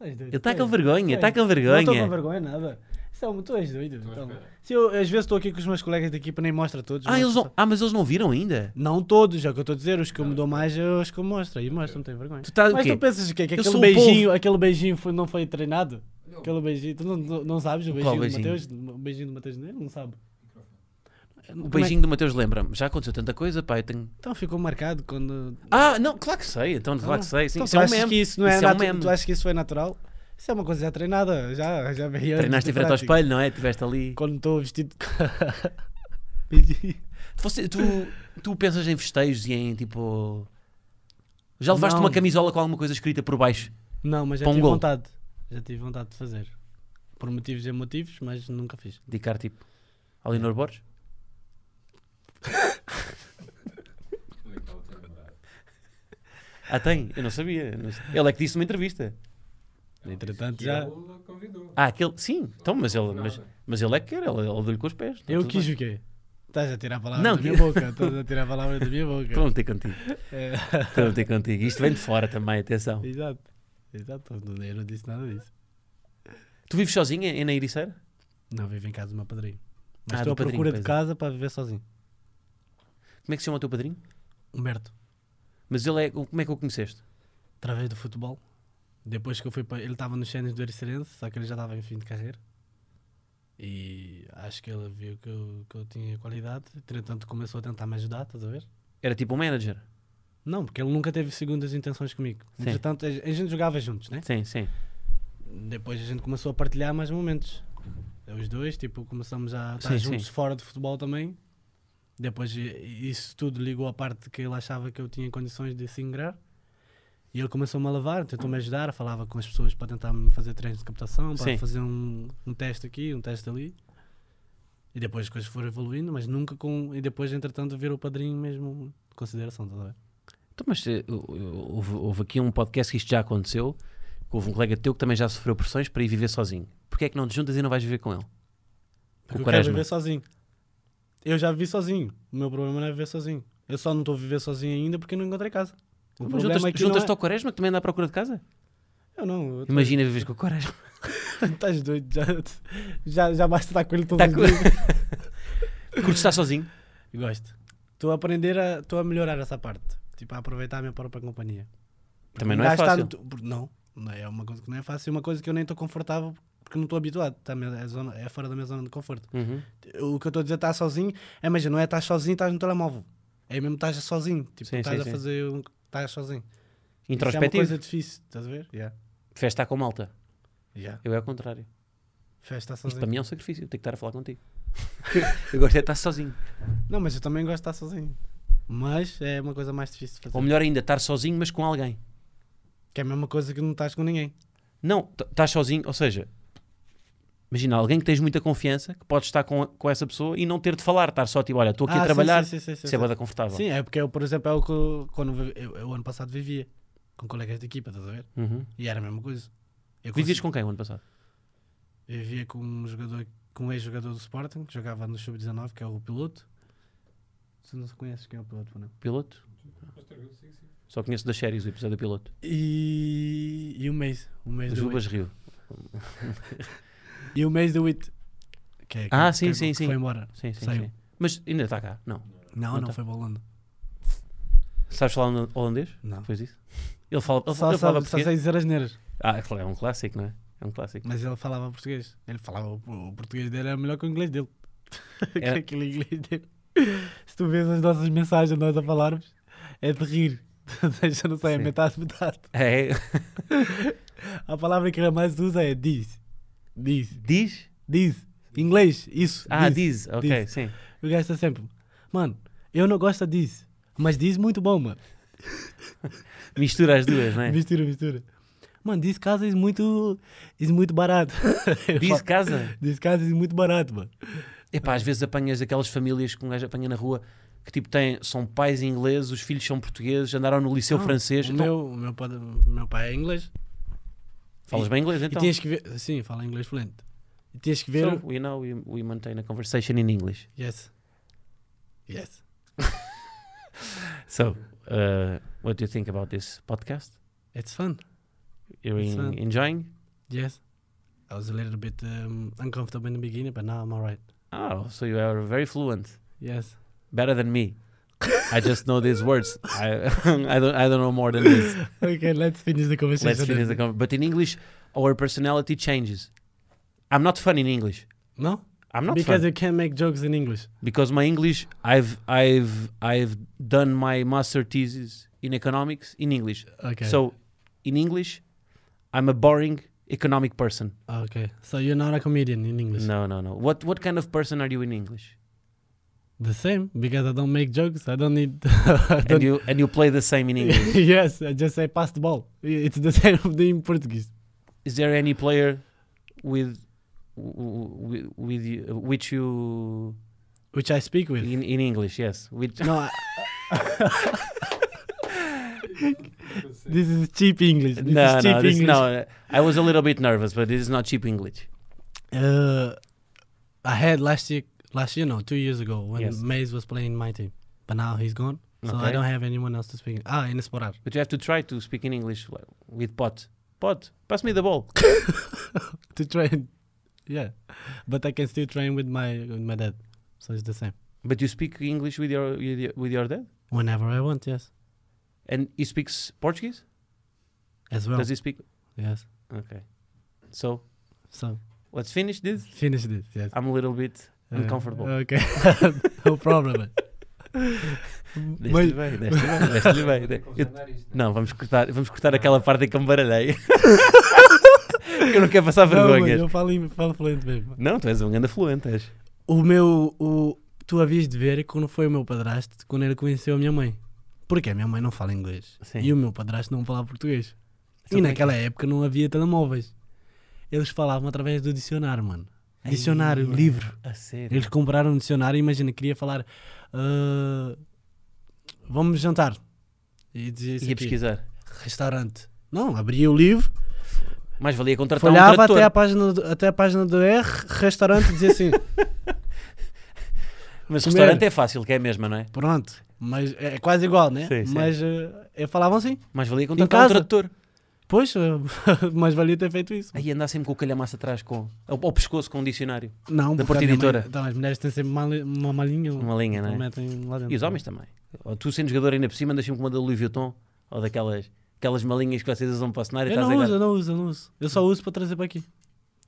A: Ele está tá com vergonha, está com vergonha.
B: Não estou com vergonha, nada. Isso é um- tu és doido.
C: Então,
B: então.
C: espera.
B: Se eu, às vezes estou aqui com os meus colegas da equipa, nem mostro a todos.
A: Ah,
B: mostro
A: eles
B: só-
A: não... ah, mas eles não viram ainda.
B: Não todos, é o que eu estou a dizer. Os que eu me dou mais, eu acho que eu mostro. E mostro, não tenho vergonha.
A: Tu tá o
B: Mas
A: quê?
B: tu pensas o quê? Que
A: Eu
B: aquele
A: sou o povo.
B: beijinho, aquele beijinho foi- não foi treinado? Aquele beijinho, tu não, não, não sabes o
A: Qual
B: beijinho,
A: beijinho?
B: do Mateus? O beijinho do Mateus Neiro? Não sabe. é-
A: O beijinho do Mateus lembra-me. Já aconteceu tanta coisa, pá. Eu tenho...
B: Então ficou marcado quando.
A: Ah, não, claro que sei. Então, claro que sei. Sim,
B: Então,
A: isso
B: tu
A: é um
B: achas
A: meme.
B: que isso não é
A: Isso é um
B: natu-
A: meme.
B: Tu achas que isso foi natural? Isso é uma coisa já treinada, já, já veio. antes
A: (laughs) Treinaste
B: da
A: em frente ao
B: prática.
A: espelho, não é? Tiveste ali.
B: Quando estou vestido.
A: (laughs) Você- tu, tu pensas em festejos e em tipo. Já levaste
B: Não.
A: uma camisola com alguma coisa escrita por baixo?
B: Não, mas já
A: Para um
B: tive
A: gol.
B: vontade. Já tive vontade de fazer. Por motivos e motivos, mas nunca fiz.
A: Dedicar tipo. Alinor Borges?
C: Onde é que ela tem namorado?
A: Ah, tem? Eu não sabia. Eu não sei. Ele é que disse numa entrevista.
B: Entretanto,
C: que
B: já-
C: Ele convidou.
A: Ah, aquele. Sim, então, mas ele, mas,
C: Nada.
A: mas ele é que quer, ele, ele deu-lhe com os pés. Tá
B: Eu
A: tudo
B: quis
A: bem.
B: o quê? Estás a tirar a palavra
A: Não,
B: da minha
A: que-
B: boca. Estás a tirar a palavra da
A: (laughs)
B: minha boca.
A: Estou a meter contigo.
B: É,
A: Estou a meter contigo. Isto vem de fora também, atenção.
B: exato. Exato. não- Eu não disse nada disso.
A: Tu vives sozinho em, na Ericeira?
B: Não, vivo em casa do meu padrinho.
A: Ah,
B: Mas
A: do
B: estou à
A: padrinho,
B: procura
A: pois
B: de
A: é.
B: casa para viver sozinho.
A: Como é que se chama o teu padrinho?
B: Humberto,
A: Mas ele é. Como é que o conheceste?
B: através do futebol. Depois que eu fui para. Ele estava nos cenas do Ericerense, só que ele já estava em fim de carreira. E acho que ele viu que eu, que eu tinha qualidade. Entretanto, começou a tentar me ajudar, estás a ver?
A: Era tipo um manager?
B: Não, porque ele nunca teve segundas intenções comigo.
A: Sim.
B: Entretanto, a a gente jogava juntos, né?
A: Sim, sim.
B: Depois a gente começou a partilhar mais momentos. Os dois, tipo, começamos a estar
A: Sim,
B: juntos
A: sim.
B: fora de futebol também. Depois i- isso tudo ligou à parte que ele achava que eu tinha condições de se ingrar. E ele começou-me a lavar, tentou-me ajudar, falava com as pessoas para tentar me fazer treinos de captação, para
A: Sim.
B: fazer um, um teste aqui, um teste ali. E depois as coisas foram evoluindo, mas nunca com. E depois, entretanto, virou padrinho mesmo de consideração, estás a ver?
A: Então, mas eh, eu- eu- houve, houve aqui um podcast que isto já aconteceu. que Houve um colega teu que também já sofreu pressões para ir viver sozinho. Porquê é que não te juntas e não vais viver com ele? Com
B: Porque
A: o
B: eu quero
A: Quaresma.
B: viver sozinho. Eu já vivi sozinho. O meu problema não é viver sozinho. Eu só não estou a viver sozinho ainda porque não encontrei casa. O
A: Mas
B: problema
A: Juntas-te
B: é que não
A: juntas
B: é-
A: ao Quaresma que também anda à procura de casa?
B: Eu não. eu tô-
A: Imagina viveres com o Quaresma.
B: (laughs) Estás doido. Já, já, já basta estar com ele todos
A: Tá
B: os
A: com-
B: dias.
A: (laughs) Curtes estar sozinho?
B: Gosto. Estou a aprender a... Estou a melhorar essa parte. Tipo, a aproveitar a minha própria companhia. Porque
A: Também
B: um
A: não é
B: gajo tá
A: fácil.
B: no tu- por- Não. Não é uma coisa que não é fácil. É uma coisa que eu nem estou confortável porque não estou habituado. Tá, é, zona- é fora da minha zona de conforto.
A: Uhum.
B: o que eu estou a dizer estar sozinho, é, imagina, não é estar sozinho, estás no telemóvel. É mesmo estás sozinho. Tipo,
A: Sim,
B: estás
A: sim,
B: a
A: sim.
B: fazer um. Estás sozinho. Isso é uma
A: Introspectivo.
B: coisa difícil, estás a ver? Yeah.
A: Preferes estar com malta.
B: Yeah.
A: Eu é ao contrário.
B: Festa
A: Isto para
B: sozinho.
A: mim é um sacrifício. Tenho que estar a falar contigo. (laughs) eu gosto é de estar sozinho.
B: Não, mas eu também gosto de estar sozinho. Mas é uma coisa mais difícil de
A: Ou
B: fazer.
A: melhor ainda, estar sozinho, mas com alguém.
B: Que é a mesma coisa que não estás com ninguém.
A: Não, t- estás sozinho, ou seja, imagina alguém que tens muita confiança, que podes estar com, com essa pessoa e não ter de falar, estar só tipo, olha, estou aqui
B: Ah,
A: a
B: sim,
A: trabalhar,
B: Sim, sim, sim, sim,
A: isso é bada confortável.
B: Sim, é porque eu, por exemplo, é o que eu- quando vi- eu, eu ano passado vivia com colegas de equipa, estás a ver?
A: Uhum.
B: E era a mesma coisa. Eu
A: Vivias
B: consegui-
A: com quem o ano passado?
B: Eu vivia com um jogador, com um ex-jogador do Sporting, que jogava no Sub-19, que é o piloto. Tu não conheces quem é o piloto, não?
A: Piloto?
C: Mas tá bem, sim, sim.
A: Só conheço das séries o episódio piloto.
B: E, e o mês. O mês
A: Os
B: do
A: Ubas Rio.
B: E o mês do It. Que é, que-
A: Ah, sim,
B: que é-
A: sim,
B: que
A: sim.
B: Foi embora. Então.
A: Sim, sim,
B: Saiu.
A: sim. Mas ainda está cá, não.
B: Não,
A: Não
B: não,
A: tá.
B: foi para a Holanda.
A: Sabes falar hol- holandês?
B: Não.
A: Depois disso? Ele, fala, ele,
B: Só,
A: ele falava
B: sabe, só
A: português.
B: sei dizer as neiras.
A: Ah, é claro, é um clássico, não é? É um clássico.
B: Mas ele falava português. Ele falava, o o português dele era melhor que o inglês dele. (laughs) Que
A: Era-
B: Aquele inglês dele. Se tu vês as nossas mensagens, nós a falarmos, é de rir. (laughs) Já não sai a
A: Sim.
B: metade, metade.
A: É, (laughs)
B: A palavra que ele mais usa é diz. Diz.
A: diz?
B: Diz. Inglês, isso.
A: Ah, diz, ok,
B: diz.
A: sim.
B: O gajo está sempre, mano, eu não gosto disso, mas diz muito bom, mano.
A: Mistura as duas, não é?
B: Mistura, mistura. Mano, diz casa é muito, é muito barato.
A: (laughs)
B: Eu
A: Diz
B: falo,
A: casa.
B: diz casa é muito barato, mano.
A: Epá, às vezes apanhas aquelas famílias que um gajo apanha na rua que tipo têm, são pais ingleses, os filhos são portugueses, andaram no liceu
B: Não,
A: francês.
B: Ah, O
A: Então,
B: meu, o meu, pai, o meu pai é inglês.
A: falas bem inglês então?
B: E tens que ver, sim, fala inglês fluente. E tens que ver,
A: So, we know we, we maintain a conversation in English.
B: yes. Yes.
A: So, uh, what do you think about this podcast?
B: It's fun.
A: You're
B: It's uh,
A: en-
B: fun.
A: enjoying?
B: Yes. I was a little bit um, uncomfortable in the beginning, but now I'm alright.
A: Oh, so you are very fluent,
B: Yes.
A: better than me. I just know these words. I, (laughs) I don't I don't know more than this.
B: Okay, let's finish the conversation.
A: Let's finish the conversation. But in English, our personality changes. I'm not fun in English.
B: No?
A: I'm not fun.
B: because you can't make jokes in English.
A: because my English, I've I've I've done my master thesis in economics in English.
B: Okay.
A: So, in English, I'm a boring economic person.
B: Ah, okay. So you're not a comedian in English.
A: No, no, no. What what kind of person are you in English?
B: The same because I don't make jokes. I don't need. (laughs) I
A: And
B: don't-
A: you and you play the same in
D: (laughs)
A: English.
B: (laughs) yes, I just say pass the ball. It's the (laughs) same of the in Portuguese.
A: Is there any player with with, with you, which you
B: Which I (laughs) speak with.
A: (laughs) in, in English? Yes, which
B: No, I,
D: This is cheap English. (laughs) This
A: No,
D: is cheap
A: no, this,
D: English.
A: no. I was a little bit nervous, but this is not cheap English.
B: Uh, I had last year, last year, no, two years ago when
A: Yes.
B: Mays was playing my team, but now he's gone, so
A: Okay.
B: I don't have anyone else to speak. Ah, in Esporar.
A: But you have to try to speak in English w- with pot. Pot, pass me the ball.
B: (laughs) to train. Yeah, but I can still train with my with my dad, so it's the same.
A: But you speak English with your with your- with your dad,
B: Whenever I want, yes,
A: and he speaks Portuguese.
B: as well.
A: Does he speak?
B: Yes.
A: So
B: So
A: let's finish this.
B: finish this. Yes.
A: I'm a little bit uncomfortable.
B: Uh, okay. (laughs) no problem.
A: Deste-lhe
B: Mas-
A: bem, deste-lhe bem, deste-lhe bem,
C: (laughs)
A: de- eu- Não, vamos cortar, vamos cortar aquela parte em que eu me
B: (laughs)
A: baralhei. eu não quero passar
B: Não, mano,
A: vergonhas.
B: eu falo, em- falo fluente mesmo.
A: Não, tu és um grande afluente, és.
B: O meu. O, tu havias de ver quando foi o meu padrasto, quando ele conheceu a minha mãe. Porque a minha mãe não fala inglês.
A: Sim.
B: E o meu padrasto não fala português.
A: Então
B: e
A: como é
B: naquela época não havia telemóveis. Eles falavam através do dicionário, mano. Dicionário,
A: Ai,
B: livro.
A: A sério.
B: Eles compraram um dicionário, imagina, queria falar ah, vamos jantar. E dizia isso
A: Ia
B: aqui,
A: pesquisar.
B: restaurante. Não, abria o livro,
A: Mais valia contratar um
B: folhava
A: tradutor.
B: até a, página do, até a página do R, restaurante, dizia assim,
A: (laughs) Mas
B: comer.
A: restaurante é fácil, que é a mesma, não é?
B: pronto. Mas é quase igual, né?
A: Sim, sim.
B: Mas ah, eu falava assim,
A: Mais valia
B: Em
A: contratar um
B: casa.
A: tradutor.
B: pois, ah, (laughs) mas valia ter feito isso.
A: Aí andar sempre com o calhamaço atrás, com, ao, ao pescoço com um dicionário.
B: Não,
A: Da
B: porque a minha
A: Porta Editora.
B: mãe- então, as mulheres têm sempre uma, uma malinha,
A: Uma linha,
B: então
A: não é?
B: metem lá dentro.
A: E os homens também. Ou tu sendo jogador ainda por cima, andas sempre com uma da Louis Vuitton ou daquelas aquelas malinhas que vocês usam para o cenário. e
B: Eu
A: estás
B: não
A: a
B: uso, eu não uso, eu não uso. Eu só uso para trazer para aqui.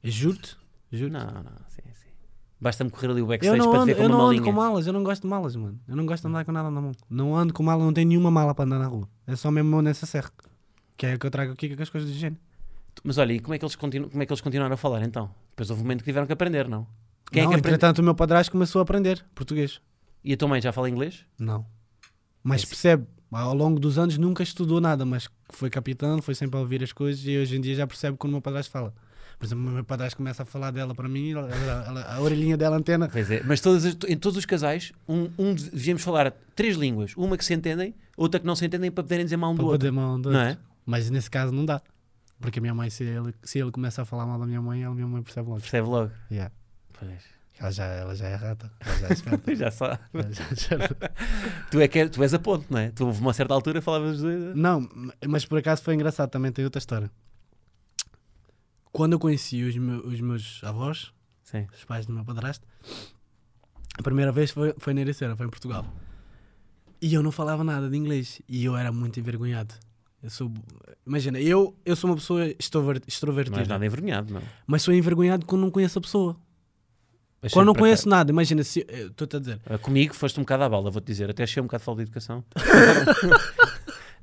B: Eu Juro-te, juro-te.
A: Não, é não, sim, sim. Basta-me correr ali o
B: Eu
A: backstage
B: não,
A: para te
B: ando,
A: ver com
B: eu
A: uma
B: não
A: malinha.
B: ando com malas, eu não gosto de malas, mano. Eu não gosto de andar com nada na mão. Não ando com mala, não tenho nenhuma mala para andar na rua. É só mesmo nessa serra. Que é o que eu trago aqui com as coisas de higiene.
A: Mas olha, e como é, que eles continu... como é que eles continuaram a falar então? Depois houve um momento que tiveram que aprender, não? Quem
B: não,
A: é que aprende?
B: entretanto, o meu padrasto começou a aprender português.
A: E a tua mãe já fala inglês?
B: Não. Mas percebe, ao longo dos anos nunca estudou nada, mas foi capitão, foi sempre a ouvir as coisas e hoje em dia já percebe quando o meu padrasto fala. Por exemplo, o meu padrasto começa a falar dela para mim, ela- ela- ela- a orelhinha dela antena.
A: Pois é, mas todas as- em todos os casais, um, um de- devíamos falar três línguas. Uma que se entendem, outra que não se entendem para poderem dizer mal um do
B: Para
A: outro.
B: poder mão do
A: Não
B: outro.
A: é?
B: Mas nesse caso não dá. Porque a minha mãe, se ele, se ele começa a falar mal da minha mãe, ela- a minha mãe percebe logo.
A: Percebe logo.
B: Yeah.
A: Pois. (laughs)
B: Ela, já, ela já é rata. Ela já é esperta.
A: Já sabe.
B: Ela já- é já-
A: Tu, é que é- tu és a ponte, não é? Tu houve uma certa altura falavas. de-
B: Não, mas por acaso foi engraçado. Também tem outra história. Quando eu conheci os, meu- os meus avós,
A: Sim.
B: os pais do meu padrasto, a primeira vez foi, foi na Ericeira, foi em Portugal. E eu não falava nada de inglês. E eu era muito envergonhado. Eu sou, imagina, eu, eu sou uma pessoa extrover-
A: Não é és
B: extrovertida.
A: nada envergonhado, não.
B: mas sou envergonhado quando não conheço a pessoa.
A: Mas
B: quando não
A: sempre para
B: conheço nada, imagina se. Estou-te a dizer.
A: cá. Ah, Comigo foste um bocado à balda, vou-te dizer. Até achei um bocado de falta de (laughs) educação.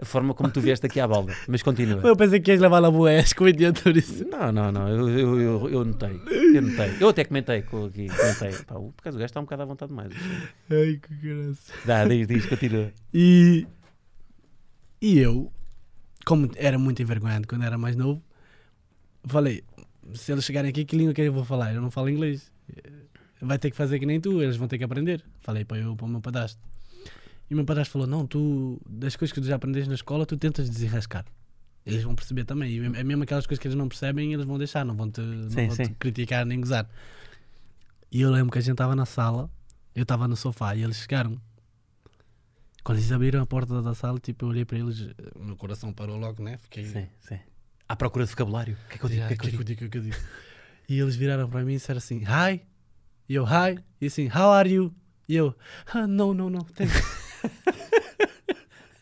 A: a forma como tu vieste aqui à balda. Mas continua.
B: Eu pensei que ias levar lá boa, és comediante por isso.
A: Não, não, não, eu, eu, eu, eu notei. Eu notei. Eu até comentei com aqui, comentei. Pá, o- por acaso o gajo está um bocado à vontade demais.
B: (laughs) Ai, que graça.
A: Dá, diz, diz, continua.
B: E. E eu, como era muito envergonhado quando era mais novo, falei: se eles chegarem aqui, que língua que eu vou falar? Eu não falo inglês. Vai ter que fazer que nem tu, eles vão ter que aprender. Falei para eu, para o meu padrasto. E o meu padrasto falou: não, tu, das coisas que tu já aprendeste na escola, tu tentas desenrascar. Eles vão perceber também. E é mesmo aquelas coisas que eles não percebem, eles vão deixar, não vão te,
A: Sim,
B: não vão
A: sim.
B: te criticar nem gozar. E eu lembro que a gente estava na sala, eu estava no sofá e eles chegaram. Quando eles abriram a porta da sala, tipo, eu olhei para eles, o meu coração parou logo, né? Fiquei.
A: Sim, sim. À procura de vocabulário. O que é que eu digo? O
B: "Ah,
A: que é que eu digo?
B: digo? O que é que eu
A: (laughs)
B: digo? E eles viraram para mim e disseram assim: Hi. E eu, Hi. E assim, How are you? E eu, ah, Não, não, não. thanks." (laughs)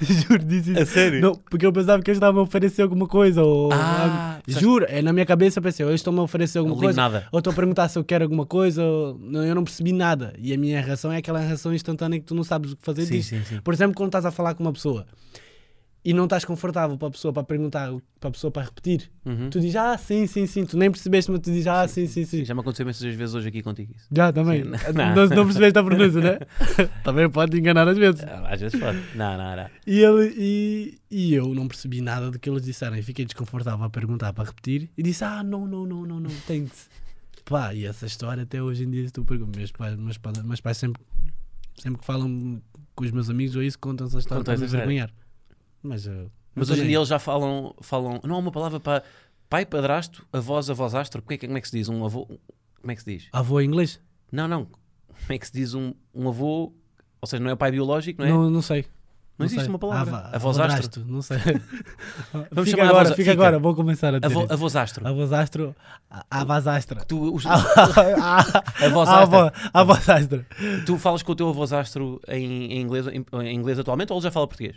B: Juro, disse isso.
A: A sério?
B: Não, porque eu pensava que eles estavam a oferecer alguma coisa. Ou...
A: Ah, pensaste-
B: Juro, é, na minha cabeça eu pensei, ou eles estão-me a oferecer alguma
A: Não ligo
B: coisa.
A: nada.
B: Ou estão a perguntar se eu quero alguma coisa. Ou... Não, eu não percebi nada. E a minha reação é aquela reação instantânea que tu não sabes o que fazer
A: Sim,
B: disso.
A: sim, sim.
B: Por exemplo, quando estás a falar com uma pessoa e não estás confortável para a pessoa para perguntar, para a pessoa para repetir,
A: Uhum.
B: tu dizes, ah, sim, sim, sim. Tu nem percebeste, mas tu dizes, ah, sim, sim, sim.
A: Já me aconteceu imensas vezes hoje aqui contigo isso.
B: Já, também.
A: Sim,
B: não.
A: não.
B: (laughs) não percebeste a pronúncia, (laughs) né? também pode enganar às vezes.
A: Ah, Às vezes pode. Não, não, não.
B: E, ele, e, e eu não percebi nada do que eles disseram. E fiquei desconfortável a perguntar para repetir. E disse: Ah, não, não, não, não, não, thanks. Pá, e essa história até hoje em dia, se tu perguntas, meus pais, meus pais, meus pais sempre, sempre que falam com os meus amigos ou isso, contam essa história
A: Contam
B: para me
A: essa história.
B: vergonhar. Mas, eu,
A: Mas hoje em dia eles já falam, falam. Não há uma palavra para pai, padrasto, avós, avósastro. Como é, que- como é que se diz? Um avô. Como é que se diz?
B: Avô em inglês?
A: Não, não. Como é que se diz um, um avô? Ou seja, não é pai biológico, não é? Não,
B: Não, não sei.
A: existe
B: sei.
A: uma palavra.
B: Ava-
A: avósastro.
B: avódrasto, Não sei.
A: (laughs) Vamos
B: fica
A: chamar
B: agora,
A: avós-
B: fica
A: fica.
B: agora, vou começar a dizer.
A: Avô,
B: isso.
A: avósastro. (laughs)
B: Avosastro, (laughs) a- avasastra.
A: Tu, os-
B: Ah,
A: Avósastra.
B: Avosastra. Avosastra.
A: tu falas com o teu avósastro em, em inglês, em, em inglês atualmente ou ele já fala português?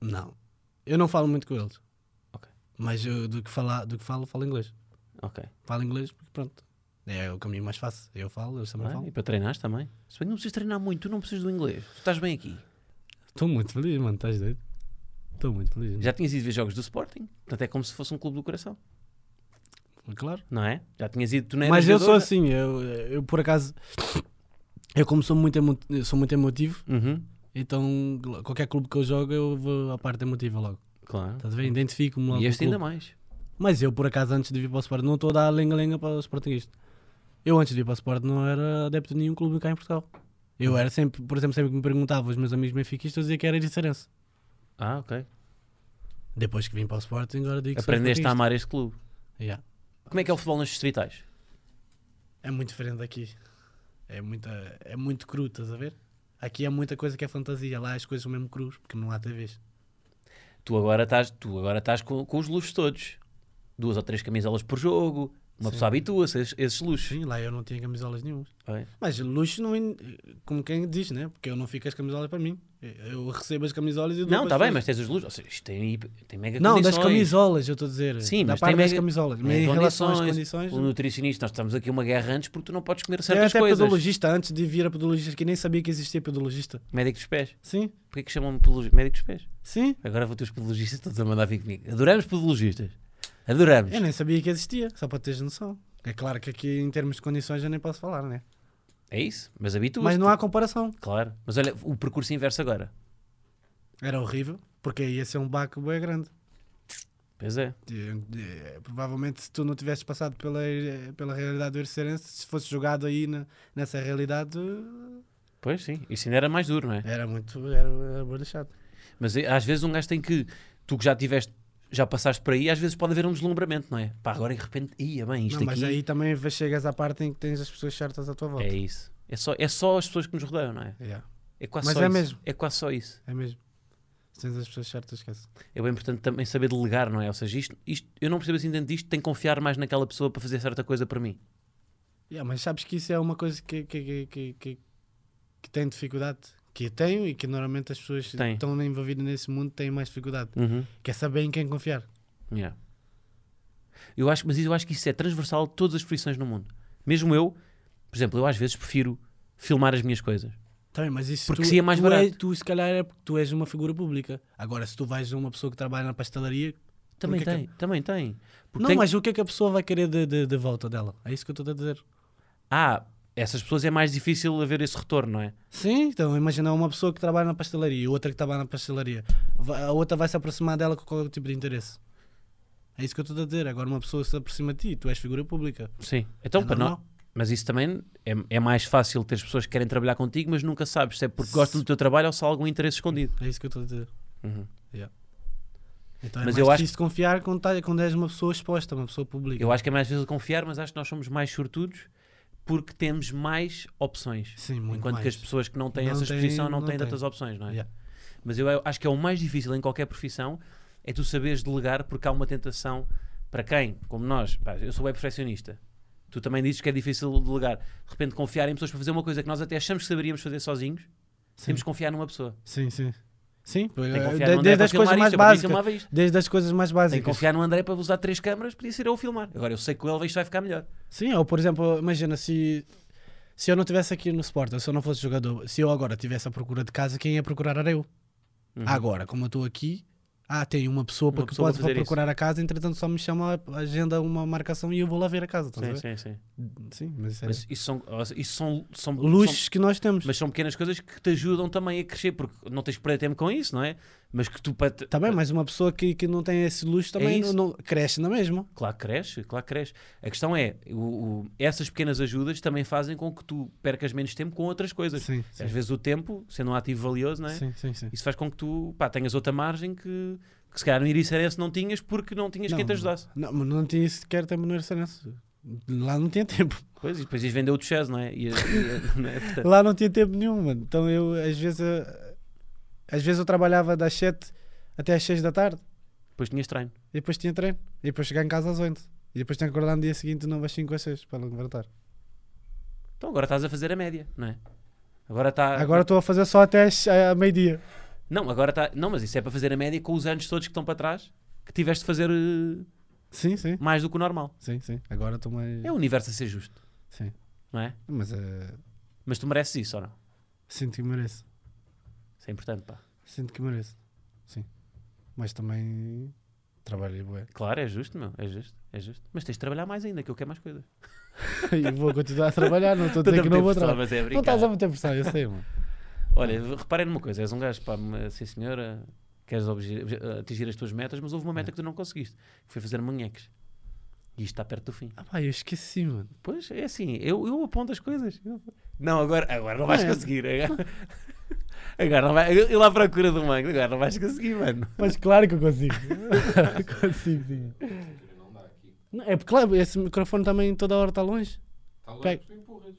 B: Não. Eu não falo muito com eles.
A: Ok.
B: Mas eu, do, que falar, do que falo, falo inglês.
A: Ok.
B: Falo inglês porque pronto. É o caminho mais fácil. Eu falo, eles também
A: Ah,
B: falam.
A: e para treinar também. Se bem que não precisas treinar muito, tu não precisas do inglês. Tu estás bem aqui.
B: então, Estou muito feliz, mano. Estás doido? Estou muito feliz. mano.
A: Já tinhas ido ver jogos do Sporting. Portanto, é como se fosse um clube do coração.
B: Claro.
A: Não é? Já tinhas ido, tu não eras
B: Mas eu
A: jogador,
B: sou
A: né?
B: assim. Eu, eu por acaso. Eu, como sou muito, emo- eu sou muito emotivo,
A: não é? Uhum.
B: então qualquer clube que eu jogo, eu vou à parte emotiva logo.
A: Claro.
B: Estás a ver? Identifico-me logo.
A: E
B: com o
A: este ainda
B: clube.
A: mais.
B: Mas eu, por acaso, antes de vir para o Sport, não estou a dar lenga-lenga para o Sportingista. Eu, antes de ir para o Sport, não era adepto de nenhum clube cá em Portugal.
A: Hum.
B: Eu era sempre, por exemplo, sempre que me perguntavam os meus amigos benfiquistas, eu dizia que era edicerense.
A: Ah,
B: é
A: ok.
B: Depois que vim para o Sporting, agora digo que sou
A: Aprendeste a
B: sportinguista.
A: amar este clube.
B: Yeah.
A: Como é que é o futebol nos distritais?
B: É muito diferente daqui. É, muita, é muito cru, estás a ver? Aqui é muita coisa que é fantasia. Lá as coisas são mesmo cruz, porque não há TVs.
A: Tu agora estás, tu agora estás com, com os luxos todos. Duas ou três camisolas por jogo. Uma
B: Sim.
A: pessoa habitua-se a esses, esses luxos.
B: Sim, lá eu não tinha camisolas nenhuma.
A: É.
B: Mas luxo, não, in- como quem diz, né? Porque eu não fico as camisolas para mim. Eu recebo as camisolas e dou
A: Não, está
B: para as
A: bem,
B: pessoas.
A: mas tens os luxos. Ou seja, isto tem, tem mega
B: Não, das
A: É condições.
B: camisolas, eu estou a dizer.
A: Sim,
B: da
A: mas
B: parte
A: tem
B: das
A: mega-
B: camisolas. Mas
A: Tem
B: em relação às
A: condições,
B: condições.
A: O nutricionista, nós estamos aqui uma guerra antes porque tu não podes comer
B: Eu era
A: certas
B: até
A: coisas.
B: pedologista antes de vir a pedologista, que nem sabia que existia pedologista.
A: Médico dos pés.
B: Sim,
A: Porquê que chamam-me pedologi- médico dos pés?
B: sim.
A: Agora vou ter os pedologistas todos a mandar vir comigo. Adoramos pedologistas. Adoramos.
B: Eu nem sabia que existia, só para teres noção. É claro que aqui, em termos de condições, eu nem posso falar, né?
A: É isso, mas habitua
B: Mas não há comparação.
A: Claro. Mas olha, o percurso inverso agora.
B: Era horrível, porque ia ser um baque bem grande.
A: Pois é.
B: De- de- Provavelmente, se tu não tivesses passado pela, pela realidade do Ercerense, se fosse jogado aí na- nessa realidade,
A: Pois sim. Isso ainda era mais duro, não é?
B: era muito. Era, era bué de chato.
A: Mas eh, às vezes um gajo tem que. Tu que já tiveste. Já passaste por aí, às vezes pode haver um deslumbramento, não é? Pá, agora de repente. Ia bem, isto
B: não, mas
A: aqui.
B: aí também ve- chegas à parte em que tens as pessoas certas à tua volta.
A: É isso. É só, é só as pessoas que nos rodeiam, não é?
B: Yeah,
A: É quase
B: Mas
A: só
B: é
A: isso.
B: mesmo.
A: É quase só isso.
B: é mesmo. Se tens as pessoas certas, esquece.
A: É bem importante também saber delegar, não é? Ou seja, isto, isto, eu não percebo assim dentro disto, tenho que confiar mais naquela pessoa para fazer certa coisa para mim.
B: Yeah, mas sabes que isso é uma coisa que, que, que, que, que, que tem dificuldade. Que eu tenho e que normalmente as pessoas que
A: Tem.
B: estão envolvidas nesse mundo têm mais dificuldade. Que é saber em quem confiar.
A: Yeah. Eu acho, mas eu acho que isso é transversal a todas as profissões no mundo. Mesmo eu, por exemplo, eu às vezes prefiro filmar as minhas coisas.
B: Também, mas isso
A: Porque
B: tu,
A: se é mais
B: tu, és-
A: barato.
B: tu se calhar é porque tu és uma figura pública. Agora, se tu vais a uma pessoa que trabalha na pastelaria.
A: Também
B: Porque é que-
A: tem, também tem. Porque
B: não,
A: tem-
B: mas o que é que a pessoa vai querer de, de, de volta dela? É isso que eu estou a dizer.
A: Ah, essas pessoas é mais difícil haver esse retorno, não é?
B: Sim, então imagina uma pessoa que trabalha na pastelaria e outra que trabalha na pastelaria. Va- A outra vai se aproximar dela com qual tipo de interesse. É isso que eu estou a dizer. Agora uma pessoa se aproxima de ti, tu és figura pública.
A: Sim. Então,
B: É
A: para não...
B: normal.
A: Mas isso também é, é mais fácil ter as pessoas que querem trabalhar contigo, mas nunca sabes se é porque gostam do teu trabalho ou se há algum interesse escondido.
B: É isso que eu estou a dizer.
A: Uhum.
B: Então é
A: Mas
B: mais
A: eu acho-
B: difícil confiar quando, tá, quando és uma pessoa exposta, uma pessoa pública.
A: Eu acho que é mais difícil confiar, mas acho que nós somos mais sortudos porque temos mais opções.
B: Sim, muito
A: Enquanto
B: mais.
A: que as pessoas que não têm
B: Não
A: essa
B: têm-
A: exposição não,
B: não
A: têm
B: têm.
A: tantas opções, não é?
B: Yeah.
A: Mas eu eu acho que é o mais difícil em qualquer profissão é tu saberes delegar porque há uma tentação para quem, como nós, pá, eu sou web perfeccionista. Tu também dizes que é difícil delegar. De repente confiar em pessoas para fazer uma coisa que nós até achamos que saberíamos fazer sozinhos, temos que confiar numa pessoa.
B: Sim, sim.
A: Tem
B: Sim,
A: que
B: eh,
A: confiar
B: de-
A: no André
B: desde
A: para
B: as coisas
A: filmar
B: mais
A: isto, eu para mim
B: básicas.
A: filmava isto.
B: Desde as coisas mais
A: Tem que
B: básicas.
A: confiar no André para usar três câmaras, podia ser eu a filmar. Agora eu sei que com ele isto vai ficar melhor.
B: Sim, ou por exemplo, imagina se, se eu não estivesse aqui no Sport, se eu não fosse jogador, se eu agora estivesse à procura de casa, quem ia procurar era eu.
A: Uhum.
B: Agora, como eu estou aqui, ah, tem uma pessoa para
A: Uma
B: que
A: pessoa para
B: pode para
A: fazer isso.
B: procurar a casa, entretanto só me chama a agenda uma marcação e eu vou lá ver a casa. estás a
A: Sim,
B: ver?
A: sim, sim.
B: Sim, mas isso é-
A: Mas isso são, isso são, são são-
B: Luxos que nós temos.
A: Mas são pequenas coisas que te ajudam também a crescer, porque não tens que perder tempo com isso, não é? Mas que tu para. te-
B: Também, Tá mas uma pessoa que, que não tem esse luxo também
A: É isso.
B: não, não- cresce na mesma.
A: Claro que cresce, claro que cresce. A questão é, o- o- essas pequenas ajudas também fazem com que tu percas menos tempo com outras coisas.
B: Sim,
A: Às vezes o tempo, sendo um ativo valioso, não é?
B: sim, sim, sim.
A: Isso faz com que tu pá, tenhas outra margem que, que se calhar no Iricerense não tinhas porque não tinhas quem te
B: Não.
A: ajudasse.
B: Não, mas não tinha sequer tempo no Ercenense. Lá não tinha (laughs) tempo.
A: Pois, e depois ias vender o chess, não é?
B: (laughs)
A: E, e- não é? Portanto,
B: Lá não tinha tempo nenhum, mano. Então eu, às vezes, eh, às vezes eu trabalhava das 7 até às 6 da tarde
A: depois tinhas treino.
B: e depois tinha treino. E depois chegar em casa às 8. E depois tinha que acordar no dia seguinte, não às 5 às 6 para levantar.
A: Então agora estás a fazer a média, não é? Agora está.
B: Agora estou a fazer só até às, à- à meio-dia.
A: Não, agora está. Não, mas isso é para fazer a média com os anos todos que estão para trás que tiveste de fazer eh,
B: Sim, sim.
A: mais do que o normal.
B: Sim, sim. Agora estou mais.
A: É o universo a ser justo,
B: Sim.
A: não é?
B: Mas eh,
A: Mas tu mereces isso ou não?
B: sinto que mereço.
A: Isso é importante, pá.
B: Sinto que mereço. Sim. Mas também trabalho bué. (laughs)
A: Claro, é justo, meu. É justo, é justo. Mas tens de trabalhar mais ainda, que eu quero mais coisas.
B: e vou continuar a trabalhar, não estou a dizer que não vou trabalhar.
A: mas é
B: Não
A: brincar.
B: estás a meter pressão, eu sei, mano.
A: Olha, reparem numa coisa, és um gajo, pá, mas, sim senhora, queres obje- obje- atingir as tuas metas, mas houve uma meta que tu não conseguiste, que foi fazer munheques. E isto está perto do fim.
B: Ah, pá, eu esqueci, mano.
A: Pois, é assim, eu, eu aponto as coisas. Eu- Não, agora, agora não vais
B: Não é.
A: conseguir. Agora, (laughs) agora não vai. Eu lá à procura do mango, agora não vais conseguir, mano.
B: Mas claro que
A: (laughs)
B: eu consigo. consigo, sim.
C: Não dá aqui.
B: Não, é porque, claro, esse microfone também toda hora está longe.
C: Está longe,
B: Pega.
C: tu empurras.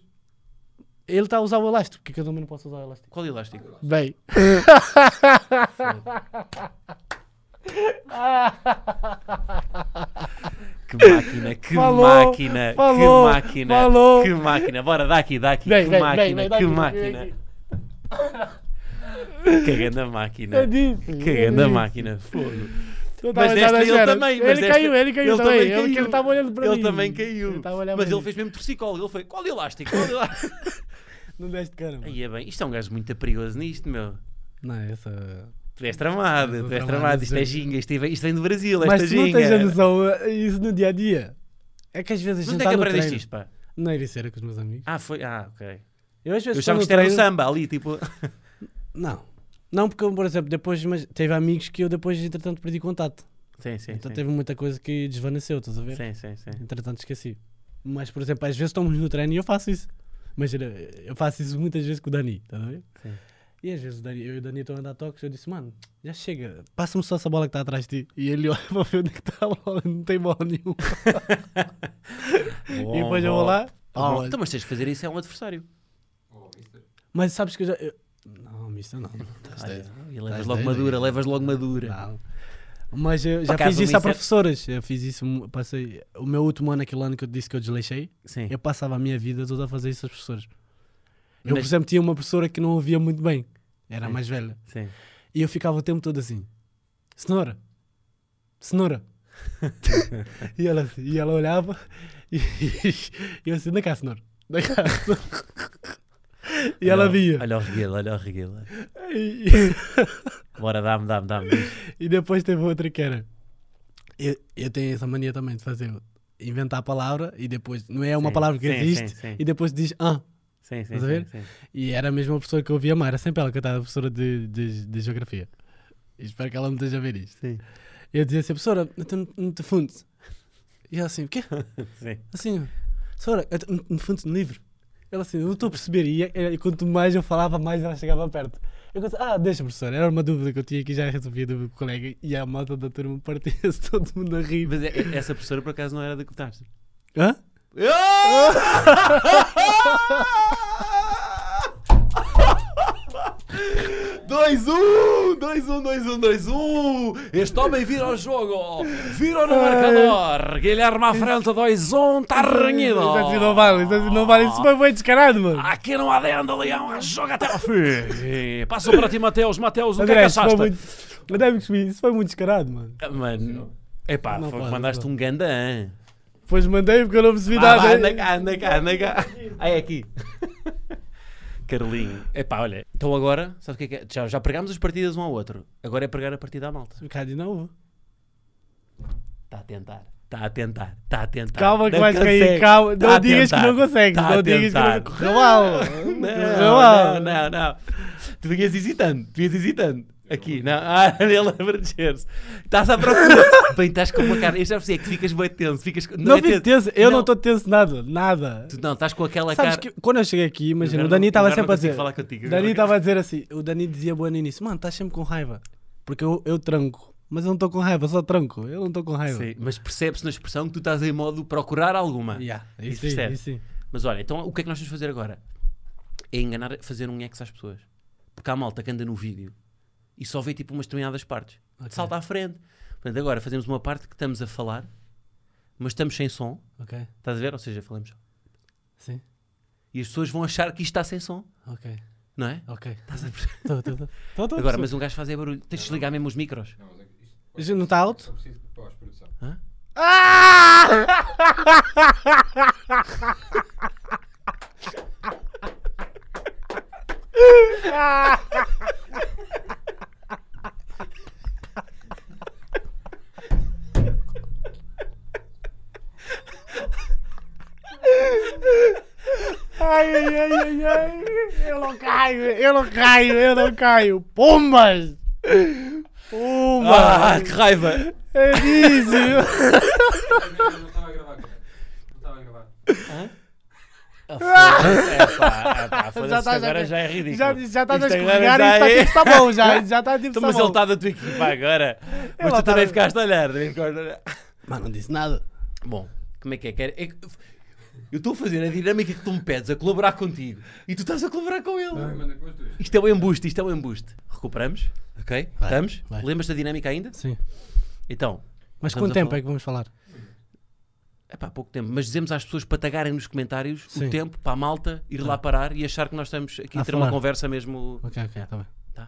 B: Ele está a usar o elástico, porque eu também não posso usar o elástico.
A: Qual elástico?
B: (laughs) Bem.
A: Que máquina, que
B: Falou,
A: máquina,
B: falou,
A: que máquina,
B: falou.
A: que máquina. Bora, dá aqui, dá aqui,
B: Vem,
A: que
B: vem, vem,
A: máquina,
B: vem, dá
A: que
B: aqui, um
A: máquina.
B: vem aqui.
A: Que grande máquina.
B: Eu disse.
A: é? Que grande máquina. Fogo.
B: Mas
A: Mas desta ele também, mas
B: Ele
A: desta-
B: caiu, ele caiu
A: ele
B: também.
A: também
B: Ele, que
A: caiu.
B: ele estava olhando para
A: Ele
B: mim.
A: também caiu.
B: estava a olhar
A: Mas
B: para
A: ele
B: mim.
A: fez mesmo torcicolo. Ele foi, qual é elástico? Qual elástico?
B: Não deste cara, mano.
A: Aí é bem, isto é um gajo muito perigoso nisto, meu.
B: Não, essa...
A: Tu és tramado,
B: Eu
A: tu és
B: sou
A: tramado.
B: tramado,
A: Isto é
B: eu-
A: ginga, isto vem, isto vem do Brasil, esta
B: Mas tu não tens a
A: ginga.
B: noção, eh, isso no dia a dia. É que às vezes
A: Mas
B: a gente
A: onde é
B: tá
A: que
B: no
A: aprendeste
B: treino.
A: isto, pá?
B: Não iria ser com os meus amigos.
A: Ah, foi, ah, ok.
B: Eu às
A: Eu
B: vezes
A: achava que
B: tô
A: isto era
B: no
A: do
B: treino-
A: samba ali, tipo... (laughs)
B: Não. Não, porque, eu, por exemplo, depois mas teve amigos que eu depois, entretanto, perdi contato.
A: Sim, sim,
B: então
A: sim.
B: teve muita coisa que desvaneceu, estás a ver?
A: Sim, sim, sim.
B: Entretanto, esqueci. Mas, por exemplo, às vezes estamos no treino e eu faço isso. Mas eh, eu faço isso muitas vezes com o Dani, estás a ver?
A: Sim.
B: E às vezes o Dani, eu e o Dani estão a andar toques, eu disse, mano, já chega, passa-me só essa bola que está atrás de ti. E ele (laughs) olha para ver onde é que está a bola, não tem bola nenhuma.
A: Bom,
B: e depois eu vou
A: bom.
B: lá,
A: Bom,
B: bola.
A: Então, mas tens de fazer isso é um adversário.
C: Oh, mister.
B: Mas sabes que eu já. eu- Não, mister, não. Estás
A: Ai,
B: doido.
A: e levas
B: Estás
A: logo
B: doido,
A: madura,
B: Dani?
A: levas logo madura.
B: Não. Mas eu já
A: acaso, é-
B: fiz
A: o
B: isso a
A: mister-
B: professoras. Eu fiz isso, mu- passei. O meu último ano, aquele ano que eu te disse que eu desleixei,
A: Sim.
B: eu passava a minha vida toda a fazer isso às professoras. Eu,
A: Mas-
B: por exemplo, tinha uma professora que não ouvia muito bem, era a
A: Sim.
B: mais velha.
A: Sim.
B: E eu ficava o tempo todo assim: cenoura,
A: (laughs)
B: cenoura. e, ela, assim- e ela olhava (laughs) e, e eu assim: dá cá, cenoura, dá cá, cenoura. E ela
A: Olha o-
B: via.
A: Olha o reguilo, olha o reguilo.
B: E-
A: Bora, dá-me, dá-me, dá-me. diz.
B: E depois teve outra que era. Eu, eu tenho essa mania também de fazer. Inventar a palavra e depois. Não é uma
A: Sim,
B: palavra que
A: sim,
B: existe.
A: sim, sim.
B: E depois diz ah.
A: Sim, sim,
B: Estás a ver?
A: sim, sim.
B: E era a mesma pessoa que eu ouvia amar. Era sempre ela que eu estava professora de, de, de geografia. E espero que ela não esteja a ver isto.
A: Sim.
B: Eu dizia assim, professora, eu te- não te fundo. E ela assim, o quê?
A: Sim.
B: Assim, professora, eu te- não te fundo no livro. Ela assim, eu não estou a perceber. E, é, e- e quanto mais eu falava, mais ela chegava perto. Eu disse, ah, deixa, professora. Era uma dúvida que eu tinha que já resolvi a dúvida com o colega. E a malta da turma partia-se (laughs) todo mundo a rir.
A: Mas é- é- essa professora por acaso não era da Cotarse.
B: Hã?
A: (laughs) Dois, um, dois, um, dois, um, dois, um. Este homem vira ao jogo, vira no marcador. Guilherme à frente, dois, um, tá renhido.
B: Isso assim não vale, isso assim não vale. Isso foi bem descarado, mano.
A: Aqui não há dentro, Leão, joga até ao fim. Passa para ti, Mateus, Mateus, o que é que
B: André, isso foi
A: achaste?
B: muito... André, isso foi muito descarado, mano.
A: Mano, epá,
B: Não
A: foi que
B: pode,
A: mandaste
B: não.
A: um ganda, hein?
B: Pois mandei porque eu não percebi
A: Vá, vá,
B: nada.
A: Ah, anda cá, anda cá, anda cá. Ah, é (laughs) aqui. Carlinho. Epá, olha, então agora, sabe o que é que é? Já, já pregámos as partidas um ao outro. Agora é pregar a partida à malta.
B: Um bocado de novo.
A: Está Tá a tentar. Está a tentar. Está a tentar.
B: Calma que
A: Não
B: vais cair,
A: consegue.
B: calma.
A: Tá a
B: não digas que não
A: tentar.
B: consegues.
A: Tá a
B: não digas que não
A: tentar.
B: consegues. Correu mal.
A: Não,
B: Correu mal.
A: não, não, não. Tu vinhas hesitando, tu vinhas hesitando. Aqui, não. Ah, (laughs) ele a verger-se. Estás à procura. Bem, estás com uma cara. Eu já percebi, é que ficas bem tenso. Ficas...
B: Não
A: é
B: fico tenso, eu
A: Não.
B: não estou tenso nada, nada.
A: Tu não, estás com aquela
B: Sabes
A: cara.
B: que quando eu cheguei aqui, imagina,
A: Agora
B: o Dani
A: não-
B: estava
A: agora
B: sempre
A: não
B: a
A: consigo
B: dizer.
A: falar contigo.
B: O Dani estava a dizer assim, o Dani dizia boa no início, mano, estás sempre com raiva. Porque eu, eu tranco, mas eu não estou com raiva, só tranco, eu não estou com raiva.
A: Sim, mas percebe-se na expressão que tu estás em modo procurar alguma.
B: Yeah,
A: Isso
B: isso, isso,
A: percebe.
B: isso, sim.
A: Mas olha, então o que é que nós temos de fazer agora? É enganar, fazer um ex às pessoas. Porque há malta que anda no vídeo e só vê tipo umas determinadas partes. Salta à frente. Portanto, agora fazemos uma parte que estamos a falar, mas estamos sem som.
B: Ok,
A: Estás a ver? Ou seja, falamos.
B: sim,
A: E as pessoas vão achar que isto está sem som,
B: ok,
A: não é?
B: ok.
A: Estás a
B: (laughs)
A: perceber?
B: Estou, estou, estou. Estou,
A: Agora, mas um gajo fazia barulho. Tens de desligar mesmo os micros.
C: Não, mas é que isto.
B: Já
A: tá
B: não está alto?
C: Só preciso de pós-produção.
B: Ai, ai, ai, ai, ai. Eu não caio, eu não caio, eu não caio. Pumas! Pumas!
A: Ah, que raiva!
B: É isso!
C: Não, não estava a gravar, cara. Não estava a gravar.
A: Ah, foda-se.
B: (laughs)
A: Epá, epá, foda-se,
B: Já
A: isto
B: tá- já
A: agora
B: tá-
A: já é (laughs) ridículo.
B: Já, já estás a
A: Isto agora
B: escorregar e
A: já
B: está
A: é- (laughs)
B: tipo sabão, já, já está tipo
A: Então, mas ele
B: sabão.
A: está da tua equipa agora. Mas
B: Ele
A: tu também
B: tá-
A: ficaste a olhar. também ficaste a olhar.
B: Mas não disse nada.
A: Bom, como é que é? Quer- é que- Eu estou a fazer a dinâmica que tu me pedes a colaborar contigo e tu estás a colaborar com
C: Não,
A: ele.
C: manda com as tuas.
A: Isto é um embuste, isto é um embuste. Recuperamos, ok?
B: Vai,
A: Estamos?
B: vai.
A: Lembras da dinâmica ainda?
B: Sim.
A: Então,
B: Mas
A: Estamos a
B: quanto tempo
A: falar?
B: é que vamos falar?
A: é pá, pouco tempo, mas dizemos às pessoas para tagarem nos comentários o
B: Sim. Tá.
A: tempo para a malta ir lá parar e achar que nós estamos aqui a
B: A
A: ter uma
B: falar.
A: conversa mesmo.
B: Ok, ok, está bem.
A: Tá.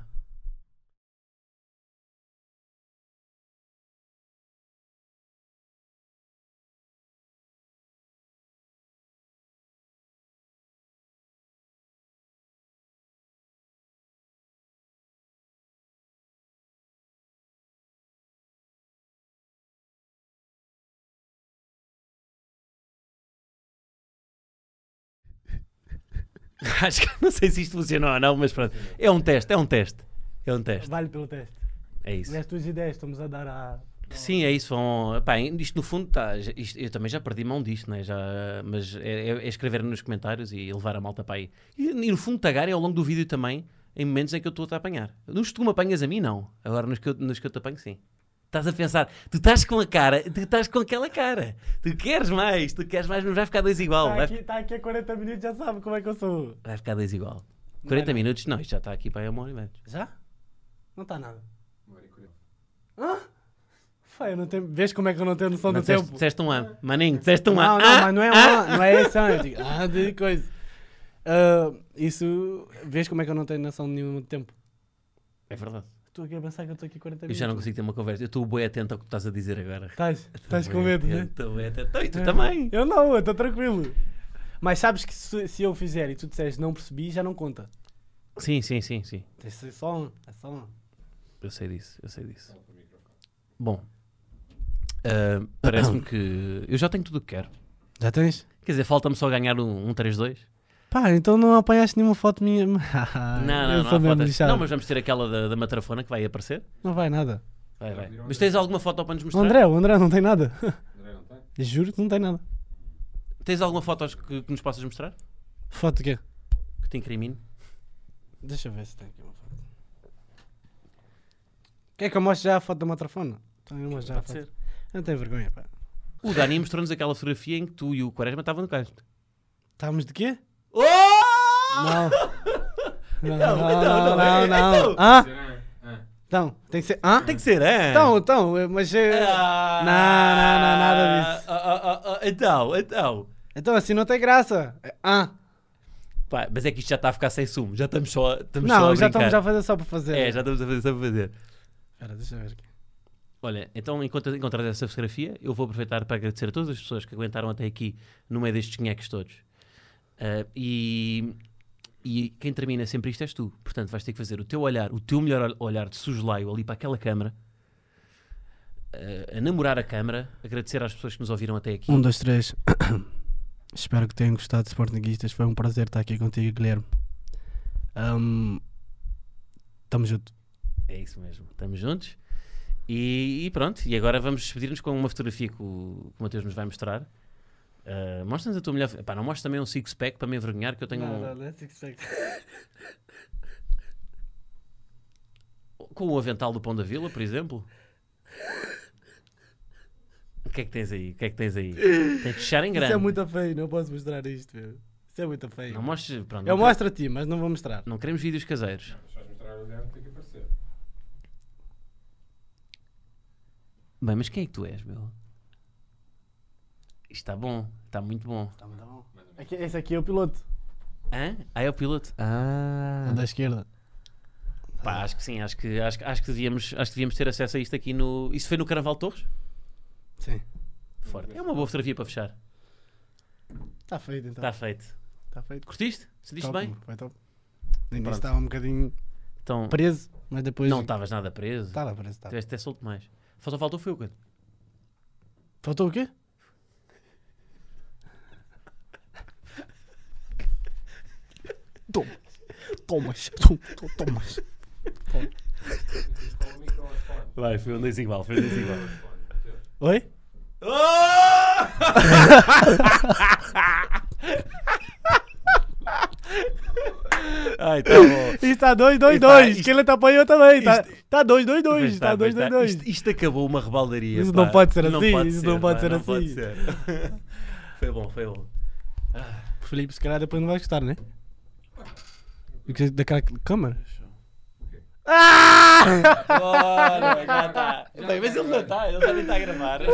A: (laughs) Acho que não sei se isto funcionou ou não, mas pronto. É um teste, é um teste. É um teste.
B: Vale pelo teste.
A: É isso.
B: as tuas ideias estamos a dar a.
A: Sim, é isso. Vão... Epá, isto no fundo está. isto- Eu também já perdi mão disto, né? já... mas é, é- é escrever nos comentários e levar a malta para aí. E, e no fundo tagarem ao longo do vídeo também em momentos em que eu estou a te apanhar. Nos que tu me apanhas a mim, não. Agora nos que eu, nos que eu te apanho, sim. Estás a pensar, tu estás com a cara, tu estás com aquela cara. Tu queres mais, tu queres mais, mas vai ficar dois igual. vai,
B: tá aqui a 40 minutos, já sabe como é que eu sou.
A: vai ficar dois igual. 40
B: é
A: minutos, não, isto já está aqui para aí uma hora e meia.
B: Já? Não está nada.
C: Uma hora e quarenta.
B: Foi, eu não tenho... Vês como é que eu não tenho noção
A: Mas
B: do
A: disseste-
B: tempo?
A: Disseste um ano, maninho, disseste um ano.
B: Não, não,
A: Ah,
B: mas não é
A: ah.
B: uma, não é esse ano. Eu digo, ah, de coisa. Ah, isso, vês como é que eu não tenho noção nenhuma de tempo?
A: É verdade.
B: Estou aqui a pensar que eu estou aqui 40
A: Eu
B: minutos.
A: já não consigo ter uma conversa. Eu estou bem atento ao que tu estás a dizer agora.
B: Estás, estás com medo,
A: Eu
B: né?
A: Estou bem atento. Então, E tu também.
B: Eu não, eu estou tranquilo. Mas sabes que se, se eu fizer e tu disseres não percebi, já não conta.
A: Sim, sim, sim, sim.
B: Tem que ser só um, é só um.
A: Eu sei disso, eu sei disso. Bom, ah, (coughs) parece-me que eu já tenho tudo o que quero.
B: Já tens?
A: Quer dizer, falta-me só ganhar um, um 3-2.
B: Pá, então não apanhaste nenhuma foto minha. (laughs)
A: não,
B: Ah, eu
A: não, não,
B: sou
A: há
B: mesmo
A: fotos.
B: lixado.
A: não, mas vamos ter aquela da, da matrafona que vai aparecer.
B: Não vai nada.
A: Vai, vai. Mas tens alguma foto para nos
B: O
A: mostrar?
B: André, o André não tem nada. (laughs)
C: André, não tem?
B: Juro que não tem nada.
A: Tens alguma foto que, que nos possas mostrar?
B: Foto o quê?
A: Que te incrimine?
B: Deixa eu ver se tem aqui uma foto. Quer que eu mostre já a foto da matrafona? Então eu mostro já a
A: Pode
B: foto.
A: ser.
B: Eu não tenho vergonha, pá.
A: O Dani mostrou-nos aquela fotografia em que tu e o Quaresma estavam no canto.
B: Estávamos de quê?
A: Oh!
B: Não.
A: (laughs)
B: Não,
A: Ah! Então, então, não, é, então.
B: Ah,
C: Será? Ah,
B: então, tem que ser. Ah?
A: Tem que ser, é?
B: Então, então, eu- mas. eu-
A: Ah,
B: Não, não, não, nada disso.
A: Ah, ah, ah, ah, então, então.
B: Então assim não tem graça. É, Ah.
A: Pá, mas é que isto já está a ficar sem sumo. Já estamos só, estamos só a
B: Não, já
A: brincar.
B: estamos já a fazer só para fazer.
A: É, já estamos a fazer só para fazer.
B: Espera, deixa eu ver aqui.
A: Olha, então enquanto encontrar essa fotografia, eu vou aproveitar para agradecer a todas as pessoas que aguentaram até aqui no meio destes chinheques todos. Ah, e, e quem termina sempre isto és tu. Portanto, vais ter que fazer o teu olhar, o teu melhor ol- olhar de sujelaio ali para aquela câmara, ah, a namorar a câmara, agradecer às pessoas que nos ouviram até aqui.
B: Um, dois, três. (coughs) Espero que tenham gostado, Sportinguistas. Foi um prazer estar aqui contigo, Guilherme. Ahm, Um, tamo junto.
A: É isso mesmo. Estamos juntos. E, e pronto, e agora vamos despedir-nos com uma fotografia que o, que o Mateus nos vai mostrar. Ah, Mostra-nos a tua mulher. Epá, não mostres também um six-pack para me envergonhar, que eu tenho um-
B: né? Tipo, é
A: Com o avental do Pão da Vila, por exemplo. O que é que tens aí? O que é que tens aí? Tens de fechar em grande.
B: Isso é muito feio, não posso mostrar isto, meu. Isso é muito feio.
A: Não mostres. Pronto,
B: Eu
A: não, quer-
B: mostro a ti, mas não vou mostrar.
A: não queremos vídeos caseiros.
C: Se vais mostrar o lugar, tem que aparecer.
A: Bem, mas quem é que tu és, meu? Isto está bom. Está muito bom.
B: Tá Aqui- Esse aqui é o piloto. É
A: Hã? Ah, é o piloto? Ah.
B: Da esquerda.
A: Pá, acho que sim. Acho que, acho, que- acho, que devíamos, acho que devíamos ter acesso a isto aqui no... Isso foi no Carnaval de Torres?
B: Sim.
A: Forte. É uma boa fotografia para fechar.
B: Está feito então.
A: Está feito.
B: Está feito.
A: Curtiste? Sentiste
B: Top,
A: Tá. bem?
B: meu, Foi top. No início
A: Pronto.
B: estava um bocadinho
A: Então,
B: preso, Tá. mas depois.
A: não tá. estavas nada preso.
B: Estava preso, estava.
A: Tiveste até solto mais. Faltou, faltou foi o quê?
B: Faltou o quê? Toma. Tomas. Tom- tom- Tomas.
C: Qual o microfone?
A: Vai, foi um desigual, foi um desigual.
B: Oi?
A: Ai, tá bom.
B: Isto está 2,
A: E
B: 2,
A: tá,
B: 2.
A: isto-
B: Que ele te apanhou também. Está
A: isto-
B: tá 2, 2, 2.
A: Pois
B: Está 2,
A: pois
B: 2, 2.
A: tá. Isto, isto acabou uma rebaldaria.
B: Isso
A: pá.
B: não pode ser assim,
A: pode
B: isso não pode
A: pá,
B: ser
A: não pode
B: assim. (laughs)
A: ser. foi bom, foi bom.
B: Felipe, se calhar depois não vais gostar, né? O que é Daquela câmara? (laughs)
A: Ora, já está. Bem,
B: tá,
A: mas ele não está, ele já nem está a gravar.
C: Já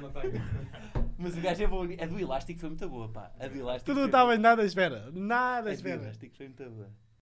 C: não está aqui.
A: Mas o gajo é bom. A do elástico foi muito boa, pá. A do elástico.
B: Tu não
A: foi-
B: estavas nada à espera. Nada
A: A do
B: à espera.
A: elástico foi muito boa.